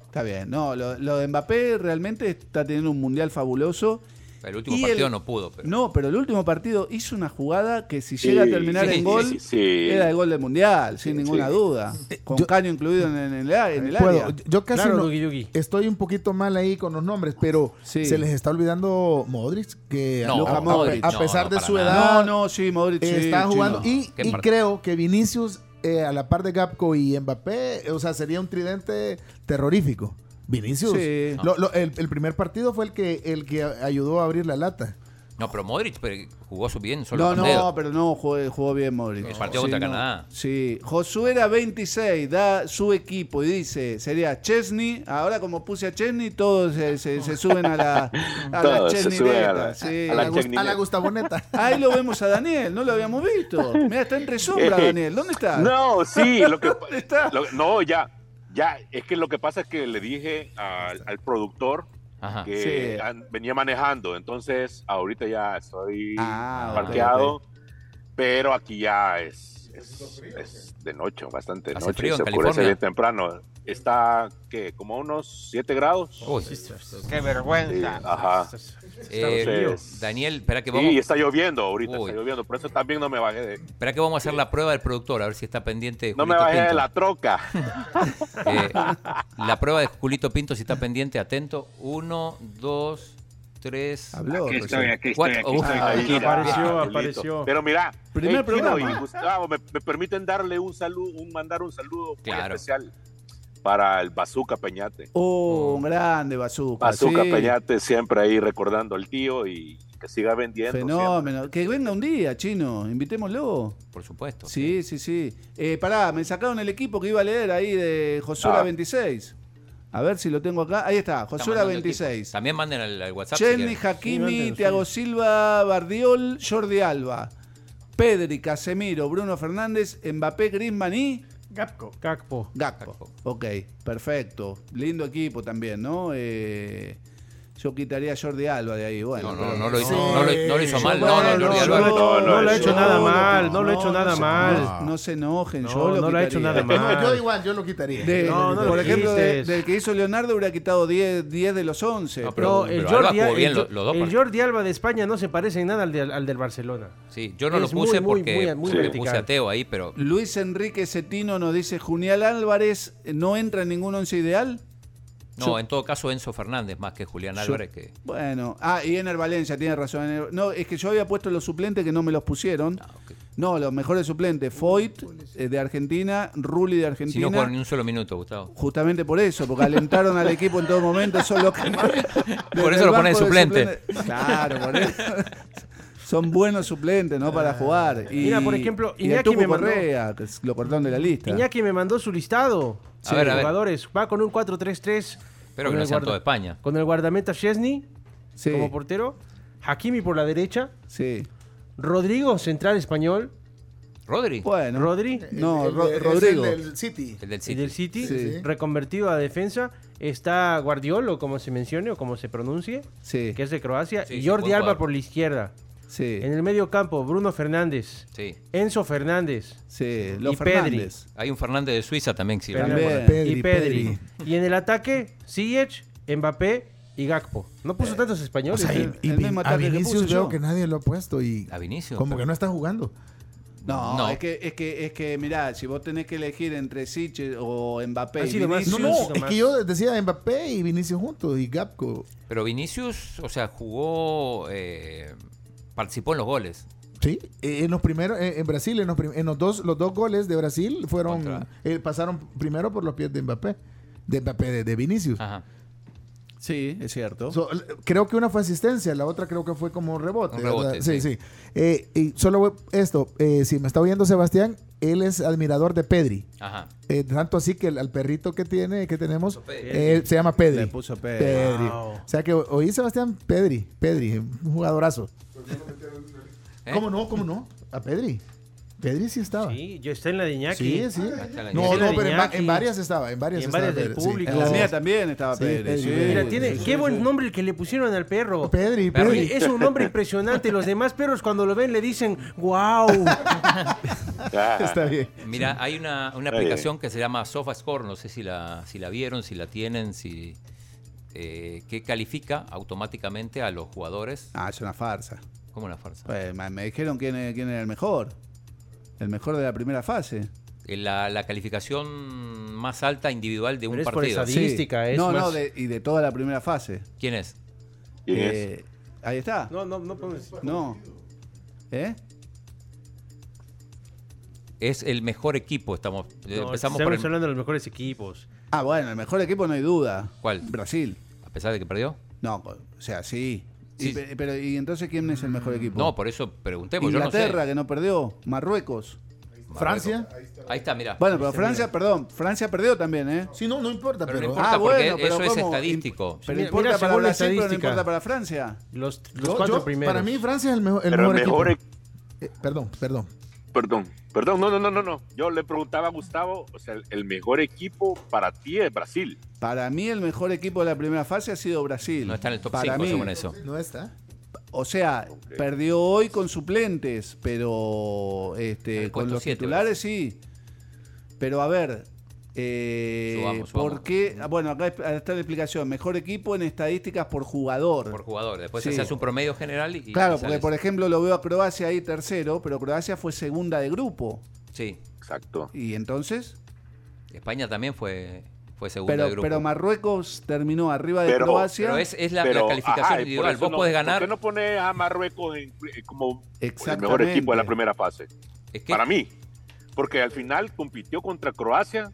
G: Está bien. No, lo, lo de Mbappé realmente está teniendo un mundial fabuloso.
F: El último
G: Y el-
F: partido no pudo, pero
G: No, pero el último partido hizo una jugada que si
F: Sí,
G: llega a terminar
F: sí,
G: en
F: sí,
G: gol,
F: sí, sí.
G: era el gol del mundial, sin ninguna
J: sí.
G: duda. Con caño incluido en, en el, a- en el
J: Eh, Puedo.
G: área.
J: Yo- Yo casi no- estoy un poquito mal ahí con los nombres, pero se les está olvidando Modric, que
G: No,
J: a, a-
G: Modric,
J: a
G: no,
J: pesar
G: no,
J: de
G: para
J: su
G: nada.
J: edad,
G: No, no, sí, Modric,
J: eh,
G: sí,
J: está
G: sí,
J: jugando.
G: no.
J: Y,
G: Qué
J: y
G: part-
J: creo que Vinicius, eh, a la par de Gapco y Mbappé, eh, o sea, sería un tridente terrorífico. Vinicius,
F: Sí.
J: Lo- lo- el, el primer partido fue el que, el que ayudó a abrir la lata.
F: no, pero Modric pero jugó su bien solo
G: No,
F: con dedo.
G: no, pero no, jugó, jugó bien Modric.
F: El partido contra Canadá.
G: Sí, Josué era 26, da su equipo y dice, sería Chesney, ahora como puse a Chesney, todos se, se- se suben a la, a la
I: Todos se
G: Chesney.
I: suben a
G: neta,
I: la-
G: sí.
I: a la A la Gus- Chesney a la neta.
J: Gustavoneta.
G: Ahí lo vemos a Daniel, no lo habíamos visto. Mira, está en resombra, Daniel, ¿dónde está?
I: Eh, No, sí, lo que lo- no, ya, ya, es que lo que pasa es que le dije al- al productor
F: Ajá.
I: que
F: Sí.
I: an- venía manejando, entonces ahorita ya estoy
F: Ah, ok,
I: parqueado, pero aquí ya es, es- es de noche, bastante
F: Hace
I: noche,
F: frío en
I: se oscurece
F: California.
I: bien temprano. Está que como a unos 7 grados.
V: Qué vergüenza.
I: Sí, ajá.
F: Eh,
I: Entonces,
F: Daniel, espera que
I: sí,
F: vamos.
I: está lloviendo ahorita,
F: Uy.
I: está lloviendo, por eso también no me bajé de,
F: Espera que vamos a hacer la prueba del productor, a ver si está pendiente.
I: no me
F: Julito
I: bajé de
F: Pinto.
I: la troca.
F: Eh, la prueba de Julito Pinto, si está pendiente, atento. Uno, dos, tres.
G: Habló,
I: Aquí estoy, aquí estoy,
F: cuatro.
I: aquí estoy,
F: Uh,
I: aquí estoy.
F: apareció,
I: Julito.
F: apareció.
I: Pero eh, mira,
F: Primer
I: Chino
F: programa.
I: y Gustavo, me, me permiten darle un saludo, un, mandar un saludo muy
F: Claro.
I: especial para el Bazooka Peñate.
G: Oh, un grande Bazooka.
I: Bazooka
G: sí.
I: Peñate siempre ahí recordando al tío y que siga vendiendo.
G: Fenómeno. Que venga un día, chino. Invitémoslo.
F: Por supuesto.
G: Sí, sí, sí. Eh, pará, me sacaron el equipo que iba a leer ahí de Josura
F: Ah.
G: 26. A ver si lo tengo acá. Ahí está,
F: Está
G: Josura
F: mandando el
G: 26.
F: equipo. También manden al, al WhatsApp. si
G: Chelny,
F: quieren.
G: Hakimi, Thiago Silva, Bardiol, Jordi Alba, Pedri, Casemiro, Bruno Fernández, Mbappé, Griezmann y... Gapco. Gakpo. Gakpo. Ok, perfecto. Lindo equipo también, ¿no? Eh, yo quitaría a Jordi Alba de ahí. Bueno,
F: No, no,
G: pero-
F: no lo hizo- no lo- no lo hizo mal. No, no,
G: Bueno,
F: Jordi
G: yo-
F: Alba. No, no,
G: yo-
F: lo ha hecho
G: yo-
F: nada mal, no lo ha hecho nada
G: se-
F: mal.
G: no- No se enojen,
F: No,
G: yo lo
F: no lo ha hecho
G: quitaría.
F: nada mal.
J: Yo igual, yo lo quitaría.
G: De-
J: No, no
G: por
J: lo
G: ejemplo, de-
J: quites.
G: del que hizo Leonardo hubiera quitado 10, 10 de los 11.
F: pero-
G: pero-
F: el
G: pero
F: Jordi
G: Alba jugó
F: Al-
G: bien
F: el
G: lo-
F: Jordi- los dos
H: El
F: partidos.
H: Jordi Alba de España no se parece en nada al, de- al del Barcelona.
F: Sí, yo no
H: Es
F: lo puse
H: muy, muy,
F: porque
H: muy- muy
F: porque
H: vertical.
F: puse ateo ahí, pero
G: Luis Enrique Cetino nos dice, Junial Álvarez no entra en ningún once ideal.
F: no,
G: Yo-
F: en todo caso Enzo Fernández más que Julián
G: Yo-
F: Álvarez que
G: Bueno, ah, y Ener Valencia, tiene razón. Ener- No, es que yo había puesto los suplentes que no me los pusieron.
F: Ah,
G: No, los mejores suplentes, Foyt eh, de Argentina, Rulli de
F: si no
G: Argentina.
F: jugaron ni un solo minuto, Gustavo.
G: Justamente por eso, porque alentaron al equipo en todo momento, solo que...
F: Por eso lo pone de suplente.
G: Claro, por eso. Son buenos suplentes, ¿no? Para jugar. Y,
H: Mira, por ejemplo,
G: y el
H: Iñaki
G: Tucu
H: me mandó-
G: Correa, que es- lo cortaron de la lista.
H: Iñaki me mandó su listado
G: A ver, a
H: de
G: ver.
H: jugadores. Va con un 4-3-3.
F: Espero
H: con
F: que no
H: el
F: sean
H: guarda-
F: todo España.
H: Con el guardameta Chesney
G: Sí.
H: como portero. Hakimi por la derecha.
G: Sí.
H: Rodrigo, central español.
F: Rodri.
G: Bueno.
H: Rodri.
G: No, El- el- Ro- es el Rodrigo. del
J: City.
F: El del
H: City.
G: Sí. Sí.
H: Reconvertido a defensa. Está Guardiol, o como se mencione, o como se pronuncie.
G: Sí.
H: Que es de Croacia.
F: Sí,
H: y
F: sí,
H: Jordi
F: buen
H: Alba
F: jugador.
H: por la izquierda.
G: Sí.
H: En el medio campo, Bruno Fernández.
F: Sí.
H: Enzo Fernández.
G: Sí,
H: y Pedri.
F: Hay un Fernández de Suiza también, sí.
H: Fernández. y Pedri. Y en el ataque, Ziyech, Mbappé y Gakpo. No puso tantos
J: O
H: españoles.
J: sea, y,
H: eh.
J: y Vin- a Vinicius veo que nadie lo ha puesto y como
F: pero-
J: que no está jugando.
G: No,
J: No.
G: es que, es que, es que, mirá, si vos tenés que elegir entre Siche o
H: Ah,
G: Mbappé
J: No,
G: y Vinicius,
J: no, es que yo decía Mbappé y Vinicius juntos y Gapco.
F: Pero Vinicius, o sea, jugó eh, participó en los goles.
J: Sí, eh, en los primeros, eh, en Brasil, en los, prim- en los dos, los dos goles de Brasil fueron,
F: Contra.
J: eh, pasaron primero por los pies de Mbappé, de Mbappé, de, de Vinicius.
G: Sí, es cierto.
J: So, l- creo que una fue asistencia, la otra creo que fue como un rebote.
F: Un rebote,
J: ¿verdad? sí,
F: sí.
J: sí. Eh, y solo voy- esto, eh, si me está oyendo Sebastián, él es admirador de Pedri.
F: Ajá.
J: Eh, tanto así que el, al perrito que tiene, que tenemos,
F: Pedri.
J: eh, se llama Pedri.
G: Le puso Pedri. Wow.
J: O sea que o- oí Sebastián
F: ¿Eh?
J: Pedri, Pedri, un jugadorazo. ¿Cómo no? ¿Cómo no? A Pedri. Pedri sí estaba.
H: Sí, yo estoy en la de Iñaki.
J: Sí, sí.
H: Ah, está la
J: No,
H: Iñaki.
J: no, pero en, va-
H: Iñaki.
J: en varias estaba. En varias,
H: Y en varias
J: estaba
H: del
J: Pedri, sí.
H: público.
G: En la mía también estaba
J: Sí,
G: Pedri.
J: Pedri,
G: sí.
J: Pedri.
H: Mira, tiene,
G: Sí,
H: qué
G: sí,
H: buen
G: sí.
H: nombre el que le pusieron al perro.
J: Pedri, Pedri.
H: Es un nombre impresionante. Los demás perros cuando lo ven le dicen, wow.
J: Está bien.
F: Mira, hay una, una
J: Está
F: aplicación que se llama SofaScore, no sé si la, si la vieron, si la tienen, si eh, que califica automáticamente a los jugadores.
G: Ah, es una farsa.
F: ¿Cómo una farsa?
G: Pues, me, me dijeron quién, e- quién era el mejor. El mejor de la primera fase.
F: Eh, La, la calificación más alta individual de un
G: Pero es por
F: partido.
G: Sí. No, no, de- y de toda la primera fase.
F: ¿Quién es?
G: ¿Quién es? Eh, Ahí está.
H: No, no, no podemos decir.
G: No. ¿Eh?
F: Es el mejor equipo, estamos. eh,
H: No,
F: empezamos por
H: estamos
F: el-
H: hablando de los mejores equipos.
G: Ah, bueno, el mejor equipo no hay duda.
F: ¿Cuál?
G: Brasil.
F: ¿A pesar de que perdió?
G: No, o sea, sí.
F: Sí.
G: Y, pe- pero, ¿y entonces quién es el mejor equipo?
F: No, por eso preguntemos. yo no sé.
G: Inglaterra, que no perdió. Marruecos. Francia.
F: Ahí está, mira.
G: Bueno, pero Francia, perdón, Francia perdió también, ¿eh? Ah,
J: Sí, no, no importa,
F: Pero no importa porque eso es estadístico.
G: Pero
F: Mira,
G: importa
F: mira,
G: para
F: según la
G: Brasil, pero no
F: estadística.
G: importa para Francia.
H: Los,
J: Yo- yo- Para mí, Francia es el, mejo- el
I: Pero el
J: mejor,
I: mejor
J: equipo. Eh, perdón, perdón.
I: Perdón, perdón, no, no, no, no, no. Yo le preguntaba a Gustavo, o sea, el, el mejor equipo para ti es Brasil.
G: Para mí el mejor equipo de la primera fase ha sido Brasil.
F: No está en el top
G: Para
F: 5
G: mí.
F: según eso.
J: No está.
G: O sea, perdió hoy con suplentes, pero este, con
F: puesto
G: los
F: siete,
G: titulares sí. Pero a ver, eh,
F: Subamos, subamos.
G: ¿por qué? Ah, Bueno, acá está la explicación. Mejor equipo en estadísticas por jugador.
F: Por jugador. Después
G: Sí.
F: se hace un promedio general y.
G: Claro,
F: y
G: porque
F: sales.
G: por ejemplo lo veo a Croacia ahí tercero, pero Croacia fue segunda de grupo.
F: Sí.
I: Exacto.
G: Y entonces,
F: España también fue, fue segunda de
G: pero,
F: grupo. Ah,
G: pero Marruecos terminó arriba de
F: Pero-
G: Croacia.
F: pero es- es la- la calificación
I: y por
F: individual.
I: eso
F: Vos podés ganar.
I: ¿Por qué no pones a Marruecos en- eh, como el mejor
G: Exactamente.
I: equipo de la primera fase?
F: que-
I: Para mí. Porque al final compitió contra Croacia,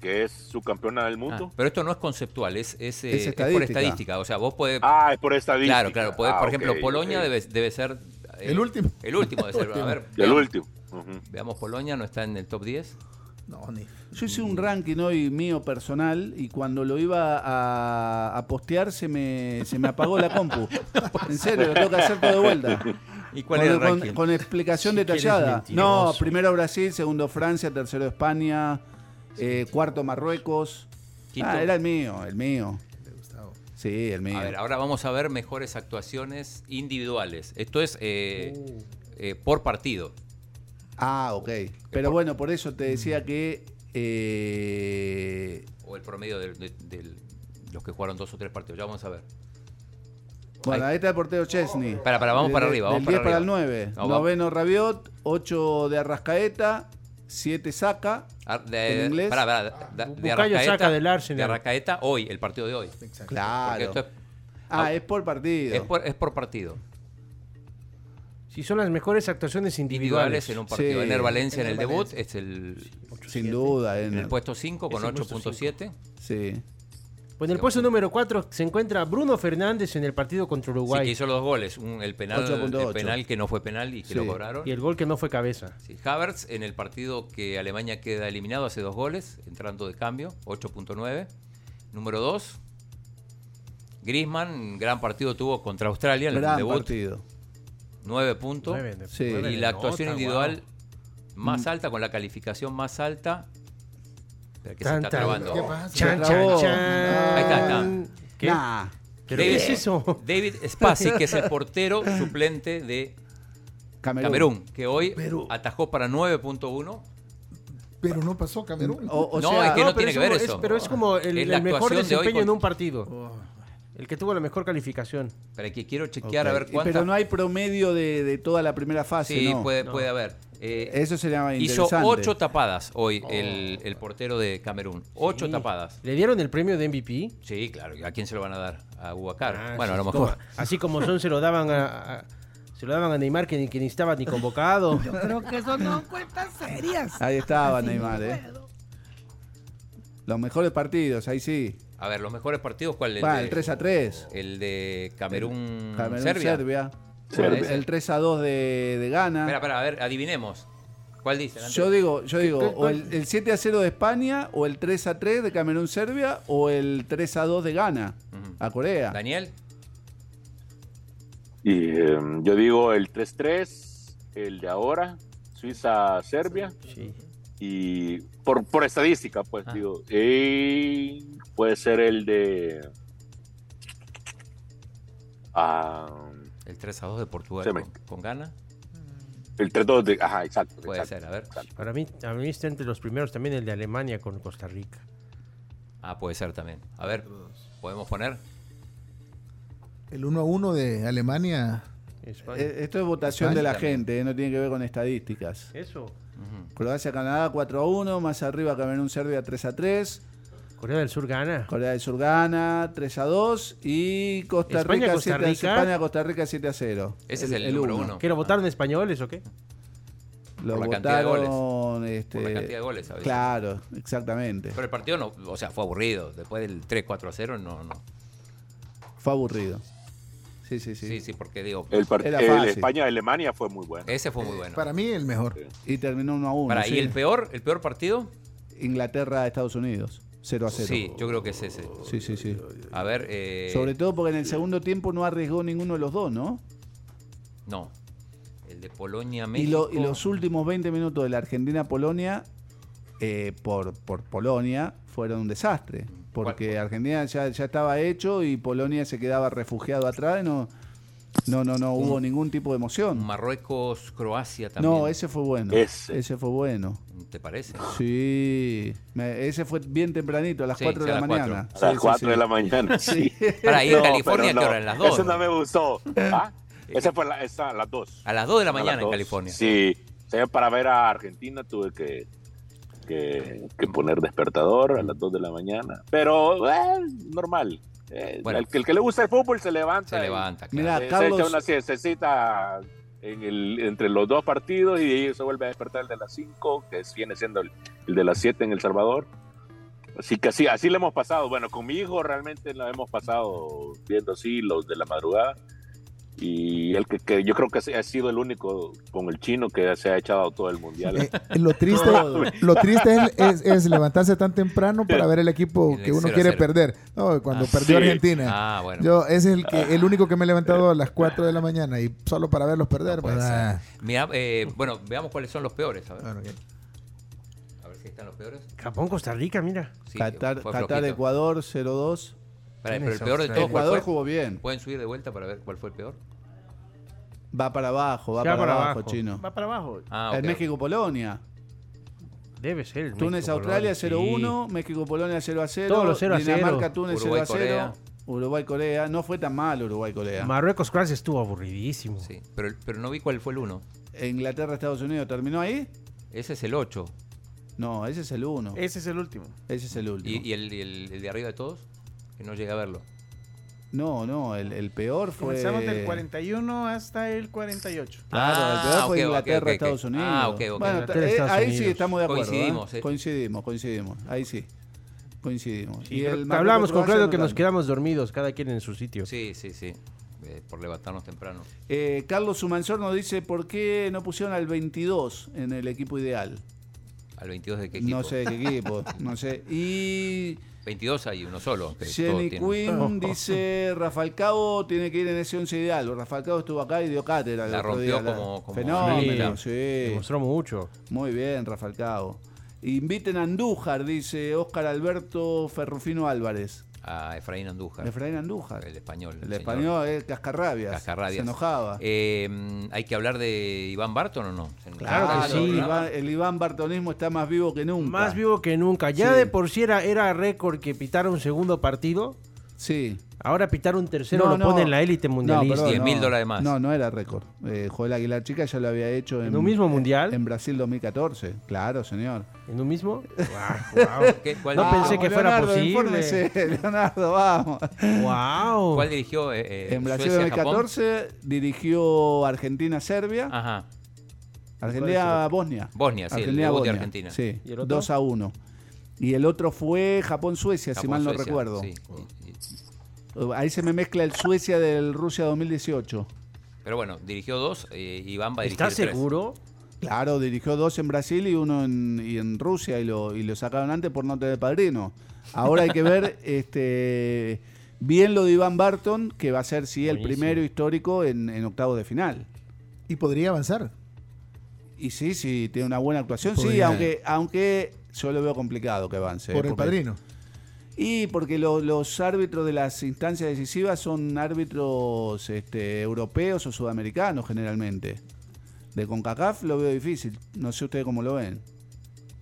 I: que es subcampeona del
F: Ah,
I: mundo.
F: pero esto no es conceptual, es, es, eh,
I: Es
F: es por
I: estadística.
F: estadística. O sea, vos podés.
I: Ah, es por estadística.
F: Claro, claro. podés-
I: Ah,
F: por ejemplo,
I: ok,
F: Polonia
I: ok.
F: debe, debe ser. eh,
J: El último.
F: El último debe ser. A ver,
J: El
F: veamos.
J: último.
F: Veamos, Polonia no está en el top 10.
J: No, ni.
G: Yo hice
F: Mm.
G: un ranking hoy mío personal y cuando lo iba a, a postear se me, se me apagó la compu. En serio, lo tengo que hacer todo de vuelta.
F: ¿Y cuál
G: con,
F: era el
G: con-
F: ranking?
G: con explicación
F: Sí, que eres
G: detallada. No,
F: mentiroso.
G: primero Brasil, segundo Francia, tercero España, eh, cuarto Marruecos.
F: Quinto.
G: Ah, era el mío, el mío. Sí, el mío.
F: A ver, ahora vamos a ver mejores actuaciones individuales. Esto es eh,
G: Uh.
F: eh, por partido.
G: Ah, ok. Pero bueno, por eso te decía que... eh,
F: O el promedio de, de- de los que jugaron dos o tres partidos. Ya vamos a ver.
G: Bueno, ahí está el portero Chesney.
F: Para, para, vamos para
G: Del-
F: arriba,
G: Del
F: vamos para
G: 10 para el 9.
F: arriba. No, va-
G: Noveno Rabiot, 8 de Arrascaeta, 7 Saca.
F: Ah, de-
G: en inglés.
F: pará, pará, da- de
G: Bucayo
F: Arrascaeta-
G: saca del Arsenal.
F: de Arrascaeta hoy, el partido de hoy.
G: Claro.
F: Porque esto
G: Ah, es por partido.
F: es, es por, es por partido.
H: Si son las mejores actuaciones individuales.
F: Individuales en un partido.
H: de
F: Ener Valencia en el debut es el,
G: Sin duda.
F: en el
G: Ener.
F: puesto 5 con
H: Es el puesto
F: 8.7.
G: Sí.
H: Pues en el puesto número 4 se encuentra Bruno Fernández en el partido contra
F: Sí,
H: Uruguay.
F: que hizo los dos goles. Un- el, penal,
H: 8.8.
F: el penal que no fue penal y que
H: Sí.
F: lo cobraron.
H: Y el gol que no fue cabeza.
F: Sí, Havertz en el partido que Alemania queda eliminado hace dos goles, entrando de cambio, 8.9. Número 2. Griezmann, gran partido tuvo contra Australia en
G: Gran
F: el debut.
G: partido.
F: 9 puntos.
G: Nueve de- Sí. Mm. nueve
F: Y
G: de
F: la
G: nota,
F: actuación
G: guau.
F: individual más alta, con la calificación más alta. Espera que se está
H: Tanta-
F: trabando.
H: ¿Qué pasa? Chan, chan, chan.
F: Ahí está, está.
H: ¿Qué? Nah. ¿Pero qué
F: David,
H: es eso?
F: David Spassi, que es el portero suplente de
G: Camerún.
F: Camerún, que hoy atajó para 9.1.
J: Pero no pasó Camerún.
F: no, es que no, tiene que ver
H: es-
F: eso.
H: pero es como el,
F: Es la
H: el mejor
F: actuación de hoy
H: desempeño en
F: con-
H: un partido. El que tuvo la mejor calificación.
F: Para que quiero chequear a ver
G: Eh,
F: cuánta.
G: Pero no hay promedio de, de toda la primera fase.
F: sí,
G: no.
F: puede, puede haber. Eh,
G: Eso sería
F: Hizo
G: interesante.
F: ocho tapadas hoy el,
G: Oh.
F: el portero de Camerún. Ocho tapadas.
H: ¿Le dieron el premio de MVP?
F: Sí, claro. ¿A quién se lo van a dar? A Huacar.
H: Ah,
F: bueno, a
H: sí,
F: lo
H: sí,
F: mejor.
H: como- así como son, se lo daban a, a- se lo daban a Neymar, que ni, que ni estaba ni convocado.
W: Creo que eso no cuentas serias.
G: Ahí estaba
W: Así no
G: Neymar, ¿eh? Los mejores partidos, ahí sí.
F: A ver, los mejores partidos, ¿cuál?
G: Va,
F: de-
G: el 3 a 3.
F: El de Camerún.
G: Camerún-Serbia.
F: Serbia.
G: El, el 3 a 2 de, de Ghana.
F: Espera, espera, a ver, adivinemos. ¿Cuál dice?
G: Yo digo, yo digo,
F: ¿Qué-
G: o el, el 7 a 0 de España, o el 3 a 3 de Camerún Serbia, o el 3 a 2 de Ghana a Corea.
F: Daniel.
I: em, Y eh, yo digo el 3-3, el de ahora, Suiza, Serbia. Sí. Y por, por estadística, pues ah. digo, y puede ser el de...
F: Ah, el 3 a 2 de Portugal con, con Ghana.
I: El 3-2 de. Ajá, exacto.
F: Puede
I: exacto,
F: ser, a ver.
I: Exacto.
H: Para mí, a mí está entre los primeros también el de Alemania con Costa Rica.
F: Ah, puede ser también. A ver, podemos poner.
J: El 1 a 1 de Alemania.
G: España. Eh, Esto es votación España de la también. gente, eh, no tiene que ver con estadísticas.
F: Eh.
H: Eso. Uh
G: -huh. Croacia, Canadá 4 a 1, más arriba Camerún, Serbia 3 a 3.
H: Corea del Sur gana.
G: Corea del Sur gana 3 a 2 y Costa España, Rica, 7 a, España, Costa Rica 7 a 0.
F: Ese el, es el, el número uno. uno.
H: ¿Que lo votaron españoles o qué?
G: Lo Por la votaron, cantidad de goles. Este,
F: Por la cantidad de goles, ¿sabes?
G: Claro, exactamente.
F: Pero el partido no, o sea, fue aburrido. Después del 3-4 a 0 no, no.
G: Fue aburrido. Sí, sí, sí.
F: Sí, sí, porque digo.
I: El partido España-Alemania fue muy bueno.
F: Ese fue
G: Eh,
F: muy bueno.
J: Para mí el mejor.
G: Sí. Y terminó 1 a 1.
F: Para,
G: sí.
F: ¿Y el peor, el peor partido?
G: Inglaterra-Estados Unidos. 0 a 0.
F: Sí, yo creo que es ese.
G: Sí, sí, sí.
F: A ver. Eh...
G: Sobre todo porque en el segundo tiempo no arriesgó ninguno de los dos, ¿no?
F: No. El de Polonia-México.
G: Y, lo, y, los últimos 20 minutos de la Argentina-Polonia, eh, por, por Polonia, fueron un desastre. Porque ¿Cuál? Argentina ya, ya estaba hecho y Polonia se quedaba refugiado atrás y no. No, no, no
F: Mm.
G: hubo un, ningún tipo de emoción.
F: Marruecos, Croacia también.
G: No, ese fue bueno. Ese, ese fue bueno.
F: ¿Te parece?
G: Sí. Me, ese fue bien tempranito, a las sí, 4 de la
I: a
G: mañana.
I: A las 4 de la mañana. Sí.
F: Para ahí en California, no, ¿qué hora? En las 2.
I: Eso no me gustó. ¿Ah? Esa fue la, esa, a las 2.
F: A las 2 de la mañana en California.
I: Sí. O sea, para ver a Argentina tuve que, que, que, poner despertador a las 2 de la mañana. Pero, eh, normal. Eh, bueno, el, que, el, que le gusta el fútbol se levanta.
F: Se levanta,
I: claro. Mira, se, Carlos, echa una siestecita en el, entre los dos partidos y se vuelve a despertar el de las 5, que viene siendo el, el de las 7 en El Salvador. Así que así, así le hemos pasado. Bueno, con mi hijo realmente lo hemos pasado viendo así los de la madrugada. Y el que, que yo creo que ha sido el único con el chino que se ha echado todo el mundial.
J: Eh, lo triste, lo triste es, es, es, levantarse tan temprano para ver el equipo que uno quiere perder. No, cuando ah, perdió sí. Argentina. Ah, bueno. Yo ese es el que, el único que me he levantado a las 4 de la mañana y solo para verlos perder. No pues, ah.
F: Mira, eh, bueno, veamos cuáles son los peores. A ver. Bueno, okay. a ver si están los peores.
H: Japón, Costa Rica, mira.
G: Sí, Qatar, Qatar Ecuador 0-2.
F: Pero, pero el peor de todos,
G: Ecuador jugó bien.
F: ¿Pueden subir de vuelta para ver cuál fue el peor?
G: Va para abajo, va para, para, abajo, chino.
H: Va para abajo.
G: Ah, okay. El México-Polonia.
H: Debe ser. El
G: Túnez-Australia 0-1, sí. México-Polonia 0-0.
H: Todos los 0 a 0.
G: Dinamarca-Túnez 0-0. Uruguay-Corea. No fue tan mal Uruguay-Corea.
H: Marruecos-Croacia estuvo aburridísimo.
F: Sí, pero, pero no vi cuál fue el 1.
G: Inglaterra-Estados Unidos, ¿terminó ahí?
F: Ese es el 8.
G: No, ese es el 1.
H: Ese es el último.
G: Ese es el último.
F: ¿Y, y el, el, el de arriba de todos? que no llegué a verlo.
G: No, no, el, el peor fue.
X: Comenzamos del 41 hasta el 48.
G: Claro, Eh. ah, el peor okay, fue Inglaterra, okay, okay, Estados Unidos. Ah, ok, ok. Bueno, eh, ahí Unidos. sí estamos de acuerdo. Coincidimos, ¿eh? coincidimos, coincidimos. Ahí sí. Coincidimos.
H: Sí, y el hablamos con claro que no nos quedamos dormidos, cada quien en su sitio.
F: Sí, sí, sí. Eh, por levantarnos temprano.
G: Eh, Carlos Sumansor nos dice: ¿por qué no pusieron al 22 en el equipo ideal?
F: ¿Al 22 de qué equipo?
G: No sé de qué equipo, no sé. Y.
F: 22 hay uno solo.
G: Jenny
F: Ah.
G: Quinn dice, Rafael Cabo tiene que ir en ese 11 ideal. Rafael Cabo estuvo acá y dio cátedra.
F: La rompió día, como, como,
G: Fenómeno, sí.
H: Demostró mucho.
G: Muy bien, Rafael Cabo. Inviten a Andújar, dice Óscar Alberto Ferrufino Álvarez.
F: A Efraín Andújar.
G: Efraín Andújar.
F: El español.
G: El, el español es Cascarrabias.
F: Cascarrabias.
G: Se enojaba.
F: Eh, ¿Hay que hablar de Iván Barton o no?
G: Claro que sí. El Iván, el Iván Bartonismo está más vivo que nunca.
H: Más vivo que nunca. Ya sí. de por sí era, era récord que pitara un segundo partido.
G: Sí.
H: Ahora pitar un tercero no, lo no. pone en la élite mundialista.
F: No, 10 mil dólares más.
G: No, no era récord. Eh, Joel Aguilar Chica ya lo había hecho en,
H: ¿En un mismo mundial.
G: En, en, Brasil 2014. Claro, señor.
H: ¿En un mismo?
F: wow, wow.
H: no ah, pensé que Leonardo, fuera posible.
G: Leonardo, vamos.
H: Wow.
F: ¿Cuál dirigió? Eh,
G: en Brasil 2014 Japón? dirigió Argentina-Serbia.
F: Ajá.
G: Argentina-Bosnia.
F: Bosnia, sí. Argentina, el Bosnia. De Argentina.
G: Sí, 2 a 1. Y el otro fue Japón-Suecia, Japón, si mal no Suecia, recuerdo. Sí. Ahí se me mezcla el Suecia del Rusia 2018.
F: Pero bueno, dirigió dos eh, Iván va a
H: ¿Estás
F: tres.
H: seguro?
G: Claro, dirigió dos en Brasil y uno en, y en Rusia y lo, y lo, sacaron antes por no tener padrino. Ahora hay que ver este, bien lo de Iván Barton, que va a ser, sí, Buenísimo. el primero histórico en, en octavo de final.
J: Y podría avanzar.
G: Y sí, sí, tiene una buena actuación. Sí,
J: Podría.
G: aunque, aunque yo lo veo complicado que avance.
J: Por el
G: porque-
J: padrino.
G: Y porque lo- los árbitros de las instancias decisivas son árbitros este, europeos o sudamericanos generalmente. De CONCACAF lo veo difícil. No sé ustedes cómo lo ven.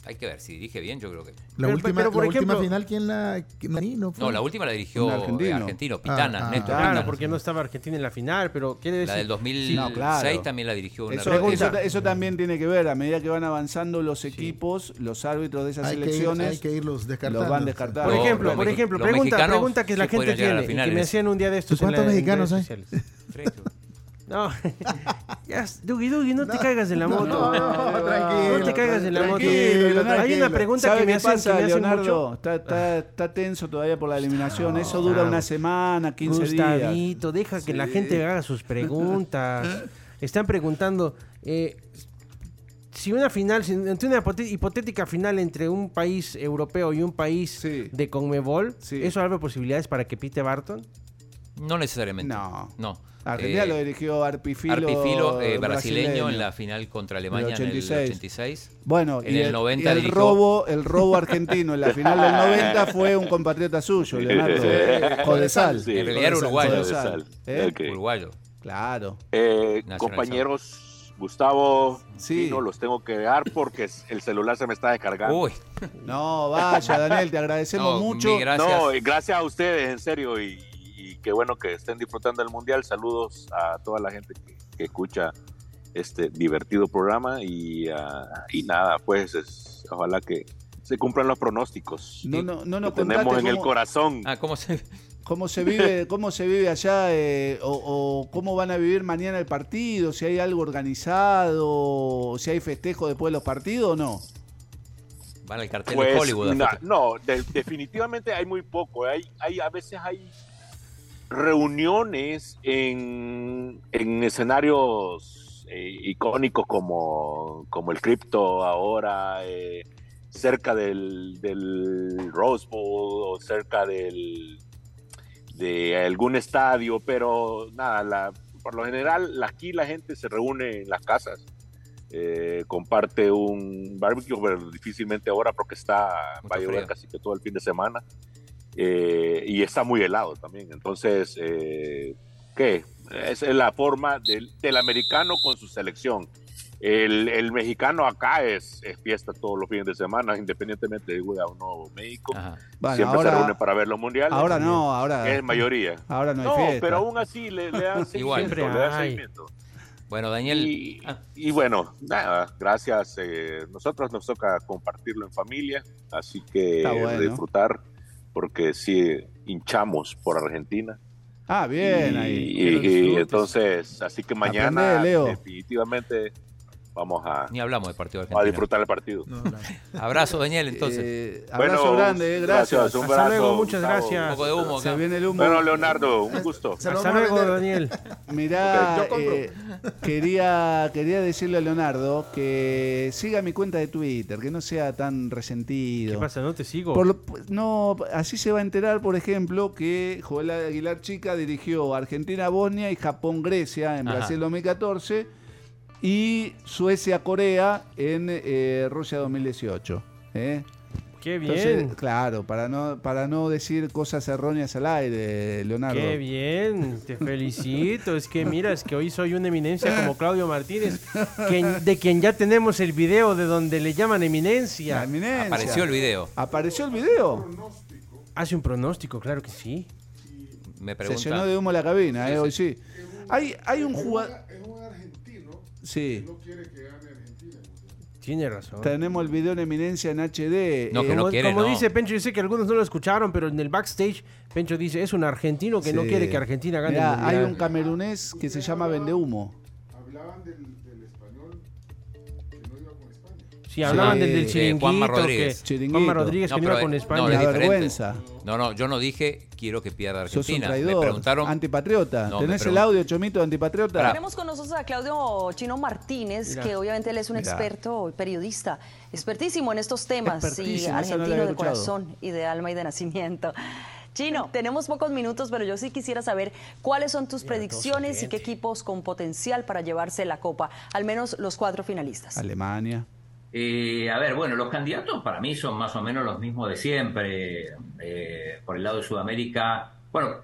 F: Hay que ver, si dirige bien, yo creo que.
J: La, última,
G: pero por
J: la última
G: ejemplo-
J: final, ¿quién la.? quién- Maní, no, fue?
F: No, la última la dirigió
J: Un
F: eh, argentino, Pitana, Néstor
H: claro,
F: Pitana.
H: porque no estaba Argentina en la final, pero quiere decir.
F: La del 2006
H: No, claro.
F: también la dirigió un
G: Eso,
F: argentino.
G: eso ta-
J: Ah.
G: eso también tiene que ver, a medida que van avanzando los equipos, los árbitros de esas
J: Hay que ir-
G: elecciones
J: hay que irlos descartando.
G: los van descartando.
H: Por
G: No,
H: ejemplo,
G: los
H: por
G: mex-
H: ejemplo,
G: los
H: pregunta,
G: mexicanos
H: pregunta que la
G: sí pueden
H: gente
G: llegar a
H: tiene, y que
G: finales.
H: me hacían un día de estos. en
J: ¿Cuántos
H: la- en
J: mexicanos
H: redes
J: hay?
H: sociales. No, ya, Dugi, Dugi, Ah, no, te caigas en la moto.
J: no, no, tranquilo,
H: No te caigas en la moto.
G: Tranquilo, Leonardo.
H: Hay una pregunta
G: ¿Sabe
H: que me
G: qué
H: hacen,
G: pasa,
H: que me hacen
G: Leonardo? Ah.
H: mucho.
G: Está, está- está tenso todavía por la eliminación. Eso dura
H: Gustavo.
G: una semana, 15 días.
H: Gustavito, deja que la
G: Sí.
H: gente haga sus preguntas. Están preguntando eh, si una final, si ante una hipote- hipotética final entre un país europeo y un país de Conmebol, ¿eso abre posibilidades para que pite Barton?
F: No necesariamente.
G: No.
F: No.
G: Argentina
F: Eh,
G: lo dirigió Arpifilo.
F: Arpifilo, eh, brasileño,
G: brasileño.
F: en la final contra Alemania
G: En el 86.
F: en el 86.
G: Bueno,
F: en
G: y
F: el,
G: el,
F: 90
G: y el
F: dirigió-
G: robo, el robo argentino en la final del 90 fue un compatriota suyo, Leonardo. Codesal.
I: Sí.
F: En realidad era uruguayo.
I: Codesal.
G: ¿Eh?
I: Ok.
F: Uruguayo.
G: Claro.
I: Eh,
F: Nacionalizado.
I: compañeros, Gustavo, Pino, los tengo que dejar porque el celular se me está descargando.
F: Uy.
G: No, vaya, Daniel, te agradecemos mucho.
I: No, eh, gracias a ustedes, en serio. Y, y qué bueno que estén disfrutando del Mundial. Saludos a toda la gente que, que escucha este divertido programa. Y, ah, y nada, pues es- ojalá que se cumplan los pronósticos
G: No,
I: que-
G: no, no, no,
I: que tenemos
G: contate
I: en el
G: cómo-
I: corazón.
F: Ah, ¿cómo se.?
G: ¿Cómo se vive, cómo se vive allá eh, o, o cómo van a vivir mañana el partido? Si hay algo organizado, o si hay festejo después de los partidos o no.
F: Van al cartel de
I: Pues,
F: Hollywood. a
I: na-
F: festejar.
I: no, de- definitivamente hay muy poco. Hay, hay, a veces hay reuniones en, en escenarios eh, icónicos como, como el cripto ahora, eh, cerca del, del Rose Bowl o cerca del, de algún estadio, pero nada, la- por lo general la- aquí la gente se reúne en las casas, eh, comparte un barbecue, pero difícilmente ahora porque está, va a llover
F: frío.
I: casi que todo el fin de semana eh, y está muy helado también. Entonces, eh, ¿qué? Esa es la forma del, del americano con su selección. El, el mexicano acá es, es fiesta todos los fines de semana, independientemente de Cuba o no México.
G: Bueno,
I: Siempre se
G: ahora-
I: reúnen para ver los mundiales.
G: Ahora no, ahora-
I: Es mayoría.
G: Ahora no hay fiesta.
I: pero aún así Ah, le, le dan
F: Igual.
I: 600, le dan 600.
F: Bueno, Daniel.
I: Y, y bueno, nada, gracias. eh, nosotros nos toca compartirlo en familia, así que
G: Está bueno.
I: disfrutar, porque sí hinchamos por Argentina.
G: Ah, bien
I: y,
G: ahí.
I: y- y entonces, así que mañana
G: Aprende, Leo.
I: definitivamente vamos a,
F: Ni hablamos del partido
I: a
F: argentino.
I: disfrutar el partido.
F: Abrazo,
G: Eh,
F: Daniel, entonces.
G: abrazo
I: Bueno,
G: grande, eh, gracias.
I: gracias, un abrazo, Gustavo.
F: Un poco de humo acá.
G: Se viene el humo.
I: Bueno, Leonardo, un gusto.
H: Hasta luego, Daniel.
G: Mirá,
I: Ok, yo compro.
G: eh, quería, quería decirle a Leonardo que siga mi cuenta de Twitter, que no sea tan resentido.
H: ¿Qué pasa? ¿No te sigo?
G: Por lo- pues, no, así se va a enterar, por ejemplo, que Joel Aguilar Chica dirigió Argentina-Bosnia y Japón-Grecia en
F: Ajá.
G: Brasil 2014 y Suecia-Corea en eh, Rusia 2018. ¿eh?
H: Qué bien.
G: Entonces, claro, para no, para no decir cosas erróneas al aire, Leonardo.
H: Qué bien, te felicito. Es que mira, es que hoy soy una eminencia como Claudio Martínez, quien- de quien ya tenemos el video de donde le llaman eminencia.
G: La eminencia.
F: Apareció el video.
G: ¿Apareció el video?
H: Hace un pronóstico, claro que sí.
F: Me
G: Se llenó de
F: pregunta.
G: humo la cabina, eh, hoy sí. Hay, hay un jugador.
Y: Es un argentino
G: Sí.
Y: no quiere que gane Argentina.
H: Tiene razón.
G: Tenemos el video en eminencia en HD.
H: Eh, como, como dice Pencho, yo sé que algunos no lo escucharon, pero en el backstage, Pencho dice, es un argentino que no
G: Sí.
H: quiere que Argentina gane
G: Mirá,
H: el
G: hay
H: mundial.
G: un camerunés que se llama Vende Humo.
Y: Hablaban del, del español que no iba con España.
H: Sí, hablaban del, del
F: Eh,
H: chiringuito.
F: Juanma Rodríguez.
H: que- Juanma Rodríguez que no
F: pero,
H: iba con
F: eh,
H: España.
F: No, es
G: La
F: diferente.
G: vergüenza.
F: No, no, yo no dije quiero que pierda
G: Sos un
F: Argentina. Me
G: traidor.
F: preguntaron.
G: Antipatriota.
F: No, me
G: ¿Tenés el
F: pregun-
G: audio, Chomito, de antipatriota?
Z: Tenemos con nosotros a Claudio Chino Martínez,
G: Mirá.
Z: que obviamente él es un
G: Mirá.
Z: experto, periodista, expertísimo en estos temas y
G: Expertísimo, esa no la
Z: argentino había de escuchado. corazón y de alma y de nacimiento. Chino, tenemos pocos minutos, pero yo sí quisiera saber cuáles son tus predicciones y qué equipos con potencial para llevarse la copa, al menos los cuatro finalistas.
G: Alemania.
F: Eh, a ver, bueno, los candidatos para mí son más o menos los mismos de siempre. Eh, por el lado de Sudamérica, bueno,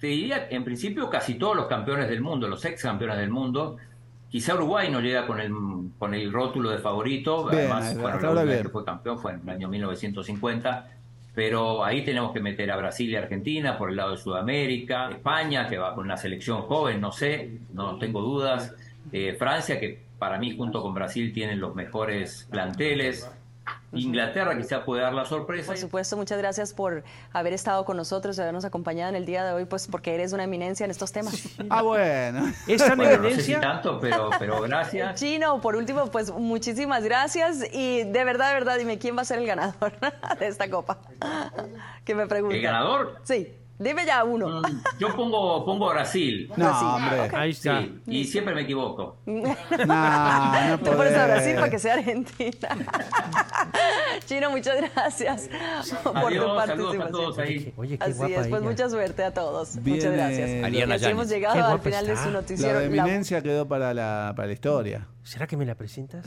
F: te diría en principio casi todos los campeones del mundo, los ex campeones del mundo. Quizá Uruguay no llega con el, con el rótulo de favorito,
G: Bien,
F: además
G: hasta
F: bueno, la
G: ahora
F: última vez
G: bien.
F: que fue campeón fue en el año 1950, pero ahí tenemos que meter a Brasil y Argentina por el lado de Sudamérica, España que va con una selección joven, no sé, no tengo dudas, eh, Francia que para mí junto con Brasil tienen los mejores planteles, Inglaterra quizá puede dar la sorpresa.
Z: Por supuesto, muchas gracias por haber estado con nosotros y habernos acompañado en el día de hoy, pues porque eres una eminencia en estos temas.
G: Ah, bueno.
F: Bueno, no sé si tanto, pero, pero gracias.
Z: Chino, por último, pues muchísimas gracias y de verdad, de verdad, dime quién va a ser el ganador de esta copa. Que me preguntan.
F: ¿El ganador?
Z: Sí, dime ya uno.
F: Yo pongo, pongo Brasil.
Z: No, Brasil. hombre. Ah, ok.
F: Ahí está. y siempre me equivoco.
Z: No,
F: no
Z: Te pones a
F: podés.
Z: Brasil para que sea Argentina. Chino, muchas gracias por tu
F: Adiós, saludos a
Z: participación.
F: todos ahí.
Z: Oye, Así es, pues mucha suerte a todos. muchas
G: Viene-
Z: gracias. y así hemos llegado al final de su noticiero.
G: La de
Z: La-
G: eminencia quedó para la, para la historia.
H: ¿Será que me la presentas?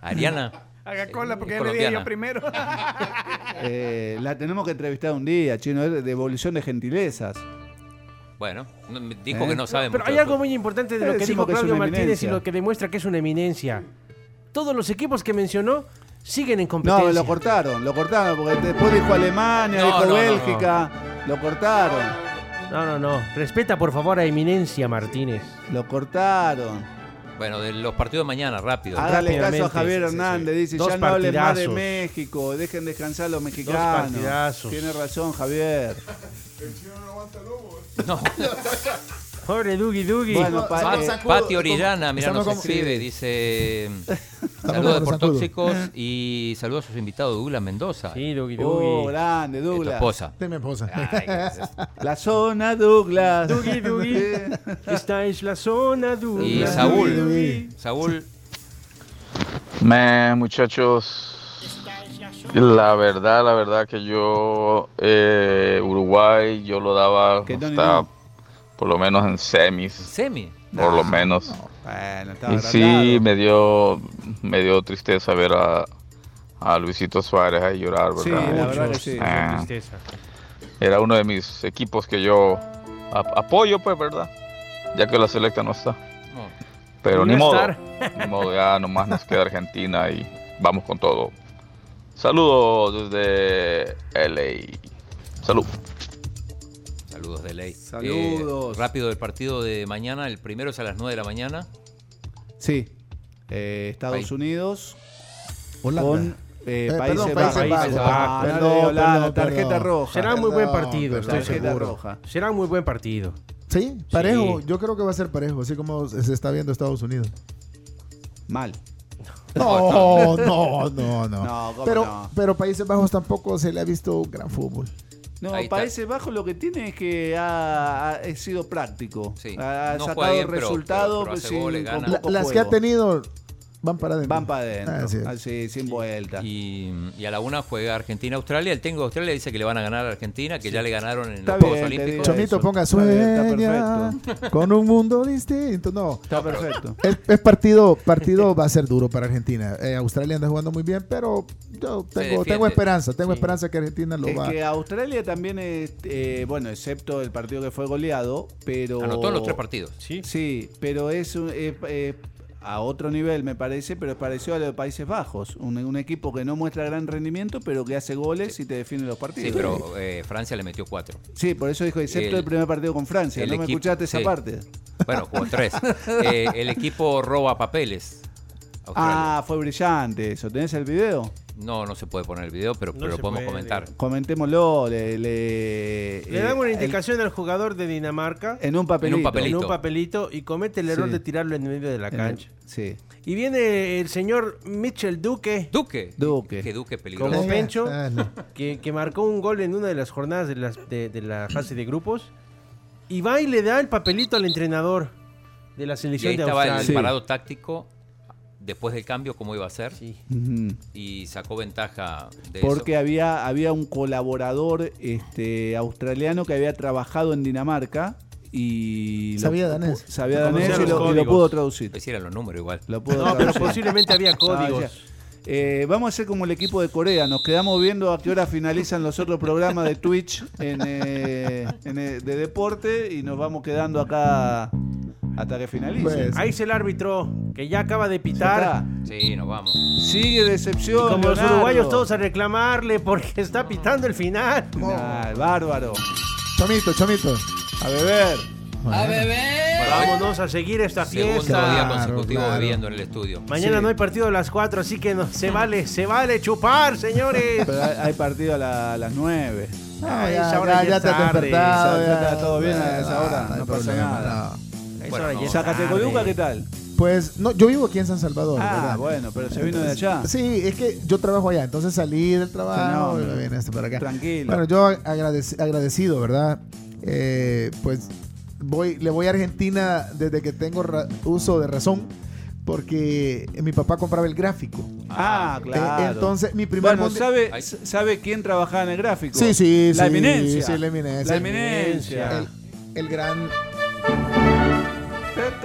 W: Ariana.
R: Haga cola porque
G: eh,
R: ya le dije
G: colombiana.
R: yo primero.
G: Eh, la tenemos que entrevistar un día, chino, es de devolución de gentilezas.
H: Este
W: Bueno, no- me dijo
G: ¿Eh?
W: que no sabe
G: Pero
W: mucho.
G: hay
W: de
G: algo
W: fútbol.
H: muy importante de lo
G: Eh,
H: que
G: decimos
H: dijo
G: que es
H: Claudio
G: una
H: Martínez y
G: eminencia.
H: lo que demuestra que es una eminencia. Todos los equipos que mencionó siguen en competencia.
G: No, lo cortaron, lo cortaron, porque después dijo Alemania,
H: No,
G: dijo
H: no, no,
G: Bélgica, lo cortaron.
H: No, no, no. Respeta, por favor, a Eminencia Martínez.
G: Lo cortaron.
W: Bueno, de los partidos de mañana, rápido.
G: Hágale Ah, caso a
H: Rápidamente,
G: Javier
H: sí, sí, sí.
G: Hernández, dice,
H: Dos
G: ya no hables más de
H: partidazos.
G: México, dejen descansar a los mexicanos.
H: partidazos.
G: Tiene razón, Javier.
H: Pobre Dugi Dugi.
G: Bueno, pa-
W: Pa-
G: eh,
W: Pati Orellana, mira,
G: Estamos
W: nos
G: como-
W: escribe,
G: sí.
W: dice
G: como
W: saludos de por
G: sacudo.
W: tóxicos y saludos a sus invitados Douglas Mendoza. Sí,
H: Douglas.
G: Oh, grande, Douglas.
W: tu esposa.
J: De mi esposa.
G: La zona Douglas.
H: Dugi Dugi. Esta es la zona Douglas.
W: Y Saúl, Saúl,
B: Man, muchachos, la verdad, la verdad que yo, eh, Uruguay, yo lo daba hasta por lo menos en semis.
W: semi.
B: Por lo menos.
W: Eh,
G: Bueno,
B: Y sí, me dio, me dio tristeza ver a, a Luisito Suárez ahí llorar, ¿verdad?
G: Sí, la verdad que sí,
B: Ah,
G: qué tristeza.
B: Era uno de mis equipos que yo ap- apoyo, pues, ¿verdad? Ya que la selecta no está. Pero
H: Iba
B: ni
H: a
B: modo,
H: estar.
B: ni modo, ya nomás nos queda Argentina y vamos con todo. Saludos desde LA. Salud.
W: Saludos de ley.
G: Saludos.
W: Eh, rápido, el partido de mañana, el primero es a las 9 de la mañana.
G: Sí. Eh, Estados
W: Ahí.
G: Unidos
W: Holanda.
G: con eh,
W: Eh,
G: Países
W: perdón,
G: Bajos.
W: Países Bajos.
G: Ah,
W: Perdón,
G: no, Holanda,
J: perdón,
G: tarjeta
J: perdón.
G: roja.
J: Será
H: Muy buen
J: Perdón,
H: partido,
J: perdón,
H: estoy
J: tarjeta
H: seguro.
J: roja.
H: Será muy buen partido.
J: Sí, parejo. Yo creo que va a ser parejo, así como se se está viendo Estados Unidos.
G: Mal.
J: No, no, no, no.
G: No, ¿cómo
J: pero,
G: no?
J: pero Países Bajos tampoco se le ha visto gran fútbol.
G: No,
J: Ahí está.
G: Países Bajos lo que tiene es que ha, ha- ha sido práctico. Ah, Ha
W: No juega
G: sacado
W: bien, pero-
G: resultados
W: pero- pero hace
G: sin-
W: goles,
G: con
W: gana.
J: La-
G: poco
J: las que
G: juego.
J: ha tenido van para adentro.
G: Van para adentro.
J: Ah, sí.
G: Así, sin vuelta.
W: Y, y a la una juega Argentina-Australia. El técnico de Australia dice que le van a ganar a Argentina, que ya le ganaron en
G: Está
W: los Juegos
G: bien, te
W: Olímpicos.
J: Chomito, ponga
G: Está bien, está
J: sueña con un mundo distinto. No,
G: Está perfecto.
J: el, el partido, partido va a ser duro para Argentina. Eh, Australia anda jugando muy bien, pero yo tengo,
G: defiende.
J: tengo esperanza. Tengo esperanza que Argentina lo
G: Es
J: va.
G: que Australia también, es, eh, bueno, excepto el partido que fue goleado, pero...
W: Anotó los tres partidos.
G: Sí. Sí, pero es, un- es- es a otro nivel, me parece, pero es parecido a lo de Países Bajos. Un, un equipo que no muestra gran rendimiento, pero que hace goles y te define los partidos.
W: Sí, pero eh, Francia le metió cuatro.
G: Sí, por eso dijo, excepto el,
W: El-
G: primer partido con Francia.
W: el
G: No me
W: equipo-
G: escuchaste esa
W: sí.
G: parte.
W: Bueno, jugó tres. Eh, el equipo roba papeles. Australia.
G: Ah, fue brillante eso. ¿Tenés el video?
W: No, no se puede poner el video, pero, pero lo podemos comentar.
G: Comentémoslo. Le, le,
H: Le
G: eh,
H: damos una
G: el-
H: indicación al jugador de Dinamarca.
G: En un papelito.
H: En un papelito. y comete el error
G: Sí.
H: de tirarlo en medio de la
G: En el-
H: cancha.
G: Sí.
H: Y viene el señor Mitchell Duque.
W: Duque.
G: Duque.
W: Que Duque es peligroso.
H: Como Pencho, que, que marcó un gol en una de las jornadas de, las, de, de la fase de grupos. Y va y le da el papelito al entrenador de la
W: Y
H: selección
W: ahí
H: de
W: estaba
H: Australia.
W: el parado táctico
F: después del cambio cómo iba a ser
G: Ujú.
F: y sacó ventaja de
G: Porque
F: eso.
G: había, había un colaborador este, australiano que había trabajado en Dinamarca y... lo-
J: Sabía danés.
G: Sabía
J: Conocía
G: danés
J: los
G: y lo, y lo
J: códigos.
G: pudo traducir.
F: Pues sí, eran los números igual.
G: Lo pudo
F: No, pero
G: traducir. Ah,
F: posiblemente había códigos.
G: ya. Eh, vamos a hacer como el equipo de Corea, nos quedamos viendo a qué hora finalizan los otros programas de Twitch en, eh, en, eh, de deporte y nos vamos quedando acá hasta que finalice.
J: Pues.
S: Ahí es el árbitro que ya acaba de pitar.
F: Sí, nos vamos.
G: Sigue decepción.
S: Y como los
G: Leonardo.
S: uruguayos todos a reclamarle porque está pitando el final.
G: Nah, bárbaro.
J: Chomito, chomito.
G: A beber.
S: A beber. Vámonos a seguir esta
F: Segundo
S: fiesta.
F: día consecutivo bebiendo en el estudio.
S: Mañana no hay partido a las 4, así que no, se vale, se vale chupar, señores.
G: Pero hay hay partido a, la- a las 9.
S: No,
J: Ah, ya, ya, ya te has despertado,
G: Ya,
J: ya.
G: está todo bien a esa
J: Ah,
G: hora,
J: no hay
G: no pasa
J: problema,
G: nada.
J: no.
G: Bueno,
J: hora ya es
G: Zacatecoluca,
J: tarde.
G: ¿qué tal?
J: Pues no, yo vivo aquí en San Salvador.
G: Ah,
J: ¿verdad?
G: bueno, pero se vino de allá.
J: Sí, es que yo trabajo allá, entonces salí del trabajo.
G: Fenómeno.
J: y vine hasta para acá.
G: Tranquilo.
J: Bueno, yo agradec- agradecido, ¿verdad? Eh, pues voy, le voy a Argentina desde que tengo ra- uso de razón, porque mi papá compraba el gráfico.
G: Ah, claro.
J: Eh, entonces, mi primer
G: Bueno,
J: mundi-
G: ¿sabe, ¿sabe quién trabajaba en el gráfico?
J: Sí, sí,
G: la
J: sí,
G: Eminencia.
J: sí, la eminencia.
G: La eminencia.
J: El, el gran.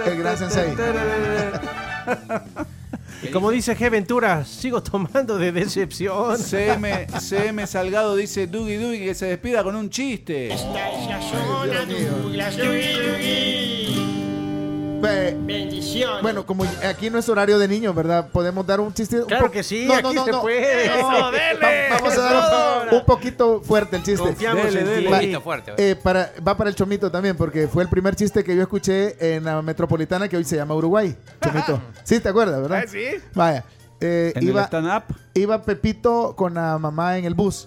J: El gran sensei.
S: Y como dice G. Ventura, sigo tomando de decepción.
G: CM, CM Salgado dice Dugi Dugi que se despida con un chiste.
J: Ve- Bueno, como aquí no es horario de niños, ¿verdad? Podemos dar un chiste. un
S: Claro
J: po-
S: que sí,
J: No, no,
S: aquí
J: no,
S: se
J: no.
S: puede.
J: No,
S: Eso, dele.
J: va- vamos a dar un po- un, poquito fuerte el chiste.
S: Confiamos Dele, en ti. dele.
J: Va,
S: Poquito fuerte,
J: eh, para, va para el chomito también, porque fue el primer chiste que yo escuché en la metropolitana que hoy se llama Uruguay. Chomito. sí, ¿te acuerdas, verdad?
G: Ah, sí.
J: Vaya. eh,
G: En el
J: iba,
G: stand-up.
J: iba Pepito con la mamá en el bus.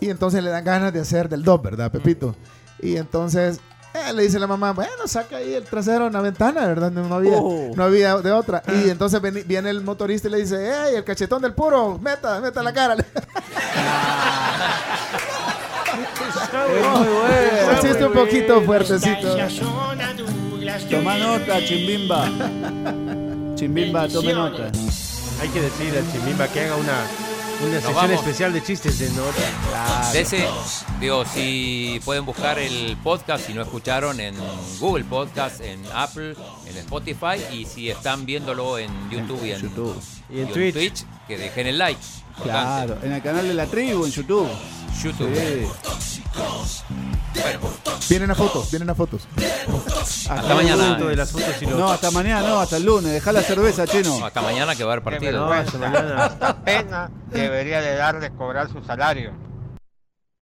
J: Y entonces le dan ganas de hacer del dop, ¿verdad, Pepito? Y entonces eh, le dice la mamá, bueno, saca ahí el trasero en la ventana, ¿verdad? No, no había,
G: Oh. Ah.
J: no había de otra. Y entonces veni- viene el motorista y le dice, ¡Ey, el cachetón del puro! ¡Meta, meta la cara!
G: Ah, muy bueno.
J: Un chiste un poquito fuertecito.
G: Toma nota, Chimbimba. Chimbimba, tome nota.
S: Hay que decirle a Chimimba que haga una, una
F: Nos
S: sesión
F: vamos.
S: especial de chistes de nota.
F: De ese, digo, si pueden buscar el podcast, si no escucharon, en Google Podcast, en Apple, en Spotify, y si están viéndolo en YouTube y en,
S: Y en Twitch.
F: que dejen el like. importante.
G: Claro, en el canal de la tribu, en YouTube.
F: YouTube.
J: Vienen a fotos, vienen a fotos.
G: Hasta,
F: el mañana.
G: lunes.
F: de las fotos y los-
G: No, hasta mañana, no, hasta el lunes. Dejá la cerveza, chino.
F: Hasta mañana que va a haber partido.
M: Esta pena debería de darle cobrar su salario.